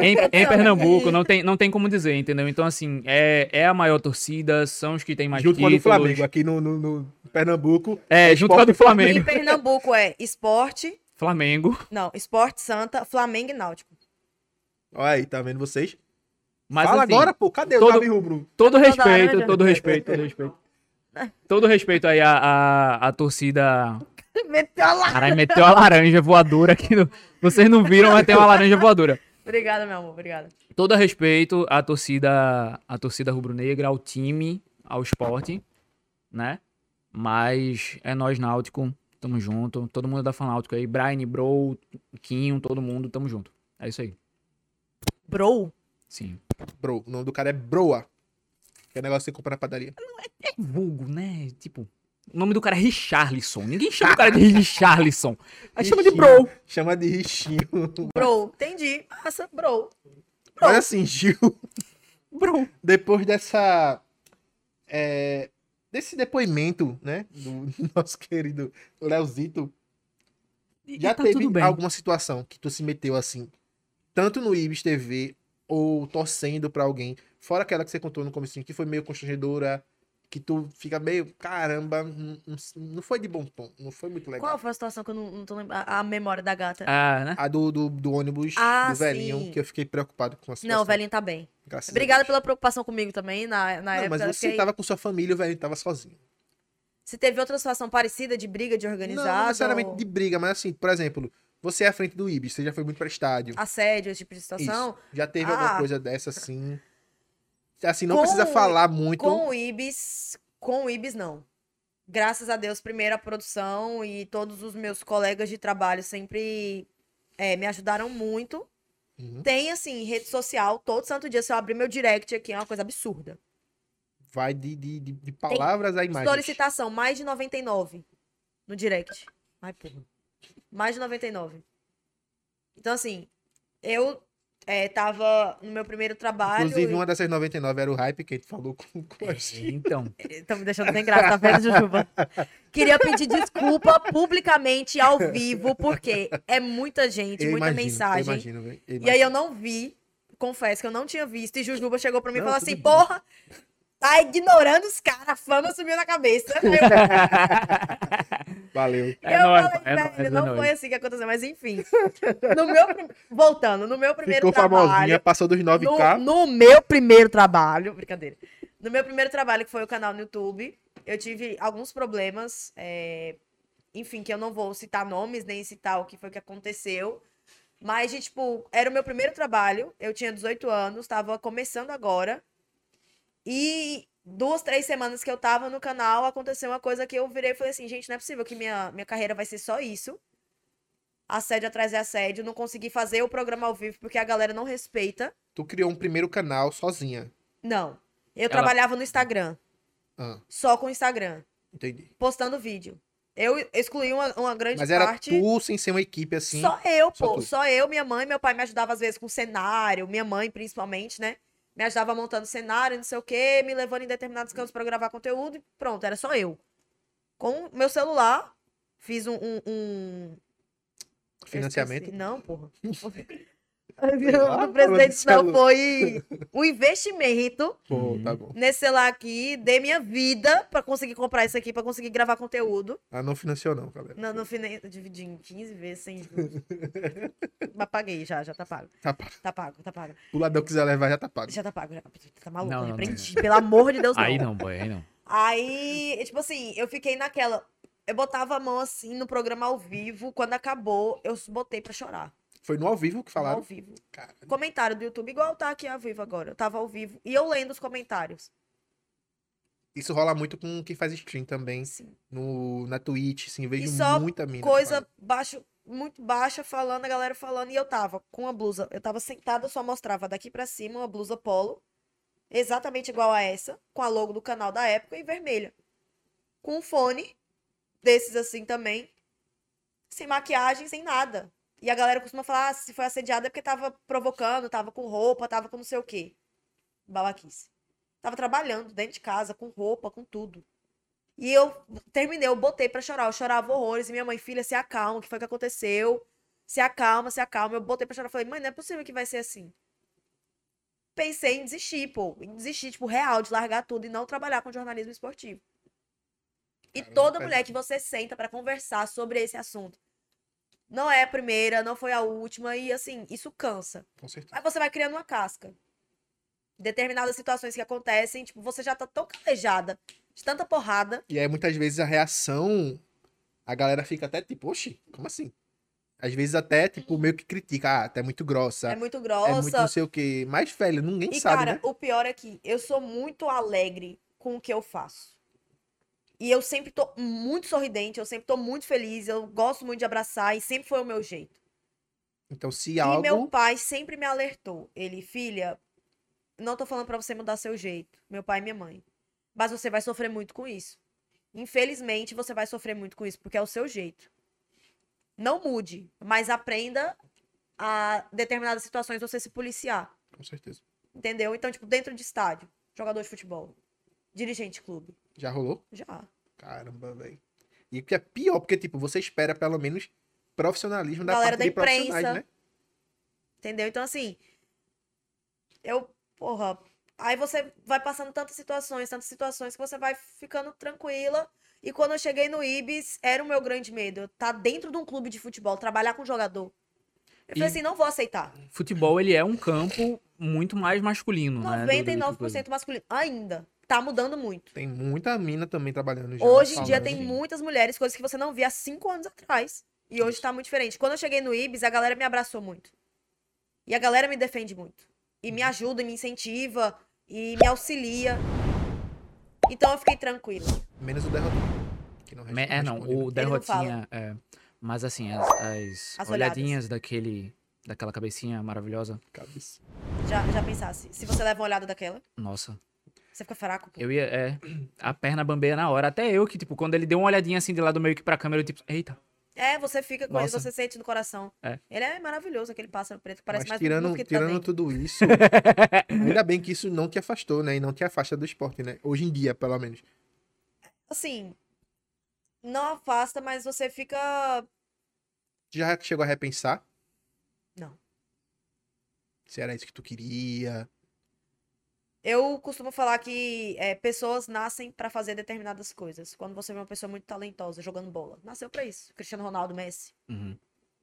S3: em, em Pernambuco, não tem, não tem como dizer, entendeu? Então, assim, é, é a maior torcida, são os que têm mais
S2: Junto com a do
S3: títulos.
S2: Flamengo, aqui no, no- no Pernambuco.
S3: É, junto com a do
S4: Em
S3: Flamengo.
S4: Pernambuco é esporte.
S3: Flamengo.
S4: Não, esporte santa, Flamengo
S2: *laughs*
S4: e Náutico.
S2: Olha aí, tá vendo vocês?
S3: Mas
S2: Fala
S3: assim,
S2: agora, pô. Cadê
S3: todo-
S2: o Gabi Rubro?
S3: Todo
S4: Toda
S3: respeito,
S4: hora,
S3: todo respeito, todo respeito. Todo respeito aí à, à, à torcida.
S4: Meteu a lá.
S3: Caralho, meteu a laranja voadora aqui. No... Vocês não viram, mas tem uma laranja voadora.
S4: Obrigada, meu amor, obrigada.
S3: Todo respeito à torcida, à torcida rubro-negra, ao time, ao esporte, né? Mas é nós, Náutico. Tamo junto. Todo mundo da Fanáutico aí. Brian, Bro, Quinho, todo mundo. Tamo junto. É isso aí.
S4: Bro?
S3: Sim.
S2: Bro, o nome do cara é Broa. Que é negócio que você compra na padaria.
S3: vulgo, né? Tipo, o nome do cara é Richarlison. Ninguém chama o cara de
S2: *laughs*
S3: Richarlison. Aí chama de
S2: Richinho.
S3: bro.
S2: Chama de Richinho.
S4: Bro, entendi. Massa, bro.
S2: Mas assim, Gil,
S3: Bro.
S2: depois dessa. é, desse depoimento, né? Do *laughs* nosso querido Leozito.
S3: E- e
S2: Já
S3: tá
S2: teve
S3: tudo bem.
S2: alguma situação que tu se meteu assim, tanto no Ibis TV ou torcendo pra alguém, fora aquela que você contou no começo, que foi meio constrangedora, que tu fica meio, caramba, não, não- não foi de bom tom, não foi muito legal.
S4: Qual foi a situação que eu não, não tô lembrando? A a memória da gata.
S3: Ah, né?
S2: A do, do, do ônibus,
S4: Ah,
S2: do velhinho,
S4: sim.
S2: que eu fiquei preocupado com a situação.
S4: não, o velhinho tá bem.
S2: Graças a
S4: Obrigada
S2: Deus.
S4: pela preocupação comigo também, na, na
S2: Não,
S4: época. eu
S2: mas você tá
S4: fiquei-
S2: tava com sua família, o velhinho tava sozinho.
S4: Se teve outra situação parecida de briga, de organizado,
S2: Não necessariamente de briga, mas assim, por exemplo, você é à frente do Ibis, você já foi muito pra estádio.
S4: assédio, esse tipo de situação,
S2: Isso. Já teve alguma
S4: Ah.
S2: coisa dessa assim? Assim, não
S4: Com-
S2: precisa falar muito.
S4: com o Ibis, com o Ibis não. Graças a Deus, primeiro a produção e todos os meus colegas de trabalho sempre é, me ajudaram muito.
S2: Uhum.
S4: Tem, assim, rede social, todo santo dia, se eu abrir meu direct aqui, é uma coisa absurda.
S2: Vai de, de, de, de palavras a imagens.
S4: Solicitação, mais de 99 no direct. Ai, porra. Mais de 99. Então, assim, eu é, tava no meu primeiro trabalho.
S2: Inclusive,
S4: e-
S2: uma dessas 99 era o hype que a gente falou com, com a gente. *laughs*
S3: Então,
S4: Estão me deixando sem graça, tá vendo, Jujuba? Queria pedir desculpa publicamente, ao vivo, porque é muita gente,
S2: Eu
S4: muita
S2: imagino,
S4: mensagem.
S2: Eu imagino, velho. Eu
S4: E aí
S2: imagino.
S4: eu não vi, confesso que eu não tinha visto, e Jujuba chegou pra mim e
S2: Não,
S4: falou
S2: tudo
S4: assim,
S2: bem.
S4: porra, tá ignorando os caras, a fama subiu na cabeça.
S2: *laughs* É
S4: Aí eu
S2: Valeu.
S3: é
S4: eu
S3: nóis,
S4: falei,
S3: é
S4: velho,
S3: nóis, é
S4: não
S3: nóis.
S4: foi assim que aconteceu, mas enfim. No meu prim- Voltando, no meu primeiro
S2: Ficou famosinha,
S4: trabalho.
S2: passou dos
S4: No,
S2: 9K.
S4: no meu primeiro trabalho, *laughs* brincadeira. No meu primeiro trabalho, que foi o canal no YouTube, eu tive alguns problemas. é, Enfim, que eu não vou citar nomes, nem citar o que foi que aconteceu. Mas, de, tipo, era o meu primeiro trabalho. Eu tinha 18 anos, tava começando agora. E duas, três semanas que eu tava no canal, aconteceu uma coisa que eu virei e falei assim, gente, não é possível que minha, minha carreira vai ser só isso. Assédio atrás de assédio, não consegui fazer o programa ao vivo porque a galera não respeita.
S2: Tu criou um primeiro canal sozinha.
S4: Não. Eu
S3: Ela-
S4: trabalhava no Instagram,
S2: Ah,
S4: só com o Instagram,
S2: enteí.
S4: postando vídeo. Eu excluí uma, uma grande
S2: Mas era
S4: parte.
S2: tu sem ser uma equipe assim.
S4: Só eu,
S2: Só
S4: pô.
S2: tu.
S4: Só eu, minha mãe, meu pai me ajudava às vezes com cenário, minha mãe principalmente, né? Me ajudava montando cenário, não sei o quê, me levando em determinados cantos pra gravar conteúdo e pronto, era só eu. Com meu celular, fiz um. um- um- eu
S2: Financiamento.
S4: esqueci.
S2: *laughs*
S4: Não, porra.
S2: lá,
S4: *laughs*
S2: é
S4: o presidente
S2: falando de
S4: não
S2: *laughs*
S4: foi um investimento
S2: Pô, tá bom.
S4: nesse celular aqui, dei minha vida pra conseguir comprar isso aqui, pra conseguir gravar conteúdo.
S2: Ah, não financiou não, galera.
S4: No, no final, dividi em 15 vezes
S2: *laughs*
S4: sem juros. Mas paguei já, já tá pago.
S2: Tá pago.
S4: Tá pago, tá pago.
S2: O ladrão quiser levar, já tá pago.
S4: Já tá pago, já. Tá maluco,
S3: Não, não, não,
S4: repreendi. Pelo
S3: *laughs*
S4: amor de Deus, não.
S3: Aí não, boy, aí não.
S4: Aí, tipo assim, eu fiquei naquela. Eu botava a mão assim no programa ao vivo. Quando acabou, eu botei pra chorar.
S2: Foi no ao vivo que
S4: Ao
S2: falaram.
S4: vivo.
S2: Cara,
S4: Comentário do YouTube, igual tá aqui ao vivo agora. Eu tava ao vivo. E eu lendo os comentários.
S2: isso rola muito com quem faz stream também.
S4: Sim.
S2: No, na Twitch, assim, vejo
S4: só
S2: muita mina.
S4: coisa
S2: falando.
S4: baixo, muito baixa, falando, a galera falando. E eu tava com a blusa, eu tava sentada, só mostrava daqui pra cima uma blusa polo, exatamente igual a essa, com a logo do canal da época e vermelha. Com um fone, desses assim também, sem maquiagem, sem nada. E a galera costuma falar, ah, se foi assediada é porque tava provocando, tava com roupa, tava com não sei o quê. Babaquice. Tava trabalhando dentro de casa, com roupa, com tudo. E eu terminei, eu botei pra chorar. Eu chorava horrores. E minha mãe, filha, se acalma, o que foi que aconteceu? Se acalma, se acalma. Eu botei pra chorar. Falei, mãe, não é possível que vai ser assim. Pensei em desistir, pô. Em desistir, tipo, real, de largar tudo e não trabalhar com jornalismo esportivo. E
S2: Caramba,
S4: toda
S2: pesado.
S4: mulher que você senta pra conversar sobre esse assunto não é a primeira, não foi a última. E assim, isso cansa.
S2: Com certeza.
S4: Aí você vai criando uma casca. Determinadas situações que acontecem, tipo, você já tá tão calejada de tanta porrada.
S2: E aí, muitas vezes, a reação, a galera fica até tipo, oxi, como assim? Às vezes até, tipo, meio que critica, ah, tá muito grossa,
S4: É muito
S2: é muito
S4: grossa.
S2: não sei o quê. Mas, velho, ninguém
S4: e,
S2: sabe,
S4: cara,
S2: né?
S4: o pior é que eu sou muito alegre com o que eu faço. E eu sempre tô muito sorridente, eu sempre tô muito feliz, eu gosto muito de abraçar e sempre foi o meu jeito.
S2: Então, se
S4: E
S2: algo...
S4: meu pai sempre me alertou. Ele, filha, não tô falando pra você mudar seu jeito, meu pai e minha mãe. Mas você vai sofrer muito com isso. Infelizmente, você vai sofrer muito com isso, porque é o seu jeito. Não mude, mas aprenda a determinadas situações você se policiar.
S2: Com certeza.
S4: Entendeu? Então, tipo, dentro de estádio, jogador de futebol, dirigente de clube.
S2: Já rolou?
S4: Já.
S2: Caramba, velho. E o que é pior, porque, tipo, você espera, pelo menos, profissionalismo da
S4: Galera
S2: parte de
S4: da imprensa.
S2: profissionais, né?
S4: Entendeu? Então, assim, Eu, porra. Aí você vai passando tantas situações, tantas situações, que você vai ficando tranquila. E quando eu cheguei no Ibis, era o meu grande medo. Eu tá dentro de um clube de futebol, trabalhar com jogador. Eu
S3: E-
S4: falei assim, não vou aceitar.
S3: Futebol, ele é um campo muito mais masculino, né? do- do- do-
S4: 99% masculino. Ainda. Tá mudando muito.
S2: Tem muita mina também trabalhando já.
S4: Hoje em
S2: falando,
S4: dia tem
S2: assim.
S4: muitas mulheres, coisas que você não via há cinco anos atrás. E hoje tá muito diferente. Quando eu cheguei no Ibis, a galera me abraçou muito. E a galera me defende muito. E
S2: Uhum.
S4: me ajuda, e me incentiva, e me auxilia. Então eu fiquei tranquila.
S2: Menos o derrotado. Que não
S3: Me- É, não,
S2: responde, né?
S3: o derrotinha.
S4: fala.
S3: é, mas assim, as, as
S4: As
S3: olhadinhas daquele, daquela cabecinha maravilhosa.
S2: Cabeça.
S4: Já, já pensasse. Se você leva uma olhada daquela,
S3: Nossa,
S4: você fica fraco. pô.
S3: eu ia. É, a perna bambeia na hora. Até eu que, tipo, quando ele deu uma olhadinha assim de lado meio que pra câmera, eu tipo, eita.
S4: É, você fica com ele,
S3: Nossa.
S4: você sente no coração.
S3: É.
S4: Ele é maravilhoso, aquele pássaro preto. Parece
S2: Mas
S4: mais
S2: tirando,
S4: bonito que
S2: tirando
S4: também.
S2: tudo
S4: *laughs*
S2: isso, ainda bem que isso não te afastou, né? E não te afasta do esporte, né? Hoje em dia, pelo menos.
S4: Assim, não afasta, mas você fica...
S2: Já chegou a repensar?
S4: Não.
S2: Se era isso que tu queria.
S4: Eu costumo falar que é, pessoas nascem pra fazer determinadas coisas. Quando você vê uma pessoa muito talentosa jogando bola, nasceu pra isso. Cristiano Ronaldo, Messi,
S3: Uhum.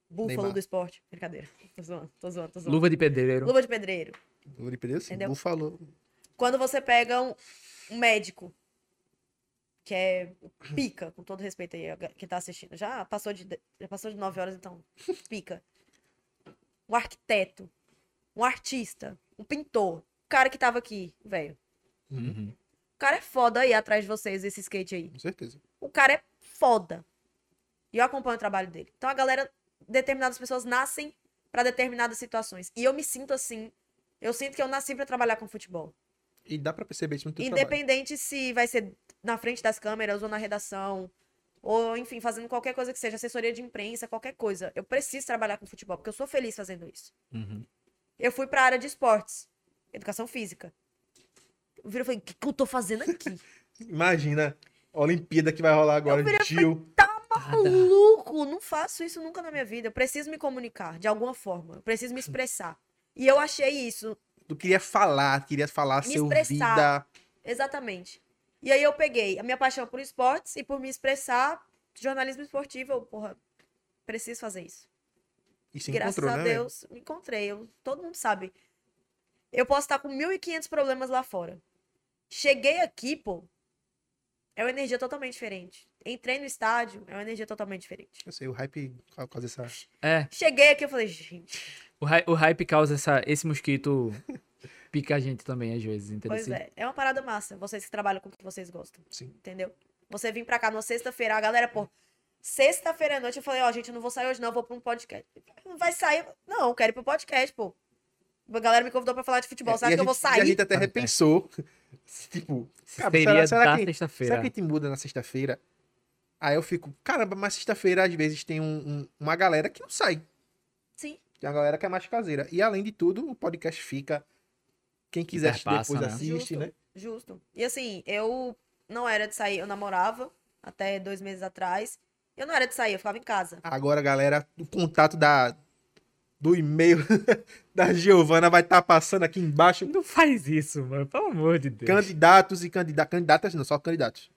S4: búfalo
S2: Neymar.
S4: do esporte. Brincadeira. *laughs* Tô zoando, tô zoando, tô zoando.
S3: Luva de pedreiro.
S4: Luva de pedreiro.
S2: Lula e Pedro, assim,
S4: Entendeu?
S2: não falou.
S4: Quando você pega um, um médico, que é pica, com todo respeito aí, a ga- quem tá assistindo. Já passou de, de- já passou de 9 horas, então, *laughs* pica. Um arquiteto, um artista, um pintor. O cara que tava aqui, velho.
S3: Uhum.
S4: O cara é foda aí atrás de vocês, esse skate aí.
S2: Com certeza.
S4: O cara é foda. E eu acompanho o trabalho dele. Então a galera, determinadas pessoas nascem pra determinadas situações. E eu me sinto assim. Eu sinto que eu nasci pra trabalhar com futebol.
S2: E dá pra perceber isso no teu trabalho.
S4: Independente se vai ser na frente das câmeras ou na redação, ou enfim, fazendo qualquer coisa que seja, assessoria de imprensa, qualquer coisa. Eu preciso trabalhar com futebol, porque eu sou feliz fazendo isso.
S3: Uhum.
S4: Eu fui pra área de esportes, educação física. Eu virei e falei, o que, que eu tô fazendo aqui?
S2: Imagina a Olimpíada que vai rolar agora,
S4: virei
S2: Gil.
S3: Nada.
S4: Maluco, não faço isso nunca na minha vida. Eu preciso me comunicar de alguma forma. Eu preciso
S2: Uhum.
S4: me expressar. E eu achei isso,
S2: Tu queria falar, queria falar,
S4: Me
S2: ser
S4: expressar.
S2: ouvida.
S4: exatamente. E aí eu peguei a minha paixão por esportes e por me expressar, jornalismo esportivo, eu, porra, preciso fazer isso.
S2: E se
S4: Graças
S2: encontrou,
S4: a
S2: né? velho?
S4: Deus, me encontrei. Eu- todo mundo sabe. Eu posso estar com 1.500 problemas lá fora. Cheguei aqui, pô, é uma energia totalmente diferente. Entrei no estádio, é uma energia totalmente diferente.
S2: Eu sei, o hype por causa dessa.
S3: É,
S4: Cheguei aqui, eu falei, gente,
S3: o, hy- o hype causa essa,
S2: *laughs*
S3: esse mosquito. Pica a gente também, às vezes, entendeu?
S4: Pois é, é uma parada massa. Vocês que trabalham com o que vocês gostam.
S2: Sim.
S4: Entendeu? Você vir pra cá numa sexta-feira, a galera, pô, sexta-feira à noite eu falei, ó, gente, eu não vou sair hoje, não, eu vou pra um podcast. Não vai sair. Não, eu quero ir pro podcast, pô. A galera me convidou pra falar de futebol. Você
S2: É, e
S4: acha
S2: a
S4: que eu vou
S2: gente- E a
S4: sair?
S2: gente até repensou. *laughs* tipo, cara,
S3: Seria
S2: será, será
S3: da
S2: que, será
S3: sexta-feira.
S2: que te muda na sexta-feira? Aí eu fico, caramba, mas sexta-feira às vezes tem um- um- uma galera que não sai.
S4: Sim.
S2: Tem uma galera que é mais caseira. E além de tudo, o podcast fica. Quem quiser assistir
S3: Perpassa,
S2: depois
S3: né?
S2: assiste,
S4: Justo.
S2: né?
S4: Justo. E assim, eu não era de sair, eu namorava até dois meses atrás. Eu não era de sair, eu ficava em casa.
S2: Agora, galera, o contato da, do e-mail *laughs* da Giovana vai estar passando aqui embaixo.
S3: Não faz isso, mano. Pelo amor de Deus.
S2: Candidatos e candidatas. Candidatas não, só candidatos.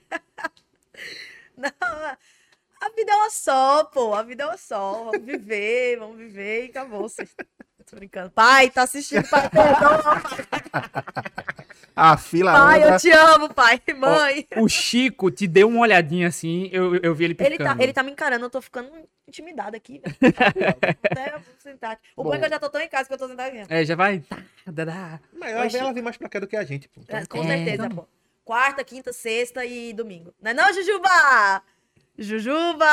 S4: *laughs* Não, a vida é uma só, pô. A vida é uma só. Vamos viver, vamos viver e acabou. -se. Tô brincando. Pai, tá assistindo,
S3: *laughs*
S4: pai,
S3: Tá
S4: perdão.
S2: A fila
S4: Pai,
S2: anda.
S4: eu te amo, pai. Mãe.
S3: O Chico te deu uma olhadinha assim, eu, eu vi ele piscando.
S4: Ele tá, ele tá me encarando, eu tô ficando intimidada aqui.
S3: *laughs*
S4: velho. Até eu vou sentar aqui. O
S2: Bom.
S4: bom é que eu já tô tão em casa que eu tô sentada aqui.
S3: É, já vai. Tá, dá, dá.
S2: Mas ela,
S4: Oxi.
S2: ela vem mais pra cá do que a gente, pô. Então,
S4: É, Com
S3: É,
S4: certeza,
S3: tá
S4: pô. Quarta, quinta, sexta e domingo. Não é não, Jujuba? Jujuba!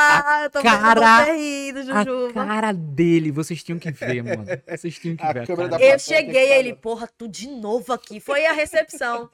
S4: Eu tô
S3: cara-
S4: vendo você rindo,
S3: A
S4: Jujuba.
S3: cara dele, vocês tinham que ver, mano. Vocês tinham que
S2: A
S3: ver. a
S2: câmera
S3: cara.
S2: da-
S4: Eu
S2: plateia tem que
S4: cheguei,
S2: falar.
S4: ele, porra, tu de novo aqui. Foi a recepção.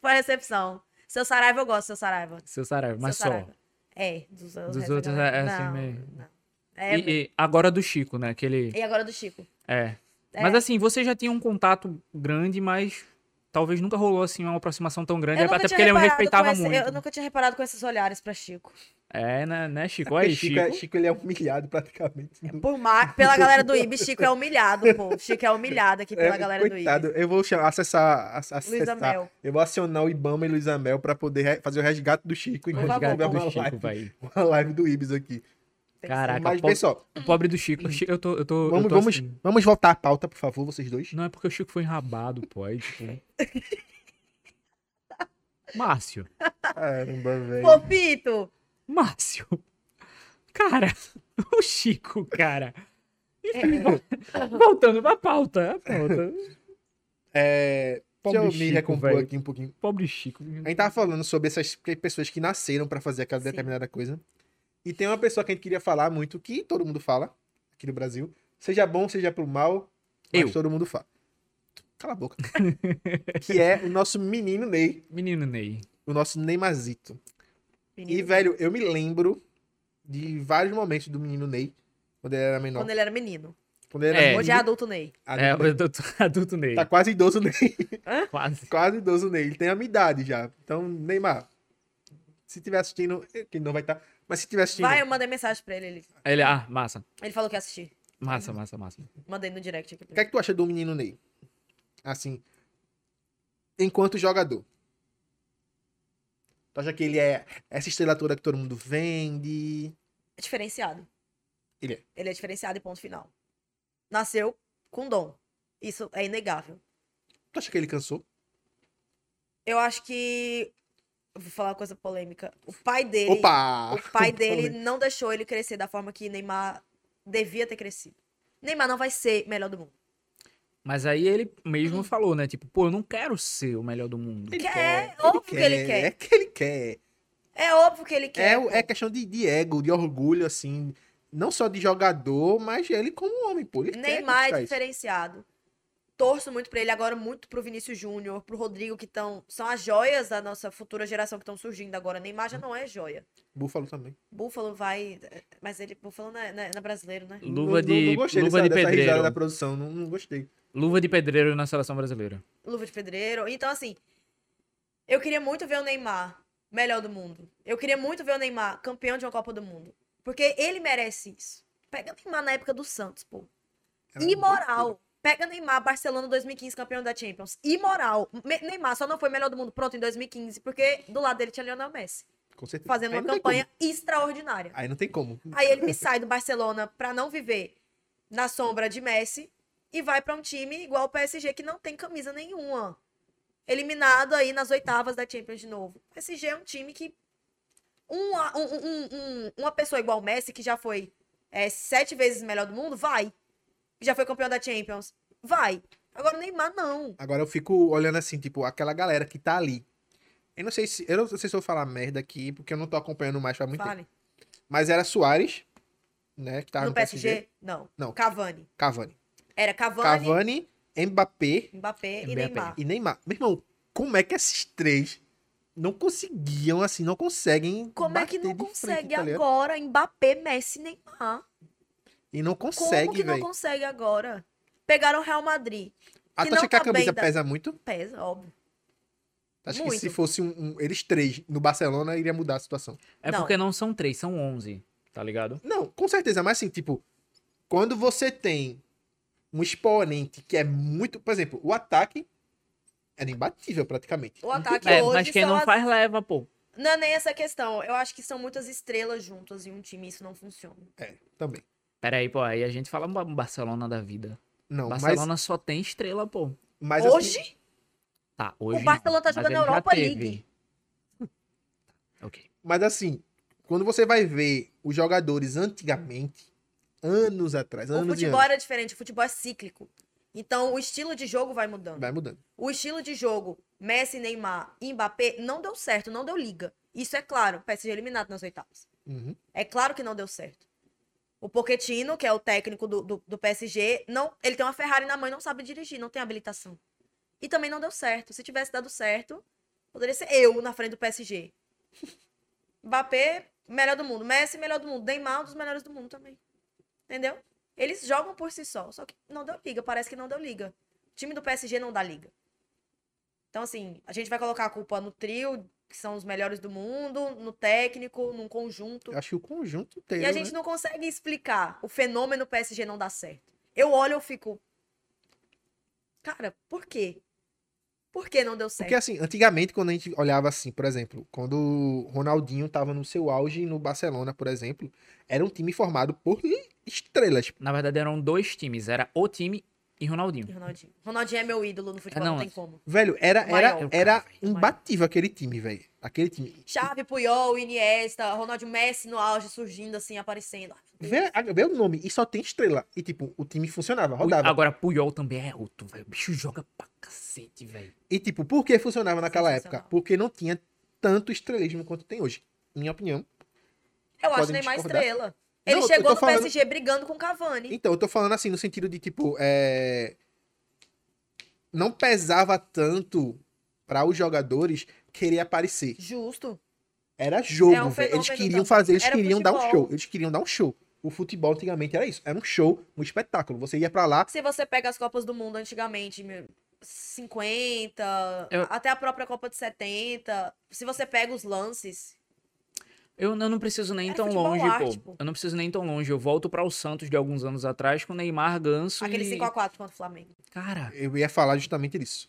S4: Foi a recepção. Seu Saraiva, eu gosto, seu Saraiva.
S3: Seu Saraiva, mas
S4: seu
S3: só.
S4: Saraiva. É, dos,
S3: Dos
S4: resto da
S3: outros é-
S4: galera.
S3: é assim
S4: Não,
S3: meio-
S4: não. É,
S3: E, e agora do Chico, né? Que ele.
S4: e agora do Chico.
S3: É.
S4: É.
S3: Mas assim, você já tinha um contato grande, mas talvez nunca rolou assim uma aproximação tão grande,
S4: Eu nunca
S3: até
S4: tinha
S3: porque ele é um me
S4: reparado com
S3: respeitava
S4: esse-
S3: muito.
S4: Eu nunca tinha reparado com esses olhares pra Chico.
S3: É, né, né, Chico?
S2: Porque
S3: Aí,
S2: Chico,
S3: Chico.
S2: é- Chico, ele é humilhado praticamente.
S4: Por ma- Pela galera do IB, Chico é humilhado, pô. Chico é humilhado aqui pela galera
S2: coitado,
S4: do
S2: eu vou chamar, acessar, ac-
S4: IB. Luísa
S2: acessar.
S4: Mel.
S2: Eu vou acionar o Ibama e Luísa Mel pra poder re- fazer o resgate do Chico
S3: O
S2: enquanto
S3: resgate
S2: tiver
S3: do
S2: uma,
S3: Chico,
S2: live-
S3: véi.
S2: *laughs* uma live do Ibis aqui.
S3: Caraca,
S2: Mas,
S3: o pobre,
S2: pessoal,
S3: o pobre do Chico. Chi- Eu tô. Eu tô, eu
S2: vamos,
S3: tô
S2: vamos,
S3: assim.
S2: vamos voltar à pauta, por favor, vocês
S4: *laughs*
S2: dois.
S3: Não é porque o Chico foi enrabado, pô. Aí, tipo.
S2: *laughs*
S3: Márcio.
S2: Caramba, velho.
S4: Fofito!
S3: Márcio. Cara, *laughs* o Chico, cara. Enfim, vol- voltando pra pauta. A pauta.
S2: É, deixa eu
S3: Pobre
S2: me
S3: Chico,
S2: recompor
S3: velho.
S2: aqui um pouquinho.
S3: Pobre Chico.
S2: A gente tava falando sobre essas pe- pessoas que nasceram pra fazer aquela
S4: Sim.
S2: determinada coisa. E tem uma pessoa que a gente queria falar muito, que todo mundo fala aqui no Brasil. Seja bom, seja pro mal, mas
S3: Eu.
S2: todo mundo fala. Cala a
S4: *laughs*
S2: boca. que é o nosso menino Ney,
S3: Menino Ney.
S2: o nosso Neymarzito. E,
S4: Menino.
S2: velho, eu me lembro de vários momentos do menino Ney, quando ele era menor.
S4: Quando ele era menino.
S2: Quando ele era
S3: É.
S2: menino,
S4: Hoje é adulto Ney.
S3: É,
S2: adulto,
S3: o adulto, *laughs* adulto Ney.
S2: tá quase idoso Ney. *laughs*
S3: Quase.
S2: quase idoso Ney. Ele tem a minha idade já. Então, Neymar, se tiver assistindo, eh, que não vai estar, mas se tiver assistindo,
S4: Vai, eu mandei mensagem pra ele. Ele,
S3: Aí Ele, ah, massa.
S4: ele falou que ia assistir.
S3: Massa, massa, massa.
S4: Mandei no direct aqui.
S2: o que é que tu acha do menino Ney? Assim, enquanto jogador. Tu acha que ele é essa estrela toda que todo mundo vende?
S4: É diferenciado.
S2: Ele é.
S4: Ele é diferenciado e ponto final. Nasceu com dom. Isso é inegável.
S2: Tu acha que ele cansou?
S4: Eu acho que. eu Vou falar uma coisa polêmica. O pai dele.
S2: Opa!
S4: O
S2: *laughs*
S4: pai dele não deixou ele crescer da forma que Neymar devia ter crescido. Neymar não vai ser melhor do mundo.
S3: Mas aí ele mesmo falou, né? Tipo, pô, eu não quero ser o melhor do mundo.
S4: Ele quer, óbvio que ele quer.
S2: É que ele quer.
S4: É óbvio que ele quer.
S2: É, o-
S4: pô.
S2: é questão de, de ego, de orgulho, assim. Não só de jogador, mas ele como homem, pô. Ele
S4: Neymar
S2: quer
S4: é
S2: conquistar isso.
S4: diferenciado. Torço muito pra ele agora, muito pro Vinícius Júnior, pro Rodrigo, que tão, são as joias da nossa futura geração que estão surgindo agora. Neymar
S2: Uhum.
S4: já não é joia.
S2: Búfalo também.
S4: Búfalo vai. Mas ele. Búfalo não é, não é- não é brasileiro, né?
S3: Luva de- luva
S2: dessa,
S3: de
S2: dessa risada
S3: pedreiro.
S2: da produção, não, não gostei.
S3: Luva de pedreiro na seleção brasileira.
S4: Luva de pedreiro. Então, assim. Eu queria muito ver o Neymar melhor do mundo. Eu queria muito ver o Neymar campeão de uma Copa do Mundo. Porque ele merece isso. Pega Neymar na época do Santos, pô.
S2: Era É uma
S4: Imoral. Pega Neymar, Barcelona 2015, campeão da Champions. Imoral. Me- Neymar só não foi melhor do mundo pronto em 2015, porque do lado dele tinha Lionel Messi,
S2: doideira, Com certeza.
S4: fazendo
S2: Aí
S4: uma
S2: não tem
S4: campanha extraordinária.
S2: como. Aí não tem como.
S4: Aí ele me sai do Barcelona pra não viver na sombra de Messi e vai pra um time igual o PSG que não tem camisa nenhuma. Eliminado aí nas oitavas da Champions de novo. O PSG é um time que. Um, a- um- um- um- uma pessoa igual o Messi, que já foi é, sete vezes melhor do mundo, vai. Que já foi campeão da Champions, vai. Agora o Neymar não.
S2: Agora eu fico olhando assim, tipo, aquela galera que tá ali. Eu não sei se. Eu não sei se eu vou falar merda aqui, porque eu não tô acompanhando mais faz muito tempo.
S4: Fale.
S2: Mas era Soares, né? Que tava no,
S4: No PSG, não.
S2: Não.
S4: Cavani.
S2: Cavani.
S4: Era Cavani,
S2: Cavani, Mbappé
S4: Mbappé e
S3: Mbappé.
S4: Neymar.
S2: e Neymar. Meu irmão, como é que esses três não conseguiam, assim, não conseguem.
S4: Como é que
S2: bater
S4: não
S2: de frente,
S4: consegue
S2: tá ligado?
S4: agora Mbappé, Messi e Neymar?
S2: E não
S4: Como
S2: consegue,
S4: que não
S2: velho.
S4: consegue agora? Pegaram o Real Madrid.
S2: Ah,
S4: que
S2: tu acha
S4: não
S2: que a
S4: tá bem
S2: camisa
S4: da-
S2: pesa muito?
S4: Pesa, óbvio.
S2: Tu acha que se
S4: Muito.
S2: fosse um, um- eles três no Barcelona, iria mudar a situação?
S3: É
S4: Não.
S3: porque não são três, são onze, tá ligado?
S2: Não, com certeza. Mas assim, tipo, quando você tem um exponente que é muito. Por exemplo, o ataque era imbatível praticamente.
S4: O ataque
S3: É,
S4: hoje
S3: mas quem
S4: são
S3: não
S4: as-
S3: faz leva, pô.
S4: Não é nem essa questão. Eu acho que são muitas estrelas juntas em um time isso não funciona.
S2: É, também.
S3: Pera aí, pô. Aí a gente fala ba- Barcelona da vida.
S2: Não,
S3: Barcelona só tem estrela, pô.
S2: mas. mas
S4: hoje,
S2: assim,
S3: Tá, hoje. não,
S4: Barcelona tá
S3: mas
S4: jogando
S3: ele já
S4: Europa
S3: teve.
S4: League.
S3: *laughs* ok.
S2: mas assim, quando você vai ver os jogadores antigamente, anos atrás,
S4: o
S2: anos e
S4: futebol
S2: anos,
S4: era diferente. O futebol é cíclico. Então, o estilo de jogo vai mudando.
S2: vai mudando.
S4: O estilo de jogo Messi, Neymar e Mbappé não deu certo, não deu liga. Isso é claro. PSG eliminado nas oitavas.
S2: Uhum.
S4: É claro que não deu certo. O Pochettino, que é o técnico do, do, do PSG, não, ele tem uma Ferrari na mão e não sabe dirigir, não tem habilitação. E também não deu certo. Se tivesse dado certo, poderia ser eu na frente do PSG. *laughs* Mbappé, melhor do mundo. Messi, melhor do mundo. Neymar, um dos melhores do mundo também. Entendeu? Eles jogam por si só, só que não deu liga. Parece que não deu liga. O time do PSG não dá liga. Então, assim, a gente vai colocar a culpa no trio, que são os melhores do mundo, no técnico, num conjunto.
S2: Eu acho que o conjunto inteiro.
S4: E a
S2: né?
S4: gente não consegue explicar o fenômeno PSG não dar certo. Eu olho e eu fico. Cara, por quê? Por que não deu certo?
S2: Porque assim, antigamente, quando a gente olhava assim, por exemplo, quando o Ronaldinho tava no seu auge no Barcelona, por exemplo, era um time formado por estrelas.
S3: Na verdade, eram dois times. Era o time e Ronaldinho.
S4: E Ronaldinho. Ronaldinho é meu ídolo no futebol,
S3: É, não,
S4: não tem
S3: mas-
S4: como.
S2: Velho, era,
S4: Maior,
S2: era, era
S4: cara.
S2: imbatível aquele time, velho. Aquele time.
S4: Chave, Puyol, Iniesta, Ronaldinho Messi no auge surgindo assim, aparecendo.
S2: Vê, vê o nome e só tem estrela. E tipo, o time funcionava,
S3: Puyol-
S2: rodava.
S3: Agora, Puyol também é outro, velho. O bicho joga pra cacete, velho.
S2: E tipo, por que funcionava naquela época?
S4: Sensacional.
S2: Porque não tinha tanto estrelismo quanto tem hoje. Minha opinião.
S4: Eu acho
S2: Podem
S4: Neymar
S2: discordar.
S4: estrela.
S2: Não,
S4: Ele
S2: eu tô
S4: chegou no
S2: falando-
S4: PSG brigando com o Cavani.
S2: Então, eu tô falando assim, no sentido de, tipo, é... não pesava tanto pra os jogadores querer aparecer.
S4: Justo.
S2: Era jogo,
S4: É um
S2: velho. Eles
S4: fenômeno
S2: queriam
S4: da-
S2: fazer, eles
S4: era
S2: queriam dar um
S4: futebol.
S2: show. Eles queriam dar um show. O futebol antigamente era isso. Era um show, um espetáculo. Você ia pra lá.
S4: Se você pega as Copas do Mundo antigamente, meu, 50,
S3: Eu-
S4: até a própria Copa de 70, se você pega os lances,
S3: Eu, eu não preciso nem
S4: Era
S3: tão
S4: É futebol
S3: longe,
S4: arte,
S3: pô.
S4: pô.
S3: Eu não preciso nem tão longe. Eu volto pra o Santos de alguns anos atrás com Neymar, Ganso
S4: aquele
S3: e...
S4: 5x4 contra o Flamengo.
S3: Cara,
S2: Eu ia falar justamente disso.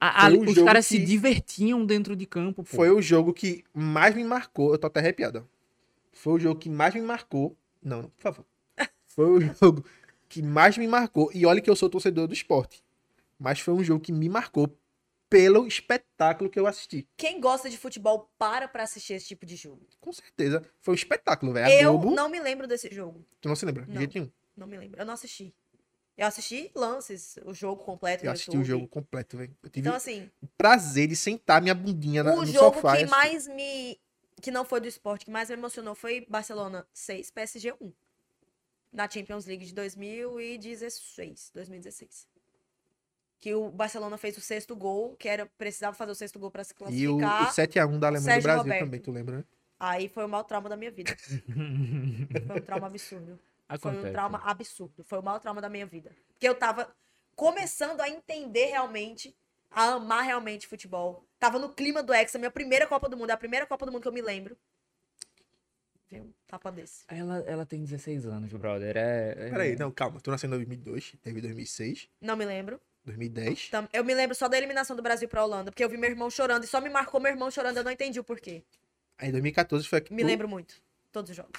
S3: a- a-
S2: Foi um
S3: os
S2: jogo
S3: caras se
S2: que-
S3: divertiam dentro de campo, pô.
S2: Foi um o jogo que mais me marcou. Eu tô até arrepiado. Foi o jogo que mais me marcou. Não, não, por
S4: *laughs*
S2: favor. Foi o jogo que mais me marcou. E olha que eu sou torcedor do esporte. Mas foi um jogo que me marcou pelo espetáculo que eu assisti.
S4: Quem gosta de futebol para pra assistir esse tipo de jogo.
S2: Com certeza. Foi um espetáculo, velho. A
S4: Eu
S2: Globo.
S4: não me lembro desse jogo.
S2: Tu não se lembra? De
S4: Não.
S2: jeito nenhum.
S4: Não me lembro. Eu não assisti. Eu assisti lances, o jogo completo.
S2: Eu
S4: no
S2: assisti o
S4: YouTube.
S2: jogo completo, velho. Eu tive
S4: Então, assim,
S2: o prazer de sentar minha bundinha na,
S4: o
S2: no
S4: jogo
S2: sofá. e
S4: que
S2: assistir.
S4: mais me. que não foi do esporte, que mais me emocionou foi Barcelona 6, PSG 1. Na Champions League de 2016. 2016. Que o Barcelona fez o sexto gol, que era precisava fazer o sexto gol pra se
S2: E o, o
S4: classificar.
S2: 7x1 da Alemanha
S4: Sérgio
S2: do Brasil
S4: Roberto.
S2: também, tu lembra, né?
S4: Aí foi o maior trauma da
S3: *laughs*
S4: minha vida. Foi um trauma absurdo.
S3: Acontece. né?
S4: Foi um trauma absurdo. Foi o maior trauma da minha vida. Porque eu tava começando a entender realmente, a amar realmente futebol. Tava no clima do Hexa, minha primeira Copa do Mundo, é a primeira Copa do Mundo que eu me lembro. Veio um tapa desse.
S3: Ela, ela tem 16 anos, brother. É, é...
S2: Peraí, não, calma. Tu nasceu em 2002, teve 2006,
S4: Não me lembro.
S2: 2010.
S4: Tam- Eu me lembro só da eliminação do Brasil pra Holanda, porque eu vi meu irmão chorando e só me marcou meu irmão chorando, eu não entendi o porquê.
S2: Aí 2014 foi aqui.
S4: Me lembro muito. Todos os jogos.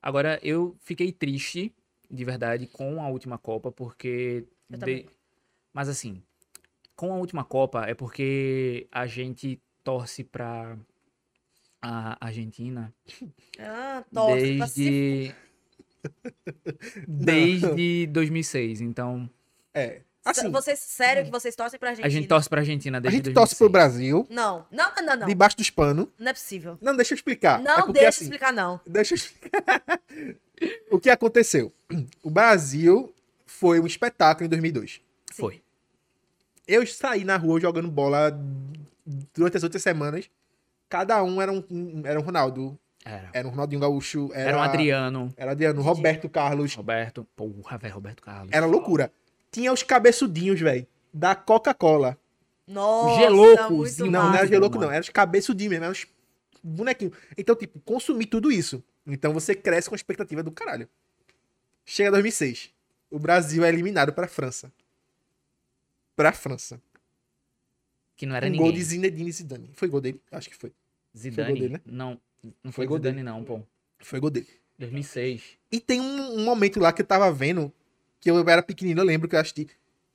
S3: Agora, eu fiquei triste, de verdade, com a última Copa, porque.
S4: Eu também.
S3: Mas assim, com a última Copa é porque a gente torce pra a Argentina
S4: Ah, torce pra se...
S3: desde.
S2: *laughs*
S3: Desde 2006. Então,
S2: É. Assim,
S4: Vocês, sério que vocês torcem pra Argentina?
S3: a gente torce pra Argentina
S2: a
S3: desde
S2: gente torce pro
S3: 2006.
S2: Brasil,
S4: Não, não, não, não, não.
S2: debaixo dos panos.
S4: Não é possível.
S2: Não, deixa eu
S3: Ah,
S2: explicar.
S4: Não
S2: é porque,
S4: deixa
S2: assim,
S4: explicar, não.
S2: Deixa eu explicar. *laughs* o que aconteceu? O Brasil foi um espetáculo em 2002.
S3: Foi.
S2: Eu saí na rua jogando bola durante as outras semanas. Cada um era um, um- era um Ronaldo.
S3: Era.
S2: Era um Ronaldinho Gaúcho. Era,
S3: Era um Adriano,
S2: Era Adriano, Roberto Carlos.
S3: Roberto. Porra, velho, Roberto Carlos.
S2: Era loucura. Tinha os cabeçudinhos, velho. Da Coca-Cola.
S4: Nossa,
S3: Geloucos,
S4: muito
S3: e
S2: Não, não
S4: massa.
S2: era
S3: massa,
S2: geloco,
S3: mano.
S2: não. Era os cabeçudinhos mesmo. Era os bonequinhos. Então, tipo, consumir tudo isso. Então você cresce com a expectativa do caralho. Chega 2006. O Brasil é eliminado pra França. Pra França.
S3: Que não era
S2: Um
S3: ninguém.
S2: gol de Zinedine Zidane. Foi gol dele? Acho que foi.
S3: Zidane?
S2: Foi gol dele, né?
S3: Não, não
S2: Foi
S3: foi,
S2: gol
S3: Zidane
S2: dele.
S3: não, pô.
S2: Foi gol dele.
S3: 2006.
S2: E tem um, um momento lá que eu tava vendo, que eu era pequenino, eu lembro que eu assisti,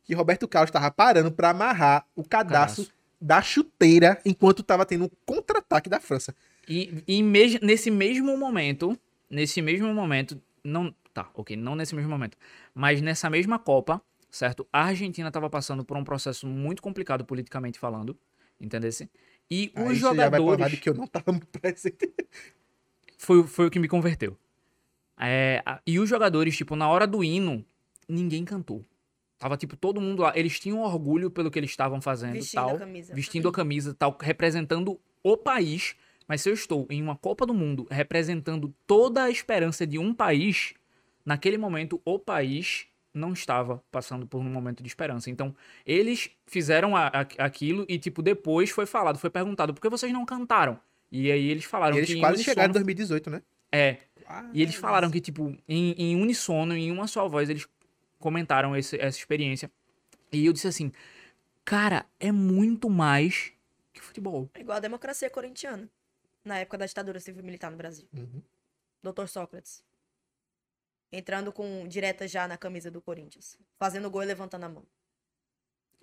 S2: que Roberto Carlos tava parando pra amarrar o cadastro
S3: Cadastro.
S2: da chuteira enquanto tava tendo um contra-ataque da França.
S3: E, e mes- nesse mesmo momento, nesse mesmo momento, não, tá, ok, não nesse mesmo momento, mas nessa mesma Copa, certo? A Argentina tava passando por um processo muito complicado politicamente falando, entendesse? E os
S2: Aí você já vai provar de
S3: jogadores
S2: que eu não tava *laughs* presente.
S3: foi, foi o que me converteu. É, a- e os jogadores, tipo, na hora do hino, ninguém cantou. Tava, tipo, todo mundo lá. Eles tinham orgulho pelo que eles estavam fazendo e
S4: Vestindo a
S3: né, tal.
S4: camisa. né?
S3: Vestindo a camisa e tal, representando o país. Mas se eu estou em uma Copa do Mundo representando toda a esperança de um país, naquele momento o país não estava passando por um momento de esperança. Então, eles fizeram a- a- aquilo e, tipo, depois foi falado, foi perguntado, por que vocês não cantaram? E aí eles falaram
S2: E
S3: que
S2: eles
S3: em
S2: quase chegaram em
S3: unissono-
S2: 2018, né?
S3: É, e eles falaram que, tipo, em, em unissono, em uma só voz, eles comentaram esse- essa experiência. E eu disse assim, cara, é muito mais que futebol.
S4: *laughs* É igual a democracia corintiana. Na época da ditadura civil-militar no Brasil.
S2: Uhum.
S4: Doutor Sócrates. Entrando com direta já na camisa do Corinthians. Fazendo gol e levantando a mão.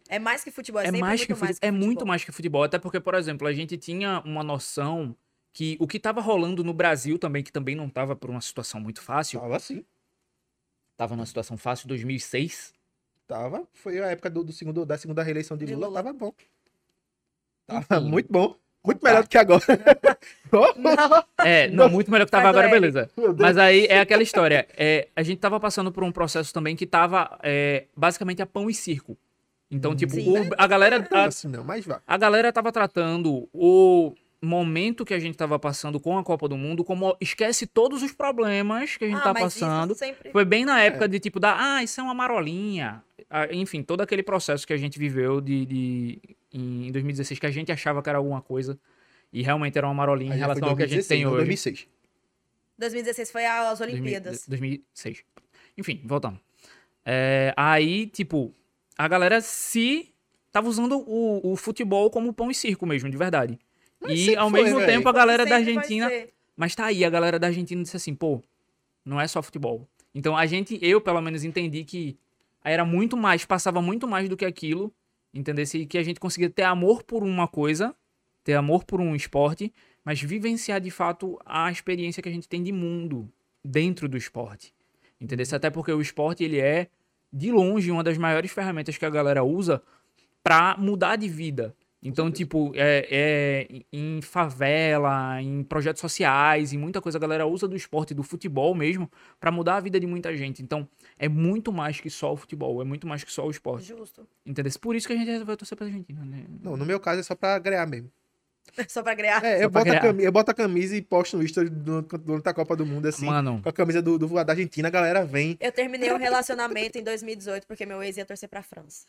S4: É mais que futebol.
S3: é
S4: É, sempre
S3: mais
S4: muito
S3: que, fute-
S4: mais que
S3: é muito
S4: futebol.
S3: mais que futebol, até porque, por exemplo, a gente tinha uma noção que o que estava rolando no Brasil também, que também não estava por uma situação muito fácil,
S2: Tava assim.
S3: estava numa situação fácil
S4: *laughs*
S3: 2006.
S2: Tava. Foi a época do, do segundo, da segunda reeleição de
S4: De
S2: Lula.
S4: Lula.
S2: Tava bom. Tava
S3: Enfim.
S2: muito bom. Muito melhor do que agora. Oh,
S4: Não,
S3: É, *laughs* não, muito melhor que tava
S4: Mas
S3: agora,
S4: leve.
S3: beleza.
S2: *laughs* meu Deus.
S3: Mas aí é aquela história. É, a gente tava passando por um processo também que tava é, basicamente a pão e circo. Então, tipo,
S4: Hum. Sim.
S3: o- a galera.
S2: Não,
S3: a-
S2: assim não, mas vá.
S3: A galera tava tratando o momento que a gente tava passando com a Copa do Mundo como esquece todos os problemas que a gente
S4: ah,
S3: tá
S4: mas isso
S3: passando.
S4: sempre-
S3: Foi bem na época de tipo da, ah, isso é uma marolinha. Ah, Enfim, todo aquele processo que a gente viveu de, de- em 2016 que a gente achava que era alguma coisa e realmente era uma marolinha
S2: Aí
S3: em
S2: já foi
S3: relação ao que a
S2: 2016,
S3: gente tem
S2: não,
S3: hoje.
S2: 2006.
S4: 2016 foi as
S3: 2000
S4: Olimpíadas.
S3: 2006. Enfim, voltando. É, aí, tipo, a galera se. Tava usando o, o futebol como pão e circo mesmo, de verdade.
S2: Mas
S3: e
S2: sempre
S3: ao
S2: foi,
S3: mesmo
S2: véi.
S3: tempo a galera da
S4: Sempre vai
S3: Argentina.
S4: ser.
S3: Mas tá aí, a galera da Argentina disse assim, pô, não é só futebol. Então a gente, eu pelo menos entendi que era muito mais, passava muito mais do que aquilo, entendesse? E que a gente conseguia ter amor por uma coisa, ter amor por um esporte, mas vivenciar de fato a experiência que a gente tem de mundo dentro do esporte, entendesse? Até porque o esporte, ele é, de longe, uma das maiores ferramentas que a galera usa pra mudar de vida. Então, tipo, é, é em favela, em projetos sociais, em muita coisa, a galera usa do esporte, do futebol mesmo, pra mudar a vida de muita gente. Então, é muito mais que só o futebol, é muito mais que só o esporte.
S4: Justo. *laughs*
S3: Entendeu? Por isso que a gente resolveu torcer pra Argentina, né?
S2: Não, no meu caso é só pra grear mesmo.
S4: Só pra grear.
S2: É,
S3: Só
S2: eu boto,
S3: pra
S2: a
S3: criar.
S2: camisa, eu boto a camisa e posto no Insta do- durante a Copa do Mundo, assim.
S3: Mano,
S2: Com a camisa do, do- da Argentina, a galera vem.
S4: Eu terminei um relacionamento em 2018 porque meu ex ia torcer pra França.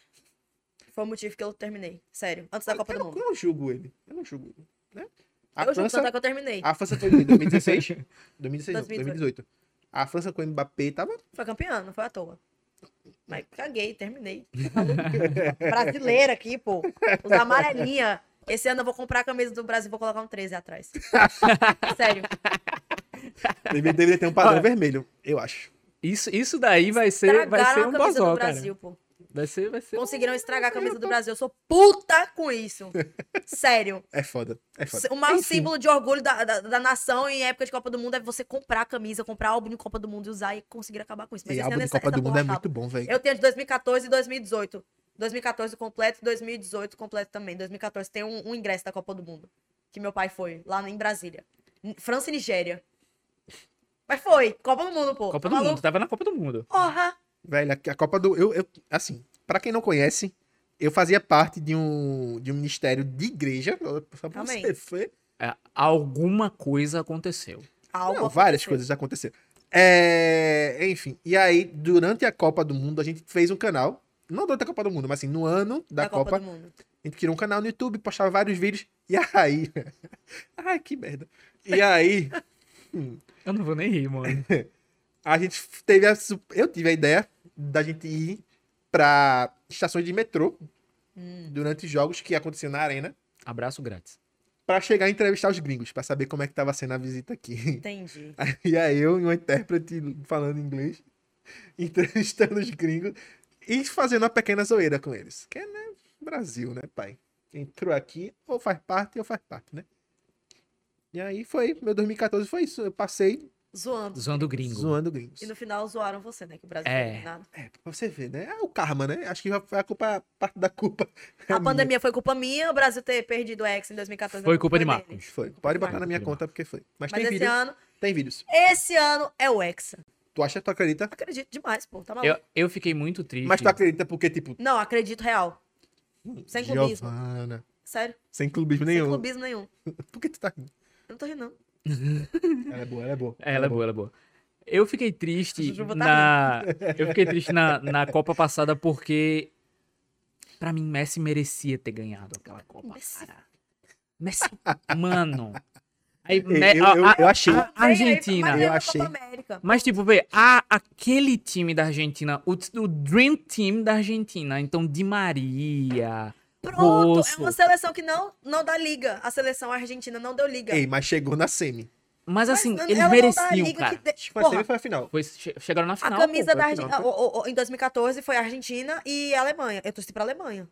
S4: Foi o motivo que eu terminei. Sério. Antes da Copa
S2: eu,
S4: do
S2: não-
S4: Mundo.
S2: eu não julgo ele. Eu não julgo ele. Né? A,
S4: Eu juro
S2: França,
S4: tanto é que eu terminei.
S2: a França foi em 2016? 2016 não,
S4: 2018.
S2: 2018. A França com o Mbappé tava.
S4: Foi campeã, não foi à toa.
S3: *laughs*
S4: Mas caguei, terminei. Brasileira aqui, pô. Os amarelinha. Esse ano eu vou comprar a camisa do Brasil e vou colocar um 13 atrás.
S3: *laughs*
S4: Sério.
S2: Deveria, deveria ter um padrão
S3: Olha.
S2: vermelho, eu acho.
S3: isso, isso daí vai ser, vai ser
S4: Estragaram
S3: um
S4: a camisa
S3: bazó,
S4: do
S3: cara.
S4: Brasil, pô.
S3: Vai ser, vai ser. um
S4: Conseguiram estragar a camisa do Brasil. Eu sou puta
S3: *laughs*
S4: com isso. Sério.
S2: É foda. É foda.
S4: O maior
S2: Enfim.
S4: símbolo de orgulho da, da, da nação em época de Copa do Mundo é você comprar a camisa, comprar álbum de Copa do Mundo e usar e conseguir acabar com isso.
S2: E
S4: esse
S2: álbum
S4: ano
S2: de
S4: essa-
S2: Copa do
S4: essa
S2: Mundo
S4: porra
S2: é
S4: acaba.
S2: muito bom, velho.
S4: Eu tenho de 2014 e 2018. 2014 completo, 2018 completo também. 2014 tem um, um ingresso da Copa do Mundo. Que meu pai foi, lá em Brasília. N- França e Nigéria. Mas foi, Copa do Mundo, pô.
S3: Copa
S4: Tá
S3: do Mundo,
S4: maluco?
S3: tava na Copa do Mundo.
S4: Porra!
S2: Velho, a- a Copa do. Eu, eu, assim, pra quem não conhece, eu fazia parte de um, de um ministério de igreja. Só pra
S4: Amém.
S2: você ver.
S3: É, alguma coisa aconteceu.
S4: Algo
S2: Não, várias
S4: aconteceu.
S2: coisas aconteceram. É, enfim, e aí, durante a Copa do Mundo, a gente fez um canal. Não durante a Copa do Mundo, mas assim, no ano da, Copa,
S4: É do Mundo.
S2: a gente criou um canal no YouTube, postava vários vídeos. E aí. *laughs* Ai, que merda. E aí,
S3: Eu não vou nem rir,
S2: *laughs*
S3: mano.
S2: a gente teve a. su- Eu tive a ideia da gente ir pra estações de metrô durante jogos que aconteciam na arena.
S3: Abraço grátis.
S2: Pra chegar e entrevistar os gringos, pra saber como é que tava sendo a visita aqui.
S4: Entendi.
S2: E aí eu e uma intérprete falando inglês, *laughs* entrevistando os gringos e fazendo uma pequena zoeira com eles. Que é, né, Brasil, né, pai? Entrou aqui, ou faz parte, ou faz parte, né? E aí foi, meu 2014 foi isso. Eu passei
S4: Zoando.
S3: Zoando gringo.
S2: zoando gringos.
S4: E no final zoaram você, né? Que o Brasil
S3: É.
S4: foi eliminado.
S2: É, pra você ver, né? É o karma, né? Acho que já foi a culpa, parte da culpa. é
S4: A
S2: minha.
S4: pandemia foi culpa minha, o Brasil ter perdido o Ex em 2014.
S3: Foi culpa de
S4: dele.
S3: Marcos.
S2: Foi. Pode botar na minha
S3: Culpa.
S2: conta porque foi. Mas,
S4: é Mas assim,
S2: tem
S4: esse
S2: vídeos.
S4: ano,
S2: Tem vídeos.
S4: esse ano é o Hexa.
S2: Tu acha, tu acredita?
S4: Acredito demais, pô. Tá maluco.
S3: Eu, eu fiquei muito triste.
S2: Mas tu acredita porque, tipo,
S4: Não, acredito real. Sem clubismo.
S2: Giovana.
S4: Sério.
S2: Sem clubismo
S4: Sem
S2: nenhum.
S4: clubismo nenhum.
S2: Por que tu tá rindo?
S4: Eu não tô rindo, não.
S2: Ela é boa, ela é boa.
S3: É, Ela é boa, ela é boa. Eu fiquei triste
S4: Jujuba tá
S3: na. Eu fiquei triste na, na Copa passada porque. Pra mim, Messi merecia ter ganhado aquela Copa.
S4: Messi.
S3: cara. Messi, mano. Aí,
S2: Eu-
S4: né?
S3: me-
S2: eu-
S3: a-
S2: eu-
S3: a-
S2: eu achei.
S3: a- a Argentina.
S2: mas-
S4: eu
S2: Eu
S4: achei.
S2: achei.
S4: América.
S3: Mas, tipo, vê, a, aquele time da Argentina, o, t- o Dream Team da Argentina. Então, Di Maria.
S4: Pronto, é
S3: Rosso.
S4: uma seleção que não, não dá liga. A seleção argentina não deu liga.
S2: Ei, é, mas chegou na semi.
S3: Mas,
S4: Mas
S3: assim,
S4: não-
S3: eles
S4: ela não dá
S3: mereciam,
S4: liga
S3: cara.
S4: que de-
S2: Foi Tipo, a
S4: Porra,
S2: semi foi a final.
S3: Foi- che- chegaram na
S4: a
S3: final. pô,
S4: camisa
S3: foi
S4: da
S3: a final.
S4: Argentina. em 2014 foi a Argentina e a Alemanha. Eu torci pra Alemanha.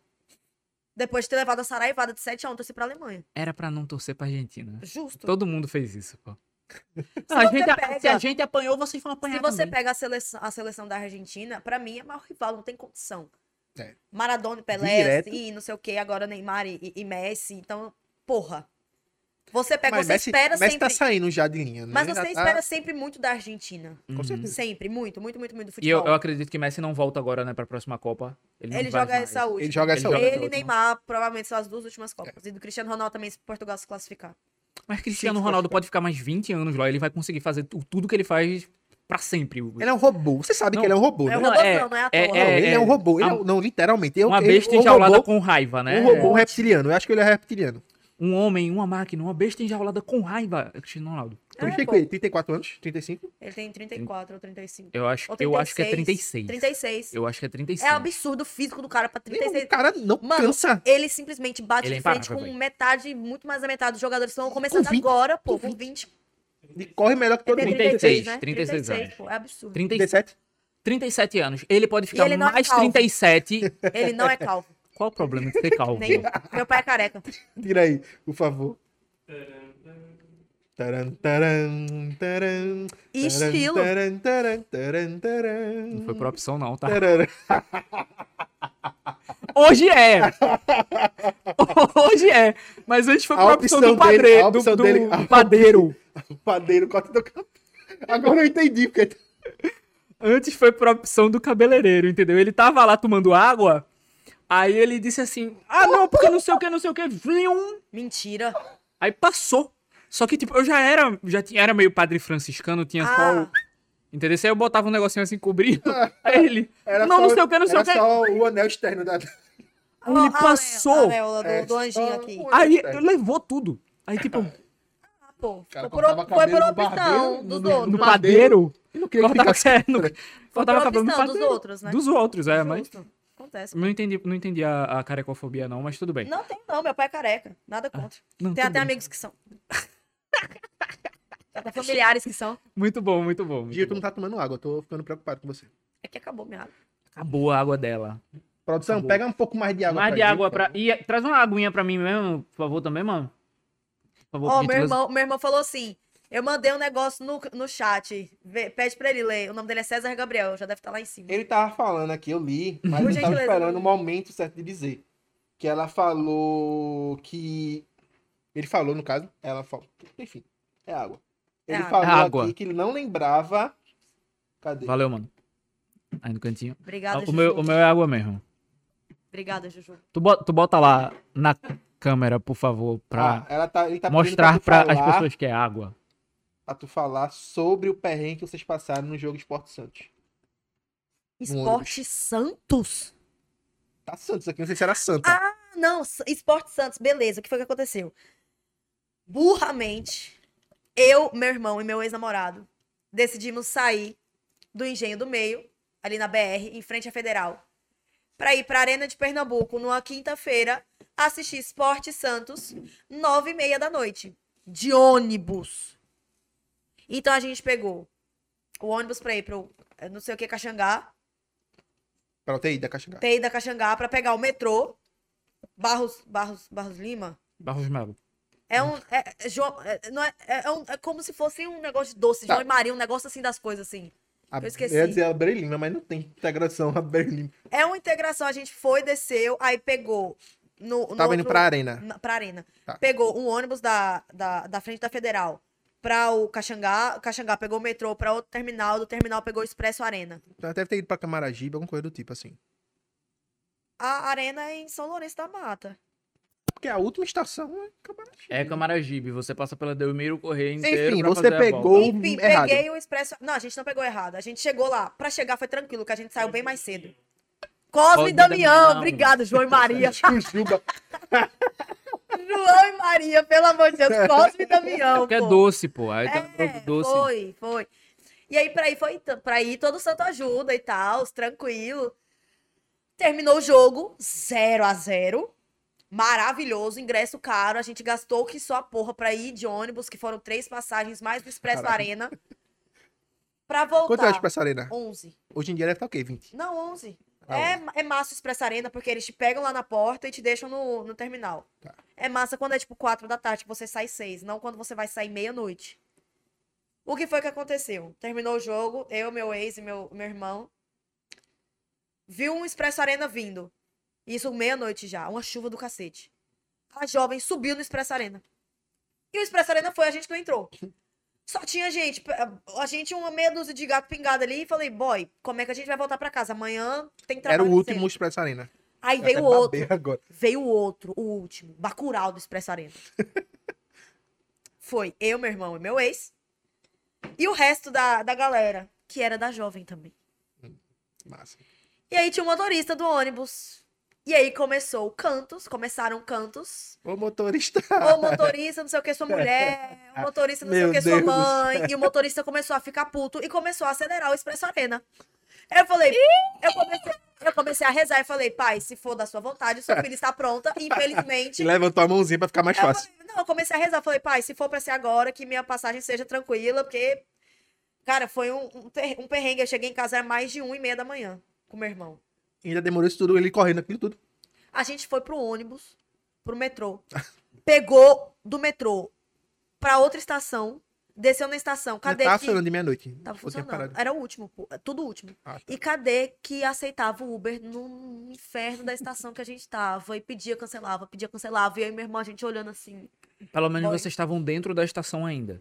S4: Depois de ter levado a Saraivada de 7 a 1, torci pra Alemanha.
S3: Era pra não torcer pra Argentina.
S4: Justo.
S3: Todo mundo fez isso, pô.
S4: Se
S3: Não, Ah, a
S4: você
S3: gente-
S4: pega-
S3: Se a gente apanhou, vocês vão apanhar
S4: Se você
S3: também.
S4: pega a seleção, a seleção da Argentina, pra mim é maior rival, não tem condição.
S2: É.
S4: Maradona e Pelé,
S2: Direto.
S4: assim, não sei o que, agora Neymar e, e- e Messi. Então, porra. Você pega,
S2: mas
S4: você
S2: Messi,
S4: espera
S2: Messi
S4: sempre.
S2: tá saindo já de linha, né?
S4: Mas você
S2: Já tá-
S4: espera sempre muito da Argentina.
S2: Com certeza.
S4: Sempre, muito, muito, muito, muito do
S3: E
S4: futebol.
S3: eu, eu acredito que Messi não volta agora, né, pra próxima Copa. Ele, não
S4: Ele
S3: vai
S4: joga
S3: mais.
S4: essa última.
S2: Ele joga essa
S3: Ele
S2: outra.
S3: joga-
S4: Ele e
S3: última.
S4: Neymar, provavelmente, são as duas últimas Copas. E do Cristiano Ronaldo também, se Portugal se classificar.
S3: Mas
S2: Sim,
S3: Cristiano
S2: sim,
S3: Ronaldo
S2: sim.
S3: pode ficar mais 20 anos lá. Ele vai conseguir fazer tu- tudo que ele faz pra sempre.
S2: Ele é um robô. Você sabe
S3: Não.
S2: que ele é um robô,
S4: É
S2: né?
S4: um
S3: Não,
S4: robôzão,
S3: é-
S4: não é à
S3: é-
S4: toa.
S2: Não, ele é um robô. Ele é
S3: a-
S2: um- não, literalmente. Eu,
S3: Uma
S2: eu-
S3: besta
S2: um
S3: enjaulada
S2: robô-
S3: com raiva, né?
S2: Um robô um reptiliano. Eu acho que ele é reptiliano.
S3: Um homem, uma máquina, uma besta enjaulada com raiva. Cristiano Ronaldo.
S4: É,
S2: 30 e
S4: pô.
S2: que- 34 anos? 35?
S4: Ele tem 34 ou 35.
S3: Eu acho,
S4: Ou 36.
S3: eu acho que é 36.
S4: 36.
S3: Eu acho que é 36.
S4: É absurdo o físico do cara pra
S2: O
S4: 36.
S2: um cara não
S4: Mano,
S2: cansa.
S4: Ele simplesmente bate
S3: Ele é
S4: de frente
S3: imparável,
S4: com
S3: velho.
S4: metade, muito mais da metade dos jogadores que estão começando
S2: Com 20,
S4: agora, pô, com 20.
S2: Ele corre melhor que todo
S4: Ele tem
S2: mundo.
S3: 36,
S4: 36, né?
S3: 36 anos.
S4: pô, é absurdo.
S3: 30,
S2: 37?
S3: 37 anos. Ele pode ficar
S4: ele não é
S3: mais
S4: calvo.
S3: 37.
S4: Ele não é calvo.
S3: Qual o problema de ser calvo?
S4: *laughs* Nenhum. Meu pai é careca.
S2: Tira aí, por favor. Taran, taran, taran, taran,
S4: E estilo.
S2: taran, taran, taran, taran,
S3: Não foi por opção, não, tá?
S2: taran.
S3: Hoje é! Hoje é! Mas antes foi
S2: A
S3: por opção
S2: opção
S3: do
S2: dele-
S3: padre-
S2: a
S3: do-
S2: opção
S3: do
S2: dele- a-
S3: padeiro.
S2: O padeiro corta do cabelo. Agora eu entendi, porque
S3: Antes foi por opção do cabeleireiro, entendeu? Ele tava lá tomando água, aí ele disse assim: Ah, não, porque não sei o que, não sei o que. Vrium.
S4: Mentira.
S3: Aí passou. Só que, tipo, eu já era, já tinha, era meio padre franciscano, tinha só
S4: Ah,
S3: o. Entendeu? Aí eu botava um negocinho assim
S2: *laughs*
S3: cobrindo. Aí ele.
S2: era
S3: não,
S2: só,
S3: não sei o que, não sei o
S2: era
S3: que.
S2: só o anel externo da...
S3: Aí ele
S4: a- a
S3: passou. então,
S4: auréola ah, do,
S2: É,
S4: do anjinho
S2: só-
S4: aqui.
S3: Aí levou tudo. Aí, tipo,
S4: Ah, pô,
S2: cara
S4: foi por,
S2: cortava
S4: op- foi por
S2: cabelo no
S4: opção
S2: barbeiro,
S4: dos
S2: no-
S3: no
S4: outros.
S3: padeiro.
S2: Eu não queria que
S3: Cortava,
S4: *laughs*
S2: ficasse...
S3: é, no, *laughs* cortava
S4: por
S3: cabelo no
S4: opção dos
S3: padeiro.
S4: outros, né?
S3: Dos outros, é, mas.
S4: Justo. Acontece.
S3: Não entendi, não entendi a, a carecofobia, não, mas tudo bem.
S4: Não tem não, meu pai é careca. Nada contra.
S3: Ah, Não,
S4: Tem
S3: tudo
S4: até
S3: bem.
S4: amigos que são. *laughs* Tem até familiares que são.
S3: Muito bom, muito bom. muito
S2: Gio, tu
S3: bom.
S2: não tá tomando água, eu tô ficando preocupado com você.
S4: É que acabou minha água.
S3: Acabou a água dela.
S2: Produção,
S3: Acabou.
S2: pega um pouco mais de tá. água
S3: Mais
S2: pra né?
S3: de
S2: Gil,
S3: água
S2: por
S3: pra.
S2: favor.
S3: E eh, traz uma aguinha pra mim mesmo, por favor, também, mano. Por favor,
S4: Ó,
S3: por
S4: meu
S3: gentileza.
S4: irmão, meu irmão falou assim: eu mandei um negócio no, no chat. Vê- pede pra ele ler. O nome dele é César Gabriel, já deve estar lá em cima.
S2: Ele tava falando aqui, eu li, mas
S4: Por
S2: eu tava
S4: gentileza. né?
S2: esperando o momento certo de dizer. Que ela falou que. Ele falou, no caso, ela falou. Enfim, é água.
S4: É
S2: Ele
S4: água.
S2: falou
S3: É água.
S2: aqui que ele não lembrava. Cadê?
S3: Valeu, mano. Aí no cantinho. Ah,
S4: Obrigada,
S3: o,
S4: Juju.
S3: meu, o meu Um é água mesmo.
S4: Obrigada, Juju.
S3: Tu bota, tu bota lá na câmera, por favor,
S2: Ah,
S3: pra
S2: ela tá, ele tá pedindo
S3: mostrar
S2: tu
S3: pra as
S2: falar-
S3: pessoas que é água.
S2: Pra tu falar sobre o perrengue que vocês passaram no jogo Esporte Santos.
S4: Esporte Santos?
S2: Tá Santos aqui, não sei se era Santa.
S4: Ah, não, S- Esporte Santos, beleza. O que foi que aconteceu? Burramente, eu, meu irmão e meu ex-namorado decidimos sair do Engenho do Meio, ali na BR, em frente à Federal, pra ir pra Arena de Pernambuco numa quinta-feira assistir Esporte Santos, nove e meia da noite, de ônibus. Então a gente pegou o ônibus pra ir pro eh, não sei o que, Caxangá,
S2: Pra UTI da Caxangá.
S4: TI da Caxangá pra pegar o metrô. Barros, Barros, Barros Lima.
S3: Barros Melo.
S4: É
S2: Hum.
S4: um. É, é João- é- não é, é- é um- é como se fosse um negócio de doce,
S2: Tá.
S4: João e Maria, um negócio assim das coisas, assim.
S2: A-
S4: eu esqueci.
S2: Ah, ia dizer a Berlim, mas não tem integração a Berlim.
S4: É uma integração, a gente foi, desceu, aí pegou. No, no
S2: Tava indo
S4: outro-
S2: pra Arena.
S4: na- pra Arena.
S2: Tá.
S4: Pegou um ônibus da, da, da frente da Federal pra o Caxangá. O Caxangá pegou o metrô pra outro terminal, do terminal pegou o Expresso Arena.
S2: Ela Então, deve ter ido pra Camaragibe, alguma coisa do tipo assim.
S4: A Arena é em São Lourenço da Mata.
S2: Porque a última estação é Camaragibe.
S3: É Camaragibe, você passa pela Delmiro Correia inteiro
S2: Enfim,
S3: pra
S2: você
S3: fazer a
S2: pegou-
S3: volta.
S2: Ou
S4: Enfim,
S2: errado.
S4: peguei um expresso. Não, a gente não pegou errado. A gente chegou lá. Pra chegar foi tranquilo, que a gente saiu bem mais cedo. Cosme
S3: Cosme
S4: e
S3: e
S4: Damião,
S3: Damião. *laughs*
S4: obrigado, João e Maria.
S2: um
S4: *laughs*
S2: Jujuba.
S4: João e Maria, pelo amor
S2: *laughs*
S4: de Deus, Cosme e
S3: É
S4: Damião.
S3: porque é
S4: pô.
S3: doce, pô. Aí tá
S4: É,
S3: um doce.
S4: foi, foi. E aí pra ir foi então, pra ir todo santo ajuda e tal, tranquilo. Terminou o jogo 0 a 0. Maravilhoso, ingresso caro, a gente gastou que só a porra pra ir de ônibus, que foram três passagens mais do Expresso
S2: Caraca.
S4: Arena. Pra voltar.
S2: Quanto é o Expresso Arena?
S4: 11.
S2: Hoje em dia deve estar o quê? 20?
S4: Não, 11.
S2: Ah,
S4: É, é massa o Expresso Arena, porque eles te pegam lá na porta e te deixam no, no terminal.
S2: Tá.
S4: É massa quando é tipo 4 da tarde, que você sai 6, não quando você vai sair meia-noite. O que foi que aconteceu? Terminou o jogo, eu, meu ex e meu, meu irmão. Viu um Expresso Arena vindo. Isso meia-noite já, uma chuva do cacete. A jovem subiu no Expresso Arena. E o Expresso Arena foi, a gente não
S2: *laughs*
S4: entrou. Só tinha gente, p- a gente uma meia dúzia de gato pingado ali e falei, boy, como é que a gente vai voltar pra casa? Amanhã tem
S2: Era
S4: trabalho
S2: o
S4: cedo."
S2: último é, Expresso Arena.
S4: Aí
S2: Eu
S4: veio
S2: até
S4: outro.
S2: babei agora.
S4: Veio o outro, o último, Bacurau do
S2: *laughs*
S4: Expresso Arena. Foi eu, meu irmão e meu ex. E o resto da, da galera, que era da jovem também.
S2: Massa.
S4: E aí tinha o motorista do ônibus. E aí começou o cantos, começaram cantos.
S2: Ô motorista.
S4: Ô motorista, não sei
S2: *laughs*
S4: o que, sua mulher. O motorista, não sei
S2: Meu
S4: o que, sua
S2: Deus.
S4: mãe. E o motorista começou a ficar puto e começou a acelerar o Expresso Arena. Eu falei, eu comecei, eu comecei a rezar e falei, pai, se for da sua vontade, sua filha está pronta.
S2: *laughs*
S4: Infelizmente,
S2: E levantou a mãozinha pra ficar mais
S4: Eu
S2: fácil.
S4: falei, não, eu comecei a rezar. Falei, pai, se for pra ser agora, que minha passagem seja tranquila, porque, cara, foi um, um, ter- um perrengue. Eu cheguei em casa era mais de uma e meia da manhã com meu irmão.
S2: Ainda demorou isso tudo, ele correndo aquilo tudo.
S4: A gente foi pro ônibus, pro metrô.
S2: *laughs*
S4: Pegou do metrô pra outra estação, desceu na estação. Cadê
S2: Não tava
S4: que...
S2: funcionando de meia-noite.
S4: Tava
S2: tá Eu tinha
S4: funcionando.
S2: parado.
S4: Era o último, pô. é Tudo último.
S2: Ah, tá.
S4: E cadê que aceitava o Uber no inferno da estação que a gente tava? E pedia, cancelava, pedia, cancelava. E aí, meu irmão, a gente olhando assim.
S3: Pelo menos
S4: Foi.
S3: vocês estavam dentro da estação ainda.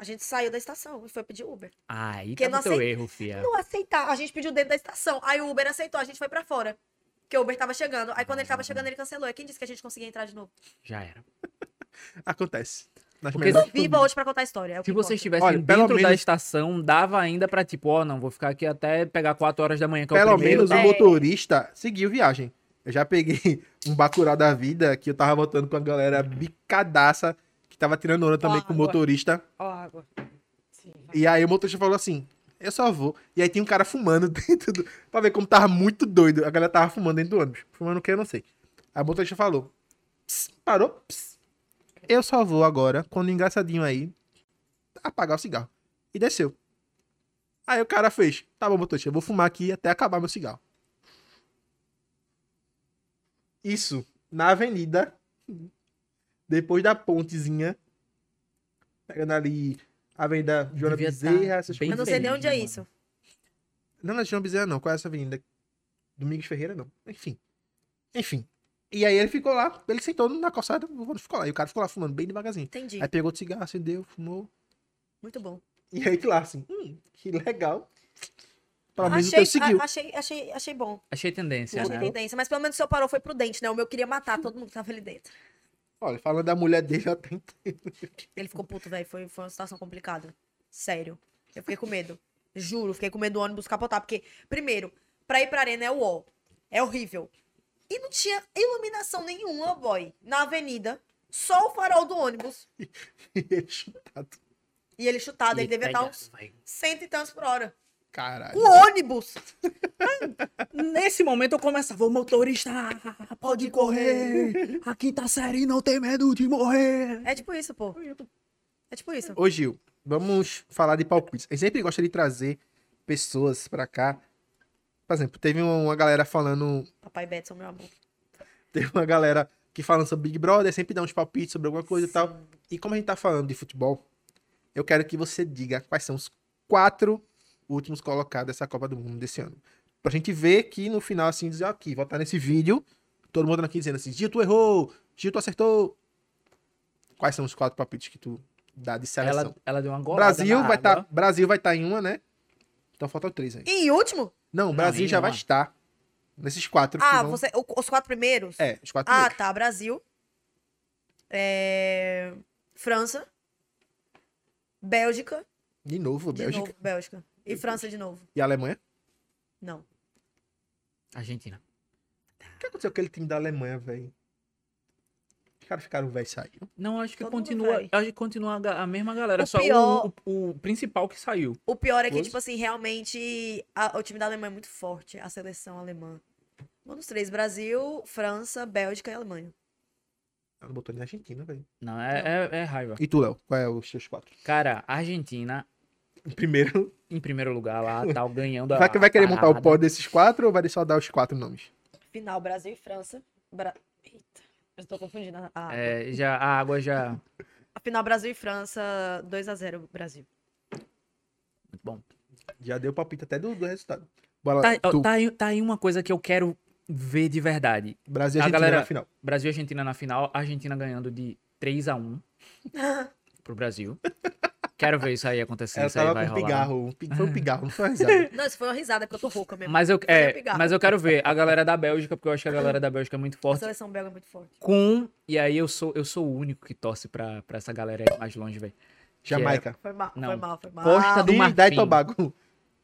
S4: A gente saiu da estação e foi pedir Uber.
S3: Aí
S4: Porque
S3: tá
S4: não
S3: no teu
S4: aceita-
S3: erro,
S2: É.
S3: fia.
S4: não aceitar. A gente pediu dentro da estação. Aí o Uber aceitou, a gente foi pra fora. Porque o Uber tava chegando. Aí quando ele tava chegando, ele cancelou. E quem disse que a gente conseguia entrar de novo?
S3: Já era.
S2: Acontece. Nas
S3: Porque
S4: Eu
S2: melhores-
S4: tô viva hoje pra contar a história. é o
S3: Se
S4: que
S3: vocês
S4: importa.
S3: estivessem
S2: Olha, pelo
S3: dentro da
S2: menos-
S3: estação, dava ainda pra tipo, ó, não, vou ficar aqui até pegar 4 horas da manhã, que é
S2: Pelo
S3: o primeiro.
S2: menos o
S4: É.
S2: motorista seguiu viagem. Eu já peguei *laughs* um bacurau da vida que eu tava voltando com a galera bicadaça que tava tirando onda também
S4: Ah,
S2: com o
S4: agora.
S2: motorista.
S4: Ó, a água. Sim, vai.
S2: E aí o motorista falou assim: Eu só vou. E aí tinha um cara fumando *laughs* dentro do. Pra ver como tava muito doido. A galera tava fumando dentro do ônibus. Fumando o que eu não sei. Aí o motorista falou: "Ps", Parou. "Ps". Eu só vou agora, quando o engraçadinho aí, apagar o cigarro. E desceu. Aí o cara fez: Tá bom, motorista, eu vou fumar aqui até acabar meu cigarro. Isso, na avenida. Depois da pontezinha. Pegando ali a avenida Joana
S3: Devia tá
S2: Bezerra, essas
S3: bem
S4: Eu não sei nem onde é
S2: né,
S4: isso.
S2: não, não é João Bezerra, não. Qual é essa avenida? Domingos Ferreira, não. Enfim. Enfim. E aí ele ficou lá, ele sentou na calçada, o ônibus ficou lá. E o cara ficou lá fumando bem devagarzinho.
S4: Entendi.
S2: Aí pegou o cigarro, acendeu, fumou.
S4: Muito bom.
S2: E aí que lá, assim, hum, que legal. Pelo menos o
S4: Achei,
S2: teu seguiu.
S4: a- achei, achei, achei bom.
S3: Achei tendência,
S4: Achei
S3: né?
S4: tendência. Mas pelo menos o seu parou foi prudente, né? O meu queria matar todo mundo que tava ali dentro.
S2: Olha, falando da mulher dele, tá eu até entendo.
S4: Ele ficou puto, velho. Foi, foi uma situação complicada. Sério. Eu fiquei com medo. Juro, fiquei com medo do ônibus capotar. Porque, primeiro, pra ir pra arena é o ó. É horrível. E não tinha iluminação nenhuma, boy, na avenida. Só o farol do ônibus.
S2: ele chutado.
S4: E ele chutado, ele,
S3: E
S4: devia tá um-
S3: pega,
S4: estar uns
S3: vai.
S4: cento e tantos por hora.
S2: Caralho.
S4: O ônibus!
S3: Nesse momento eu
S4: "Ah,
S3: começava, o *laughs* motorista pode correr, a
S4: tá
S3: quinta série não tem medo de morrer.
S4: É tipo isso, pô. É tipo isso.
S2: Ô, Gil, vamos falar de palpites. Eu sempre gosto de trazer pessoas pra cá. Por exemplo, teve uma galera falando
S4: Papai Betson, meu amor.
S2: Tem uma galera que falando sobre Big Brother, sempre dá uns palpites sobre alguma coisa e tal. E como a gente tá falando de futebol, eu quero que você diga quais são os quatro últimos colocados dessa Copa do Mundo desse ano. Pra gente ver que no final, assim, dizer, aqui, voltar nesse vídeo, todo mundo aqui dizendo assim, Gil, tu errou, Gil, tu acertou. Quais são os quatro palpites que tu dá de seleção?
S3: Ela, ela deu uma golada
S2: Brasil
S3: na
S2: vai
S3: água.
S2: tá, Brasil vai estar em uma, né? Então faltam três aí.
S4: E em último?
S2: Não, o Brasil
S3: em
S2: já vai
S3: uma.
S2: estar nesses quatro. que
S4: Ah,
S2: vão-
S4: você. o- Os quatro primeiros?
S2: É, os quatro.
S4: Ah,
S2: primeiros.
S4: tá. Brasil. é, França, Bélgica,
S2: De novo,
S4: de
S2: Bélgica.
S4: novo Bélgica. E França de novo.
S2: E Alemanha?
S4: Não.
S3: Argentina.
S2: O que aconteceu com aquele time da Alemanha, velho? Os caras ficaram velho saiu.
S3: Não, acho que
S4: Todo mundo
S3: continua.
S4: vai.
S3: Acho que continua a, ga- a mesma galera.
S4: O
S3: só o-
S4: pior-
S3: o, o principal que saiu.
S4: O pior é que,
S2: Pois.
S4: tipo assim, realmente a- o time da Alemanha é muito forte, a seleção alemã. Vamos três, Brasil, França, Bélgica e Alemanha.
S2: Ela botou ele na Argentina, velho.
S3: Não, é, é- é raiva.
S2: E tu, Léo? Qual é os seus quatro?
S3: Cara, Argentina,
S2: Primeiro,
S3: em primeiro lugar lá, tá
S2: *laughs*
S3: ganhando a.
S2: vai, vai querer montar o
S3: parada.
S2: pódio desses quatro ou vai só dar os quatro nomes?
S4: Final, Brasil e França. Bra... Eita, eu tô confundindo a, a-
S3: É, já, a água já.
S4: a final Brasil e França, 2x0 Brasil.
S3: Muito bom.
S2: Já deu palpite até do, do resultado. Bora lá.
S3: Tá, ó,
S2: tu,
S3: tá aí, tá aí uma coisa que eu quero ver de verdade.
S2: Brasil e
S3: a
S2: Argentina
S3: galera-
S2: na final.
S3: Brasil e Argentina na final, Argentina ganhando de 3 a
S4: *laughs*
S3: 1 pro Brasil. Quero ver isso aí acontecer,
S2: Ela
S3: isso aí
S2: tava
S3: vai
S2: com um
S3: rolar.
S2: pigarro. um pi- Foi um pigarro, não foi uma
S3: *laughs*
S2: risada. *laughs*
S4: Não, isso foi uma risada, porque eu tô rouca mesmo.
S3: Mas eu,
S4: Foi uma
S3: é,
S4: pigarra.
S3: mas eu quero ver a galera da Bélgica, porque eu acho que a galera da Bélgica é muito
S4: A
S3: forte.
S4: seleção belga é muito forte.
S3: Com. E aí eu sou, eu sou o único que torce pra, pra essa galera aí mais longe, é velho.
S2: Jamaica.
S4: Foi mal, foi
S3: Não.
S4: mal, foi mal.
S3: Costa do
S2: Trinidad
S3: Marfim.
S2: e Tobago.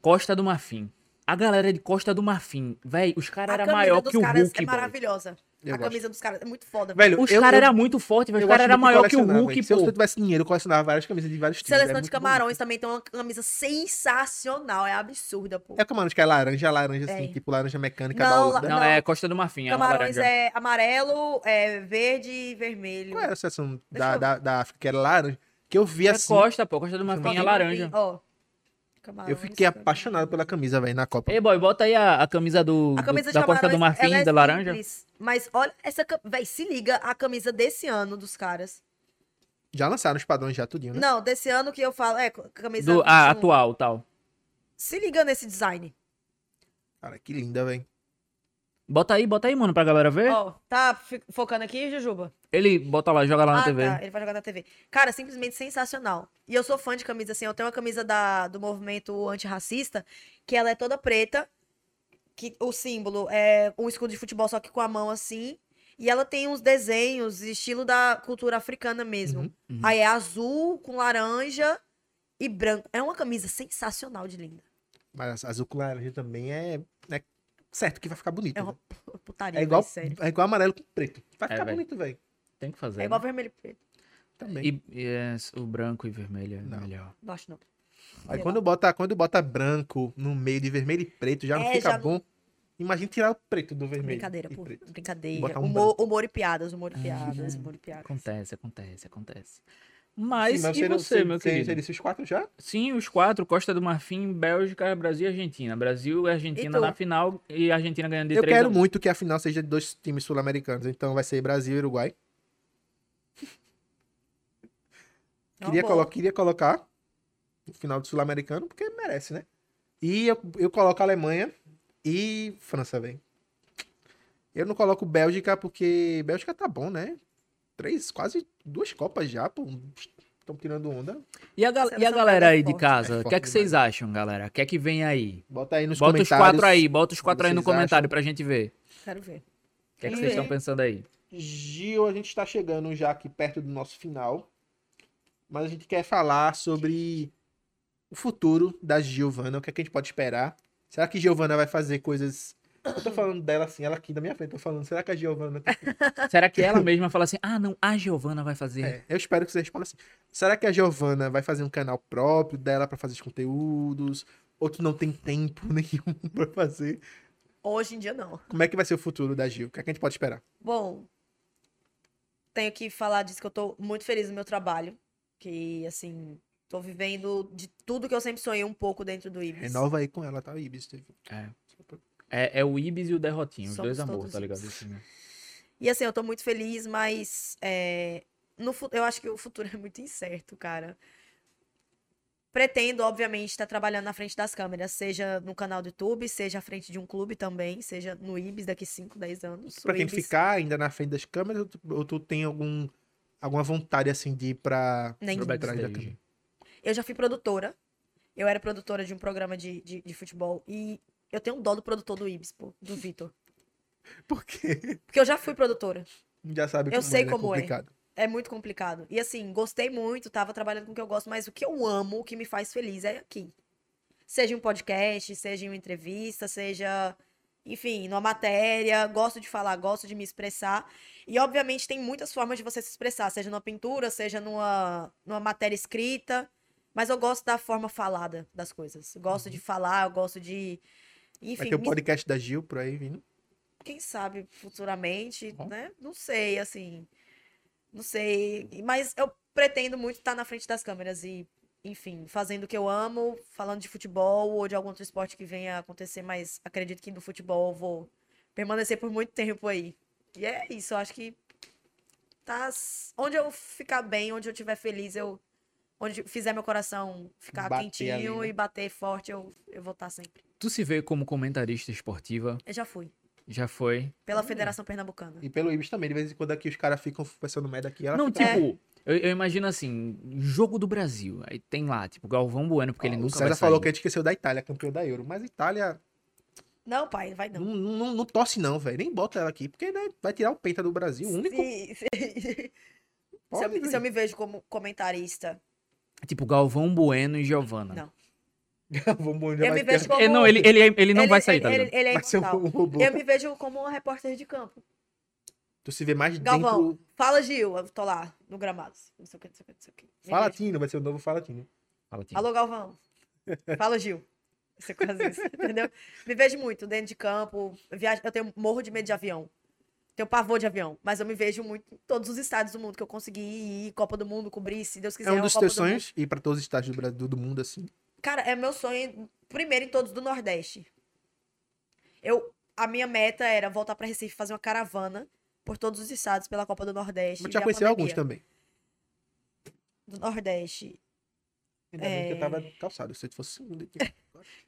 S3: Costa do Marfim. A galera de Costa do Marfim, velho, os
S4: A
S3: caras eram
S4: camisa
S3: maior
S4: dos
S3: que o
S4: caras
S3: Hulk,
S4: é
S3: velho.
S4: maravilhosa.
S2: Eu
S4: a
S2: gosto.
S4: camisa dos caras é muito foda.
S2: Velho,
S3: Os
S2: eu-
S3: caras
S2: eu-
S3: eram muito fortes, velho.
S2: eu
S3: Os caras
S2: gosto
S3: eram
S2: de
S3: maior que o
S2: colecionar,
S3: Hulk,
S2: velho. Se eu
S3: pô.
S2: tivesse dinheiro, eu colecionava várias camisas de vários times.
S4: Seleção
S2: é
S4: de
S2: muito
S4: Camarões também tem uma camisa sensacional. É absurda, pô.
S2: bonito. É o camarões que é laranja, laranja assim,
S4: É.
S2: tipo laranja mecânica
S4: Não,
S2: da
S4: la-
S2: Holanda.
S3: Não,
S4: Não.
S3: é Costa do Marfim, é uma
S4: Camarões
S3: laranja.
S4: é amarelo, é verde e vermelho.
S2: Qual era a seleção
S4: Deixa
S2: da,
S4: eu-
S2: da, da África que era laranja? Que eu vi
S3: É
S2: assim,
S3: Costa, pô. Costa do Marfim
S4: Costa
S3: é
S4: do
S3: laranja.
S4: Marfim, Ó. Camarões,
S2: eu fiquei
S4: cara.
S2: apaixonado pela camisa, velho, na
S4: É.
S2: Copa.
S3: Ei, boy, bota aí a, a camisa do,
S4: A
S3: do-
S4: camisa de
S3: da Costa do
S4: Camarões,
S3: Marfim,
S4: ela é
S3: da laranja.
S4: simples, Mas olha essa. cam- Véi, se liga a camisa desse ano dos caras.
S2: Já lançaram os padrões já, tudinho, né?
S4: Não, desse ano que eu falo. É, camisa.
S3: Do, a
S4: 21.
S3: atual, tal.
S4: Se liga nesse design.
S2: Cara, que linda, velho.
S3: Bota aí, bota aí, mano, pra galera ver.
S4: Ó, tá fi- focando aqui, Jujuba?
S3: Ele bota lá, joga lá na
S4: ah,
S3: TV.
S4: tá. Ele vai jogar na TV. Cara, simplesmente sensacional. E eu sou fã de camisa, assim. Eu tenho uma camisa da, do movimento antirracista, que ela é toda preta, que o símbolo é um escudo de futebol, só que com a mão assim. E ela tem uns desenhos, estilo da cultura africana mesmo.
S2: Uhum,
S3: uhum.
S4: Aí é azul com laranja e branco. É uma camisa sensacional de linda.
S2: Mas azul com laranja também é, é certo que vai ficar bonito.
S4: É
S2: É,
S4: uma p- putaria,
S2: é igual
S4: mas sério.
S2: é igual amarelo com preto. Vai
S3: É,
S2: ficar
S3: véi.
S2: bonito, velho.
S3: Tem que
S2: né?
S3: fazer.
S4: É igual vermelho e preto.
S3: né?
S2: Também.
S3: e, e é s- o branco e vermelho é
S2: Não.
S3: melhor.
S4: Não acho não.
S2: Aí
S4: sei
S2: quando
S4: lá.
S2: bota, quando bota branco no meio de vermelho e preto, já não
S4: É,
S2: fica
S4: já não-
S2: bom. Imagina tirar o preto do vermelho.
S4: Brincadeira,
S2: e
S4: pô.
S2: preto.
S4: Brincadeira.
S2: Botar um Uhum.
S4: humor, humor e piadas, humor e piadas, humor e piadas.
S3: Acontece, acontece, acontece. Mas,
S2: Sim, mas
S3: Ah, e
S2: não-
S3: você, meu
S2: você,
S3: querido?
S2: Você disse os quatro já?
S3: Sim, os quatro, Costa do Marfim, Bélgica, Brasil e Argentina. Brasil e Argentina
S4: tu?
S3: na final e a Argentina ganhando de
S2: Eu
S3: 3
S2: quero
S3: a 1.
S2: muito que a final seja de dois times sul-americanos. Então vai ser Brasil e Uruguai.
S4: É uma
S2: Queria,
S4: boa.
S2: colo- queria colocar o final do sul-americano, porque merece, né? E eu, eu coloco Alemanha e França, velho. Eu não coloco Bélgica, porque Bélgica tá bom, né? Três, quase duas Copas já, pô. Estão tirando onda.
S3: E a, gal-
S4: Seleção
S3: e a galera aí de
S4: forte.
S2: É
S3: casa, o que é que
S2: forte
S3: vocês acham, galera? O que é que vem aí?
S2: Bota aí nos
S3: bota os
S2: comentários.
S3: quatro aí, bota os quatro aí no
S2: vocês acham.
S3: comentário pra gente ver.
S4: Quero ver.
S3: O que é que
S2: Quero
S3: vocês
S2: ver.
S3: estão pensando
S4: *laughs*
S3: aí?
S2: Gil, a gente está chegando já aqui perto do nosso final, mas a gente quer falar sobre o futuro da Giovana, o que, é que a gente pode esperar. Será que Giovana vai fazer coisas. Eu tô falando dela assim, ela aqui na minha frente, eu tô falando, será que a Giovana.
S3: Será que ela mesma fala assim, ah, não, a Giovana vai fazer?
S2: É, eu espero que você responda assim. Será que a Giovana vai fazer um canal próprio dela para fazer os conteúdos? Ou tu não tem tempo *laughs* nenhum para fazer?
S4: Hoje em dia, não.
S2: Como é que vai ser o futuro da Gil? O que, é que a gente pode esperar?
S4: Bom, tenho que falar disso que eu tô muito feliz no meu trabalho. Que, assim, tô vivendo de tudo que eu sempre sonhei um pouco dentro do Ibis.
S2: Renova aí com ela, tá? Ibis.
S3: É, é o Ibis e o Derrotinho, os
S4: Somos
S3: dois amor,
S4: todos
S3: tá ligado?
S4: Ibis.
S3: Assim, né?
S4: E assim, eu tô muito feliz, mas é, no, fu- eu acho que o futuro é muito incerto, cara. Pretendo, obviamente, estar trabalhando na frente das câmeras, seja no canal do YouTube, seja à frente de um clube também, seja no Ibis daqui 5, 10 anos.
S2: Pra
S4: O
S2: quem
S4: Ibis
S2: ficar ainda na frente das câmeras, ou tu, ou tu tem algum, alguma vontade assim de ir pra,
S4: Nem
S2: pra
S3: Pro
S2: trás da
S3: backstage.
S2: câmera?
S4: Eu já fui produtora. Eu era produtora de um programa de, de, de futebol. E eu tenho um dó do produtor do Ibis, pô, do Vitor.
S2: Porque
S4: Porque eu já fui produtora.
S2: já sabe
S4: Eu sei
S2: né?
S4: como é.
S2: complicado.
S4: É muito complicado. E assim, gostei muito, tava trabalhando com o que eu gosto, mas o que eu amo, o que me faz feliz é aqui. Seja um podcast, seja em uma entrevista, seja, enfim, numa matéria. Gosto de falar, gosto de me expressar. E obviamente tem muitas formas de você se expressar, seja numa pintura, seja numa, numa matéria escrita. Mas eu gosto da forma falada das coisas. Eu Gosto de falar, eu gosto de.
S2: Vai
S4: Enfim,
S2: ter o
S4: me
S2: podcast da Gil por aí vindo.
S4: quem sabe futuramente,
S2: Bom.
S4: né? Não sei, assim. Não sei. Mas eu pretendo muito estar na frente das câmeras e, enfim, fazendo o que eu amo, falando de futebol ou de algum outro esporte que venha a acontecer, mas acredito que no futebol eu vou permanecer por muito tempo aí. E é isso, eu acho que tá. Onde eu ficar bem, onde eu estiver feliz, eu. Onde fizer meu coração ficar
S2: Bater
S4: quentinho
S2: ali, né?
S4: e bater forte, eu, eu vou estar sempre.
S3: Tu se vê como comentarista esportiva,
S4: Eu já fui.
S3: já foi.
S4: Pela Federação Pernambucana.
S2: E pelo Ibis também, de vez em quando aqui os caras ficam passando merda aqui. Ela
S3: Não,
S2: fica-
S3: tipo, eu, eu imagino assim, jogo do Brasil. Aí tem lá, tipo, Galvão Bueno, porque ele
S2: Ó,
S3: nunca
S2: o César
S3: vai
S2: falou
S3: sair.
S2: que a gente esqueceu da Itália, campeão da Euro. Mas Itália
S4: Não, pai, vai não.
S2: não, não, não- não torce não, velho. Nem bota ela aqui, porque né, vai tirar o peita do Brasil. O único
S4: Se, se- se eu,
S2: pode,
S4: me- se eu me vejo como comentarista.
S3: Tipo, Galvão Bueno e Giovana.
S4: Não.
S2: velho. *laughs* Vamos
S4: Eu me
S2: vai ter-
S4: vejo como.
S3: É, não, ele, ele, é- ele não
S4: ele-
S3: vai sair,
S4: ele-
S3: tá ligado?
S4: Ele, ele é
S2: *laughs* vai ser
S4: imortal.
S2: um robô.
S4: Eu me vejo como uma repórter de campo.
S2: Tu se vê mais
S4: Galvão,
S2: dentro...
S4: fala, Gil. Eu tô lá, no gramado. Não sei o que, não sei o que, não sei o que. Me
S2: Fala,
S4: vejo.
S2: Tino. Vai ser o novo É Fala, Tino.
S3: Fala, Tim.
S4: Alô, Galvão. Fala, Gil. Isso é quase
S2: *laughs*
S4: isso, entendeu? Me vejo muito dentro de campo. Eu, viajo, eu tenho morro de medo de avião. Tenho pavor de avião. Mas eu me vejo muito em todos os estados do mundo que eu consegui ir. Copa do Mundo, cobrir, se Deus quiser.
S2: É um
S4: uma
S2: dos
S4: Copa
S2: teus
S4: do Mundo.
S2: sonhos ir pra todos os estádios do, Brasil, do mundo, assim.
S4: Cara, é meu sonho, primeiro em todos do Nordeste. Eu, a minha meta era voltar pra Recife fazer uma caravana por todos os estados pela Copa do Nordeste.
S2: Mas já
S4: e a
S2: conheceu alguns
S4: pandemia.
S2: também.
S4: Do Nordeste.
S2: Ainda bem que eu
S4: É.
S2: tava calçado. Se eu fosse um segundo... aqui.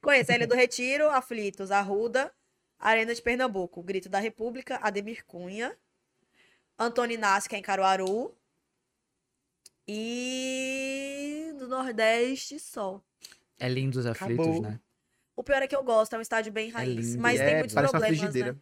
S4: Conheço a Ilha do Retiro, Aflitos, Arruda, Arena de Pernambuco, Grito da República, Ademir Cunha, Antônio Inácio, que é em Caruaru. E do Nordeste, Sol.
S3: É lindo os aflitos,
S2: Acabou.
S3: né?
S4: O pior é que eu gosto, é um estádio bem raiz,
S3: lindo.
S4: mas
S2: é,
S4: tem muitos
S2: parece uma
S4: problemas, né?
S2: frigideira.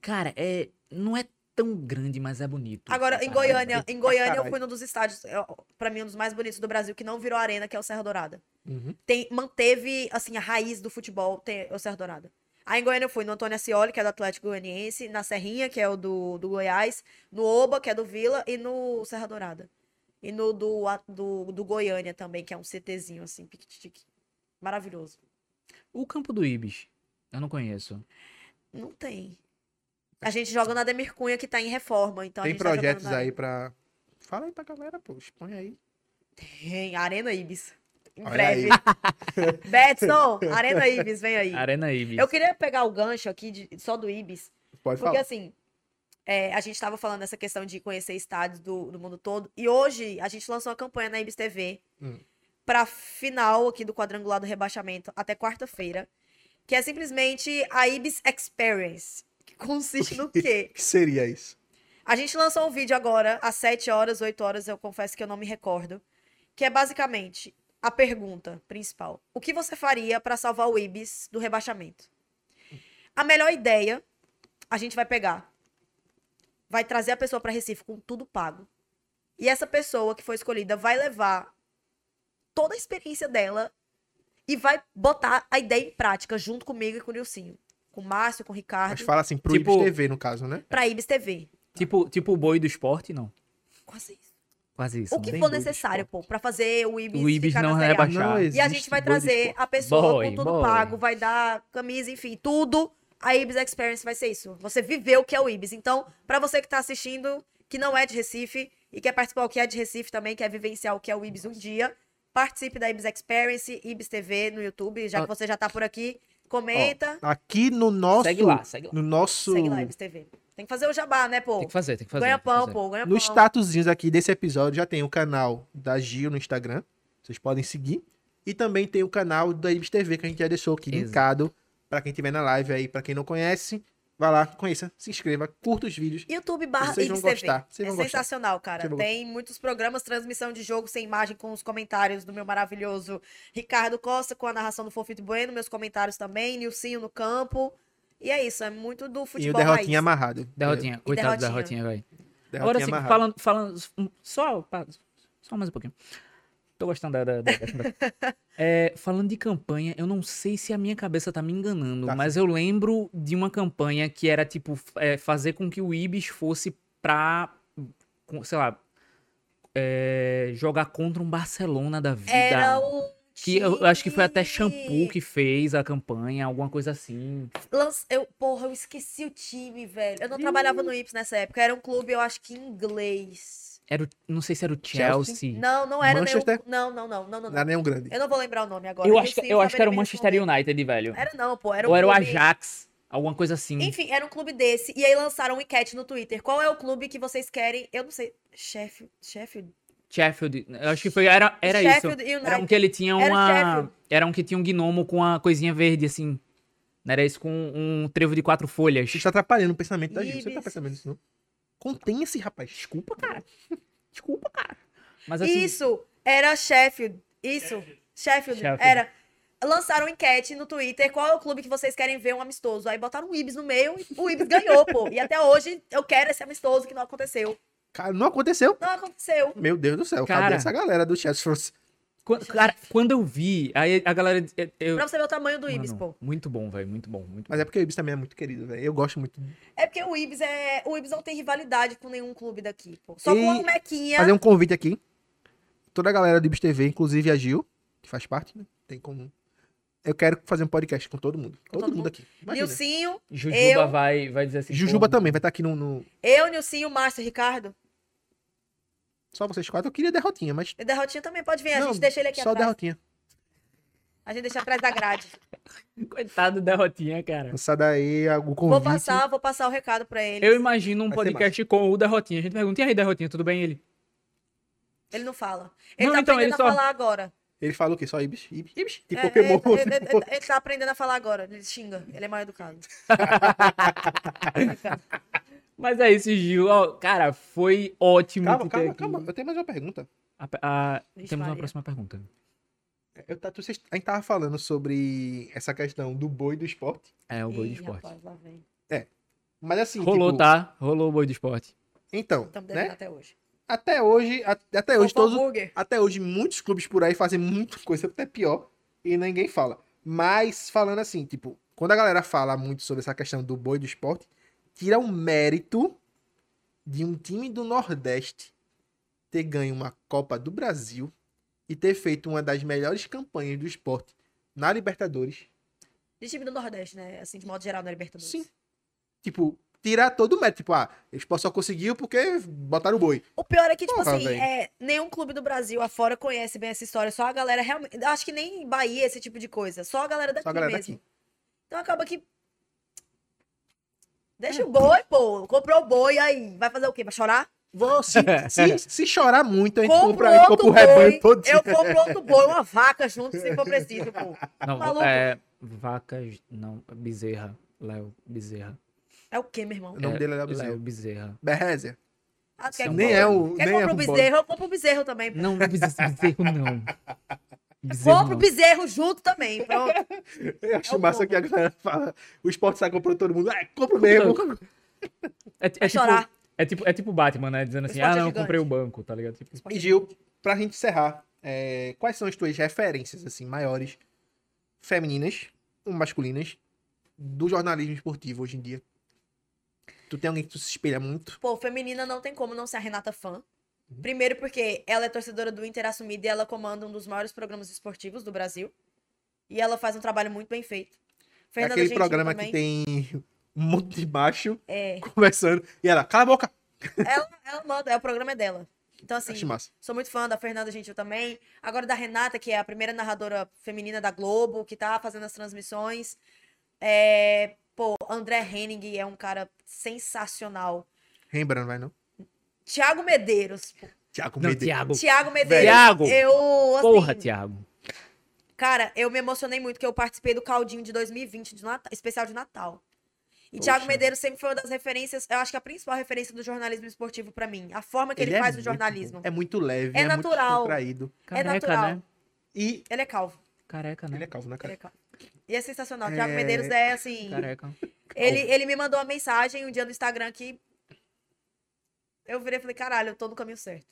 S3: Cara, é, não é tão grande, mas é bonito.
S4: Agora, em
S3: sabe?
S4: Goiânia, em Goiânia eu
S2: caralho.
S4: fui num dos estádios, eu- pra mim, um dos mais bonitos do Brasil, que não virou arena, que é o Serra Dourada.
S2: Uhum.
S4: Tem, manteve, assim, a raiz do futebol, tem, é o Serra Dourada. Aí em Goiânia eu fui no Antônio Ascioli, que é do Atlético Goianiense, na Serrinha, que é o do, do Goiás, no Oba, que é do Vila, e no Serra Dourada. E no do, a- do, do Goiânia também, que é um CTzinho, assim, piquitique. Maravilhoso.
S3: O campo do Ibis. Eu não conheço.
S4: Não tem. A gente joga na Demir Cunha, que tá em reforma, então a
S2: Tem
S4: gente tá jogando
S2: projetos
S4: na
S2: aí pra... Fala aí pra galera, pô. Expõe aí.
S4: Tem, Arena Ibis. Em
S2: Olha
S4: breve. *laughs* Betson, Arena Ibis, vem aí.
S3: Arena Ibis.
S4: Eu queria pegar o gancho aqui de- só do Ibis,
S2: Pode
S4: porque
S2: falar.
S4: assim, é, a gente estava falando dessa questão de conhecer estádios do, do mundo todo, e hoje a gente lançou uma campanha na Ibis TV
S2: Hum.
S4: pra final aqui do quadrangular do rebaixamento até quarta-feira, que é simplesmente a Ibis Experience, que consiste
S2: *laughs*
S4: no quê?
S2: O que seria isso?
S4: A gente lançou um vídeo agora, às 7 horas, 8 horas, eu confesso que eu não me recordo. Que é basicamente a pergunta principal: O que você faria para salvar o Ibis do rebaixamento? A melhor ideia a gente vai pegar, vai trazer a pessoa para Recife com tudo pago. E essa pessoa que foi escolhida vai levar toda a experiência dela e vai botar a ideia em prática junto comigo e com o Nilcinho. Com o Márcio, com o
S2: Mas
S4: Ricardo,
S2: fala assim, pro
S3: Tipo-
S2: Ibis TV, no caso, né?
S4: para Ibis TV.
S3: Tipo, tipo o boi do esporte, não.
S4: Quase isso.
S3: Quase isso.
S4: O
S3: né?
S4: que
S2: tem
S4: for
S2: dúvida,
S4: necessário, pô, pra fazer o Ibis,
S3: O Ibis
S4: ficar
S3: não é né,
S4: na Série A.
S3: rebaixar.
S2: Não existe
S4: E a gente
S2: boi
S4: vai
S2: de
S4: trazer
S2: esporte.
S4: a pessoa
S3: Boy,
S4: com tudo
S3: boy.
S4: pago, vai dar camisa, enfim, tudo. A Ibis Experience vai ser isso. Você viveu o que é o Ibis. Então, pra você que tá assistindo, que não é de Recife e quer participar o que é de Recife também, quer vivenciar o que é o Ibis um dia, participe da Ibis Experience, Ibis TV no YouTube, já
S3: Ó.
S4: que você já tá por aqui, comenta,
S2: Aqui no nosso...
S3: Segue lá, segue lá.
S2: No nosso...
S4: segue lá Ibis TV. Tem que fazer o jabá, né, pô?
S3: Tem que fazer, tem que fazer.
S4: ganha
S3: tem que fazer.
S4: pão, pô, ganha
S2: No
S4: pão.
S2: statuszinhos aqui desse episódio já tem o canal da Gil no Instagram. Vocês podem seguir. E também tem o canal da Ibis TV que a gente já deixou aqui
S3: Exato.
S2: linkado. Pra quem tiver na live aí, pra quem não conhece, vai lá, conheça, se inscreva, curta os vídeos.
S4: YouTube barra
S2: Vocês vão
S4: Ibis TV.
S2: gostar, vocês
S4: é
S2: vão gostar.
S4: sensacional, cara.
S2: Vocês vão
S4: Tem muitos programas, transmissão de jogo sem imagem com os comentários do meu maravilhoso Ricardo Costa, com a narração do Fofito Bueno, meus comentários também, Nilcinho no campo. E é isso, é muito do
S2: e o
S4: futebol
S2: Derrotinha
S4: raiz.
S2: amarrado.
S3: É,
S2: É,
S3: Derrotinha, coitado da derrotinha,
S4: derrotinha.
S3: velho. Agora
S2: Derrotinha
S3: assim,
S2: amarrada.
S3: falando, falando. um, Só, pa- só mais um pouquinho. Tô gostando da. da- da- da
S4: *laughs*
S3: conversa. É, falando de campanha, eu não sei se a minha cabeça tá me enganando,
S2: Tá.
S3: mas eu lembro de uma campanha que era tipo f- é, fazer com que o Ibis fosse pra. com- Sei lá. é, jogar contra um Barcelona da vida.
S4: Era o.
S3: Que eu acho que foi até
S4: time-
S3: Shampoo que fez a campanha, alguma coisa assim.
S4: Lance- Eu, porra, eu esqueci o time, velho. Eu não trabalhava no Ips nessa época. Era um clube, eu acho que inglês.
S3: Era, o- não sei se era o
S2: Chelsea?
S3: Chelsea.
S4: Não, não era nenhum.
S2: Manchester?
S4: Não, não, não, não, não.
S2: Não
S4: não.
S2: era nenhum grande.
S4: Eu não vou lembrar o nome agora.
S3: eu acho que,
S4: preciso
S3: eu acho que era o
S4: saber me
S3: Manchester
S4: responder.
S3: United, velho.
S4: Era não, pô. Era um
S3: Ou era o
S4: clube-
S3: Ajax, alguma coisa assim.
S4: Enfim, era um clube desse. E aí lançaram uma enquete no Twitter. Qual é o clube que vocês querem? Eu não sei. Sheffield. Sheffield?
S3: Sheffield, eu acho que foi, era, era isso.
S4: Sheffield United.
S3: Era um que ele tinha
S4: Era o
S3: uma...
S4: Sheffield.
S3: Era um que tinha um gnomo com a coisinha verde, assim. Não era isso com um trevo de quatro folhas.
S2: Isso está atrapalhando o pensamento da Gil. Você tá
S4: Ibis.
S2: pensando nisso, não? Contenha-se, rapaz. Desculpa, cara. Desculpa, cara.
S3: Mas assim,
S4: Isso. Era Sheffield. Isso. Sheffield.
S3: Sheffield.
S4: Era. Lançaram uma enquete no Twitter. Qual é o clube que vocês querem ver um amistoso? Aí botaram o Ibis no meio e o Ibis ganhou, pô. E até hoje eu quero esse amistoso que não aconteceu.
S2: Cara, não aconteceu.
S4: Não aconteceu.
S2: Meu Deus do céu.
S3: Cara.
S2: Cadê essa galera do Chelsea? France?
S3: quando, cara, quando eu vi, aí a galera... Eu, eu-
S4: Pra você ver o tamanho do Ibis,
S3: Mano,
S4: pô.
S3: Muito bom, velho, muito bom, muito
S2: Mas
S3: bom.
S2: é porque o Ibis também é muito querido, velho. Eu gosto muito.
S4: É porque o Ibis é. O Ibis não tem rivalidade com nenhum clube daqui, pô. Só
S2: E-
S4: com o Mequinha.
S2: Fazer um convite aqui. Toda a galera do Ibis TV, inclusive a Gil, que faz parte, né? Tem comum. Eu quero fazer um podcast com todo mundo. todo,
S4: todo
S2: mundo
S4: mundo.
S2: aqui.
S3: um
S2: Imagina.
S4: Nilcinho,
S3: Jujuba
S4: eu-
S3: vai, vai dizer assim...
S2: Jujuba
S3: pô,
S2: também vai estar aqui no, no-
S4: eu, Nilcinho, Márcio e Ricardo.
S2: Só vocês quatro. Eu queria derrotinha, mas.
S4: E Derrotinha também pode vir. A
S2: Não,
S4: gente deixa ele aqui
S2: Só
S4: atrás.
S2: derrotinha.
S4: A gente deixa atrás
S3: *laughs*
S4: da grade.
S3: Coitado da rotinha, cara.
S2: Essa daí, a- o convite.
S4: Vou passar, vou passar o recado pra ele.
S3: Eu imagino um
S2: Vai ser
S3: podcast com o da rotinha. A gente pergunta, e aí, da rotinha, tudo bem? Ele...
S4: Ele não fala. Ele
S3: Não,
S4: tá
S3: então,
S4: aprendendo
S3: ele só-
S4: a falar agora.
S2: Ele falou o quê? Só Ibis? Ibis? Ibis? Tipo
S4: É,
S2: Pokémon.
S4: é,
S3: né?
S4: ele, ele- ele tá aprendendo a falar agora. Ele xinga. Ele é mal educado.
S3: Mas é isso, Gil. Ó, cara, foi ótimo.
S2: Calma,
S3: te ter
S2: calma,
S3: aqui.
S2: calma. Eu tenho mais uma pergunta.
S3: A pe- a-
S4: Vixe,
S3: temos uma
S4: Maria.
S3: próxima pergunta.
S2: Eu tá- tu- vocês- a gente tava falando sobre essa questão do boi do esporte.
S3: É o boi do
S4: Ih,
S3: esporte.
S4: rapaz, lá vem.
S2: Mas assim.
S3: Rolou,
S2: tipo,
S3: tá? Rolou o boi do esporte.
S2: Então,
S4: Estamos devendo
S2: né?
S4: até hoje.
S2: Até hoje, a-
S3: É,
S2: até hoje,
S4: Fofo
S2: todos,
S4: Hambúrguer.
S2: até hoje, muitos clubes por aí fazem muita coisa até pior e ninguém fala. Mas falando assim, tipo, quando a galera fala muito sobre essa questão do boi do esporte, tira o mérito de um time do Nordeste ter ganho uma Copa do Brasil e ter feito uma das melhores campanhas do esporte na Libertadores.
S4: De time do Nordeste, né? Assim, de modo geral, na Libertadores.
S2: Sim. Tipo, tirar todo o mérito. Tipo, ah, o esporte só conseguiu porque botaram o boi.
S4: O pior é que, tipo
S2: Porra,
S4: assim,
S2: véi.
S4: é, nenhum clube do Brasil afora conhece bem essa história. Só a galera realmente. Acho que nem Bahia, esse tipo de coisa. Só a galera daqui
S2: Só a galera
S4: mesmo.
S2: daqui.
S4: Então acaba que. Deixa o boi, pô. Comprou o boi aí. Vai fazer o quê? Vai chorar?
S2: Vou, *laughs* se, se, se chorar muito, a gente
S4: Compro
S2: compra, a gente compra o rebanho todo.
S4: Eu compro outro boi, uma vaca junto, se for preciso, pô.
S2: Tá
S3: Não,
S4: Maluco.
S3: é. Vacas. Não, bezerra. Léo Bezerra.
S4: É o quê, meu irmão?
S2: O nome
S3: É,
S2: dele é Léo Bezerra.
S3: Léo Bezerra.
S2: Berrezer.
S4: Ah, tu quer
S3: São
S4: que
S2: Nem é o.
S4: Quer
S2: nem
S4: comprar
S2: é
S4: o
S2: um
S4: bezerro? Eu compro o bezerro também. pô.
S3: Não, bezerro
S2: *laughs*
S3: não. Bezerro
S4: Compro o
S3: não.
S4: bezerro junto também. Pronto.
S2: bode. Eu acho
S4: É o
S2: massa
S4: bobo.
S2: que a galera fala. O esporte sai comprando todo mundo. É, compra mesmo.
S3: É, ti- é tipo,
S4: chorar.
S3: é tipo é tipo Batman, né? Dizendo assim,
S4: esporte
S3: ah,
S4: é
S3: não, eu
S4: gigante.
S3: comprei o banco, tá ligado? Tipo,
S2: E Gil, pra gente encerrar, é, quais são as tuas referências, assim, maiores, femininas ou masculinas, do jornalismo esportivo hoje em dia? Tu tem alguém que tu se espelha muito? É
S4: Pô, feminina não tem como não ser a Renata fã.
S2: Uhum.
S4: Primeiro porque ela é torcedora do Inter assumida e ela comanda um dos maiores programas esportivos do Brasil. E ela faz um trabalho muito bem feito.
S2: É
S4: Fernanda
S2: aquele
S4: Gentil
S2: programa
S4: também.
S2: que tem um monte de macho
S4: É,
S2: conversando. E ela, cala a boca!
S4: ela, ela manda, é, o programa é dela. Então, assim,
S2: Acho massa.
S4: Sou muito fã da Fernanda Gentil também. Agora da Renata, que é a primeira narradora feminina da Globo, que tá fazendo as transmissões. É, pô, André Henning é um cara sensacional.
S2: Rembrandt, vai não?
S4: Tiago Medeiros.
S2: Tiago
S3: não,
S2: Medeiros.
S3: Tiago.
S4: Tiago Medeiros.
S3: Thiago!
S4: Eu, assim,
S3: Porra, Tiago.
S4: Cara, eu me emocionei muito que eu participei do Caldinho de 2020, de Natal- especial de Natal. E Thiago
S2: Poxa.
S4: Medeiros sempre foi uma das referências, eu acho que a principal referência do jornalismo esportivo pra mim. A forma que ele,
S2: é
S4: faz o
S2: muito
S4: jornalismo.
S2: bom, É muito leve,
S4: É
S2: é, muito
S4: natural.
S2: contraído.
S3: Careca,
S4: natural.
S3: né?
S2: E
S4: Ele é calvo.
S3: Careca, né?
S2: ele é calvo, né,
S4: Ele é
S2: cara?
S4: calvo. E é sensacional. Thiago
S2: É,
S4: Medeiros é assim.
S3: Careca.
S4: Ele, ele me mandou uma mensagem um dia no Instagram que. Eu virei e falei, caralho, eu tô no caminho certo.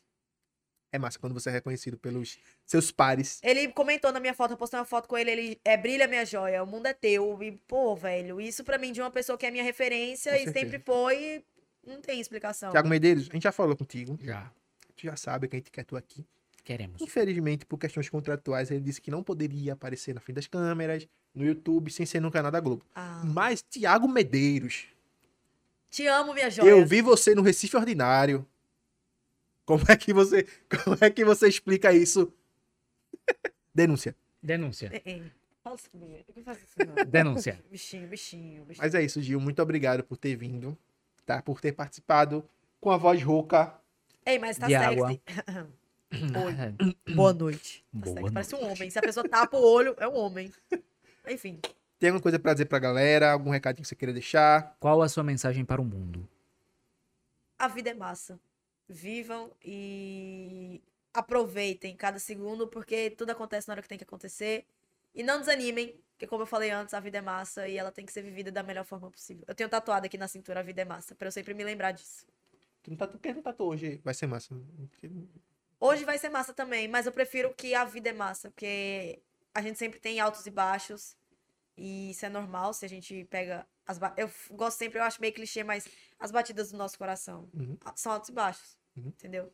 S2: É massa quando você é reconhecido pelos seus pares.
S4: Ele comentou na minha foto, eu postei uma foto com ele, ele é brilha minha joia, o mundo é teu. E, pô, velho, isso pra mim de uma pessoa que é minha referência
S2: Com
S4: e
S2: certeza.
S4: sempre foi, não tem explicação.
S2: Tiago Medeiros, a gente já falou contigo.
S3: Já.
S2: Tu já sabe que a gente quer tu aqui.
S3: Queremos.
S2: Infelizmente, por questões contratuais, ele disse que não poderia aparecer na frente das câmeras, no YouTube, sem ser no canal da Globo.
S4: Ah,
S2: Mas, Tiago Medeiros,
S4: te amo, minha joia.
S2: eu vi você no Recife Ordinário. Como é que você, como é que você explica isso? *laughs* Denúncia.
S3: Denúncia.
S4: É, é. Nossa, minha, eu não faço isso
S2: É.
S4: não. *laughs*
S3: Denúncia.
S4: Bichinho, bichinho, bichinho.
S2: Mas é isso, Gil. Muito obrigado por ter vindo, tá? Por ter participado com a voz rouca.
S4: Ei, mas tá
S3: De
S4: sexy.
S3: água.
S4: Oi. Boa noite. Tá
S3: Boa
S4: sexy,
S3: noite.
S4: Parece um homem. Se a pessoa tapa o olho, é um
S2: *laughs*
S4: homem. Enfim.
S2: Tem alguma coisa pra dizer pra galera? Algum recadinho que você queira deixar?
S3: Qual a sua mensagem para o mundo?
S4: a vida é massa. Vivam e aproveitem cada segundo, porque tudo acontece na hora que tem que acontecer. E não desanimem, porque como eu falei antes, a vida é massa e ela tem que ser vivida da melhor forma possível. Eu tenho tatuado aqui na cintura, a vida é massa, pra eu sempre me lembrar disso.
S2: Tu não tatu, por que não tatuou hoje? Vai ser massa.
S4: Hoje vai ser massa também, mas eu prefiro que a vida é massa, porque a gente sempre tem altos e baixos. E isso é normal se a gente pega as ba... Eu f- gosto sempre, eu acho meio clichê, mas as batidas do nosso coração
S2: Uhum.
S4: a- são altos e baixos,
S2: Uhum.
S4: entendeu?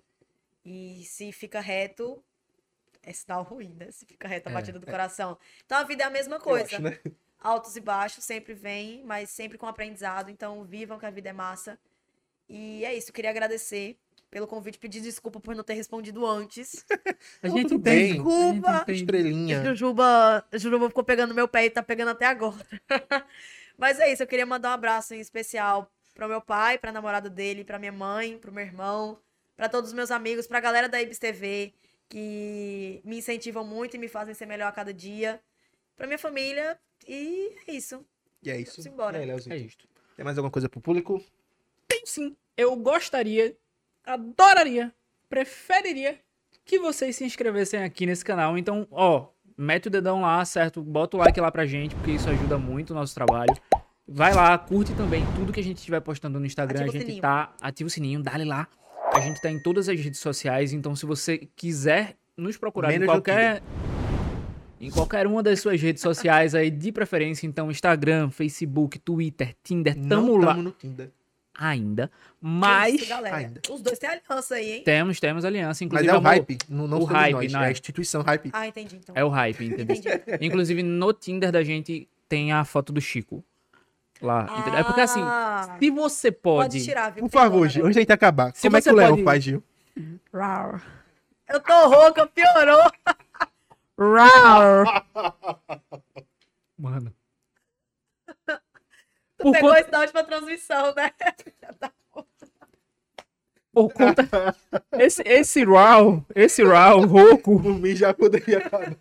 S4: E se fica reto, é sinal ruim, né? Se fica reto a
S3: É,
S4: batida do coração. Então a vida é a mesma coisa.
S2: Eu acho, né?
S4: Altos e baixos sempre vem, mas sempre com aprendizado. Então vivam que a vida é massa. E é isso, queria agradecer pelo convite, pedir desculpa por não ter respondido antes.
S3: A
S2: gente
S3: gente
S2: tem-
S3: tem.
S2: Ah.
S4: Desculpa.
S2: Estrelinha.
S4: Jujuba, Jujuba ficou pegando meu pé e tá pegando até agora. *laughs* Mas é isso, eu queria mandar um abraço em especial pro meu pai, pra namorada dele, pra minha mãe, pro meu irmão, pra todos os meus amigos, pra galera da Ibis TV, que me incentivam muito e me fazem ser melhor a cada dia, pra minha família, e é isso.
S2: E é isso.
S4: Vamos embora.
S2: E aí,
S3: É
S2: Leozinho?
S3: isto.
S2: Tem mais alguma coisa pro público?
S3: Tem sim. Eu gostaria, adoraria, preferiria que vocês se inscrevessem aqui nesse canal. Então, ó, mete o dedão lá, certo? Bota o like lá pra gente, porque isso ajuda muito o nosso trabalho. Vai lá, curte também tudo que a gente estiver postando no Instagram.
S4: Ativa o
S3: a gente
S4: sininho.
S3: tá. Ativa o sininho, dale lá. A gente tá em todas as redes sociais, então se você quiser nos procurar em
S2: Menos
S3: qualquer. Em qualquer uma das suas redes sociais aí, de preferência, então, Instagram, Facebook, Twitter, Tinder,
S2: Não
S3: tamo lá
S2: tamo no Tinder.
S3: ainda.
S4: É
S3: Mas
S4: isso, galera.
S2: ainda.
S4: Os dois têm aliança aí, hein?
S3: temos, temos aliança.
S2: Mas
S3: Inclusive, um
S2: é o
S3: amor,
S2: hype. Não, não
S3: O
S2: somos
S3: hype,
S2: nós.
S3: não
S2: É
S3: é.
S2: a instituição hype.
S4: Ah, entendi então.
S3: É o hype, entendeu?
S4: Entendi.
S3: *laughs* Inclusive, no Tinder da gente tem a foto do Chico. Lá. entendeu? É porque assim,
S4: Ah,
S3: se você pode.
S4: pode tirar, viu?
S2: Por
S4: Tem
S2: favor,
S4: dona,
S2: Gil.
S4: né?
S2: Onde a gente acabar?
S3: Se
S2: Como é
S3: você
S2: que o Leão
S3: pode-
S2: faz, Gil?
S3: é-
S4: Rar. Eu tô rouca, piorou.
S2: *laughs*
S3: Rar! Mano.
S4: Tu
S3: *laughs* Por
S4: pegou
S3: conta-
S4: isso da última transmissão, né? *laughs*
S3: Por conta. Esse, esse raw, esse raw rouco,
S2: Por mim já poderia acabar.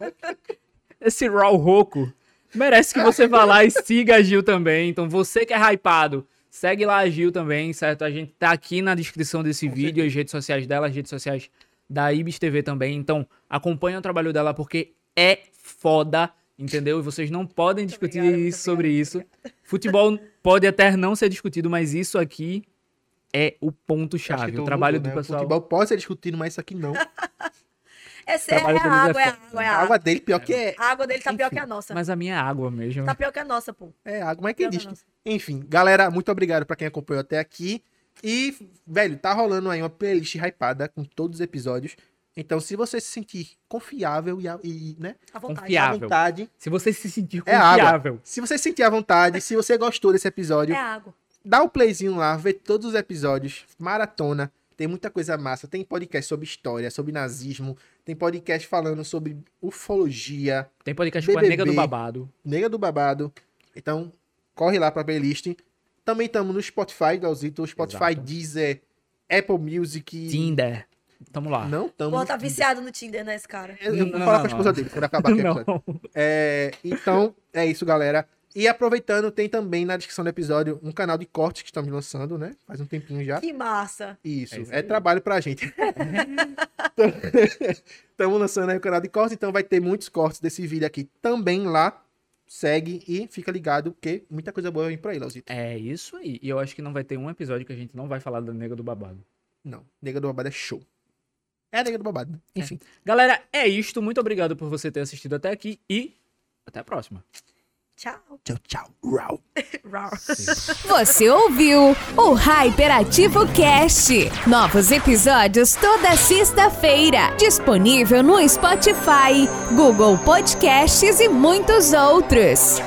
S3: esse raw rouco, merece que você vá lá e siga a Gil também. Então, você que é hypado, segue lá a Gil também, certo? A gente tá aqui na descrição desse
S2: Com
S3: vídeo, as redes sociais dela, as redes sociais da Ibis TV também. Então, acompanha o trabalho dela porque é foda, entendeu? E vocês não podem discutir
S4: obrigada, muito
S3: isso sobre
S4: obrigada,
S3: isso. Futebol pode até não ser discutido, mas isso aqui é o
S2: Acho que
S3: ponto-chave. O
S2: todo
S3: trabalho
S2: mundo,
S3: do
S2: né?
S3: pessoal.
S2: O futebol pode ser discutido, mas isso aqui *laughs* não.
S4: É sério,
S3: Trabalho
S4: é
S3: deles é
S4: água, é
S3: foda,
S4: água, é
S2: A
S4: água.
S2: água dele, pior que é,
S4: A água dele tá pior
S3: Enfim,
S4: que a nossa.
S3: Mas a minha é água mesmo.
S4: Tá pior que a nossa, pô.
S2: é água, mas quem
S4: Pior que a
S2: diz?
S4: nossa.
S2: Enfim, galera, muito obrigado pra quem acompanhou até aqui. E, velho, tá rolando aí uma playlist hypada com todos os episódios. Então, se você se sentir confiável e, a- e né,
S4: À
S3: Confiar.
S4: vontade.
S2: à
S3: Confiável.
S2: vontade,
S3: Se você se sentir
S2: É água.
S3: confiável.
S2: se você se sentir à vontade, se você gostou desse episódio,
S4: É água.
S2: dá o playzinho lá, vê todos os episódios, maratona. Tem muita coisa massa. Tem podcast sobre história, sobre nazismo. Tem podcast falando sobre ufologia,
S3: Tem podcast com a
S2: BBB.
S3: nega do babado.
S2: nega do babado. Então, corre lá pra playlist. Também estamos no Spotify, Galzito. Spotify,
S3: Exato.
S2: Deezer, Apple Music.
S3: Tinder. Tamo lá.
S2: Não estamos.
S4: Pô, tá viciado no Tinder, né, esse cara?
S2: Eu, eu vou
S3: Não,
S2: falar com a
S3: não.
S2: esposa dele quando acabar aqui. a episódio.
S3: *laughs* Não.
S2: É, então, é isso, galera. E aproveitando, tem também na descrição do episódio um canal de cortes que estamos lançando, né? Faz um tempinho já.
S4: Que massa.
S2: Isso,
S3: É isso
S2: é,
S3: aí.
S2: trabalho pra gente.
S3: *laughs*
S2: Estamos lançando aí o canal de cortes, então vai ter muitos cortes desse vídeo aqui também lá. Segue e fica ligado, porque muita coisa boa vem por aí, É, Leozito.
S3: É isso aí. E eu acho que não vai ter um episódio que a gente não vai falar da nega do babado.
S2: Não, nega do babado é show. É a nega do babado, né? Enfim.
S3: Galera, é isto. Muito obrigado por você ter assistido até aqui e até a próxima.
S4: Tchau.
S2: Tchau, tchau. Rau.
S4: Rau.
S1: Você ouviu o Hyperativo Cast. Novos episódios toda sexta-feira. Disponível no Spotify, Google Podcasts e muitos outros.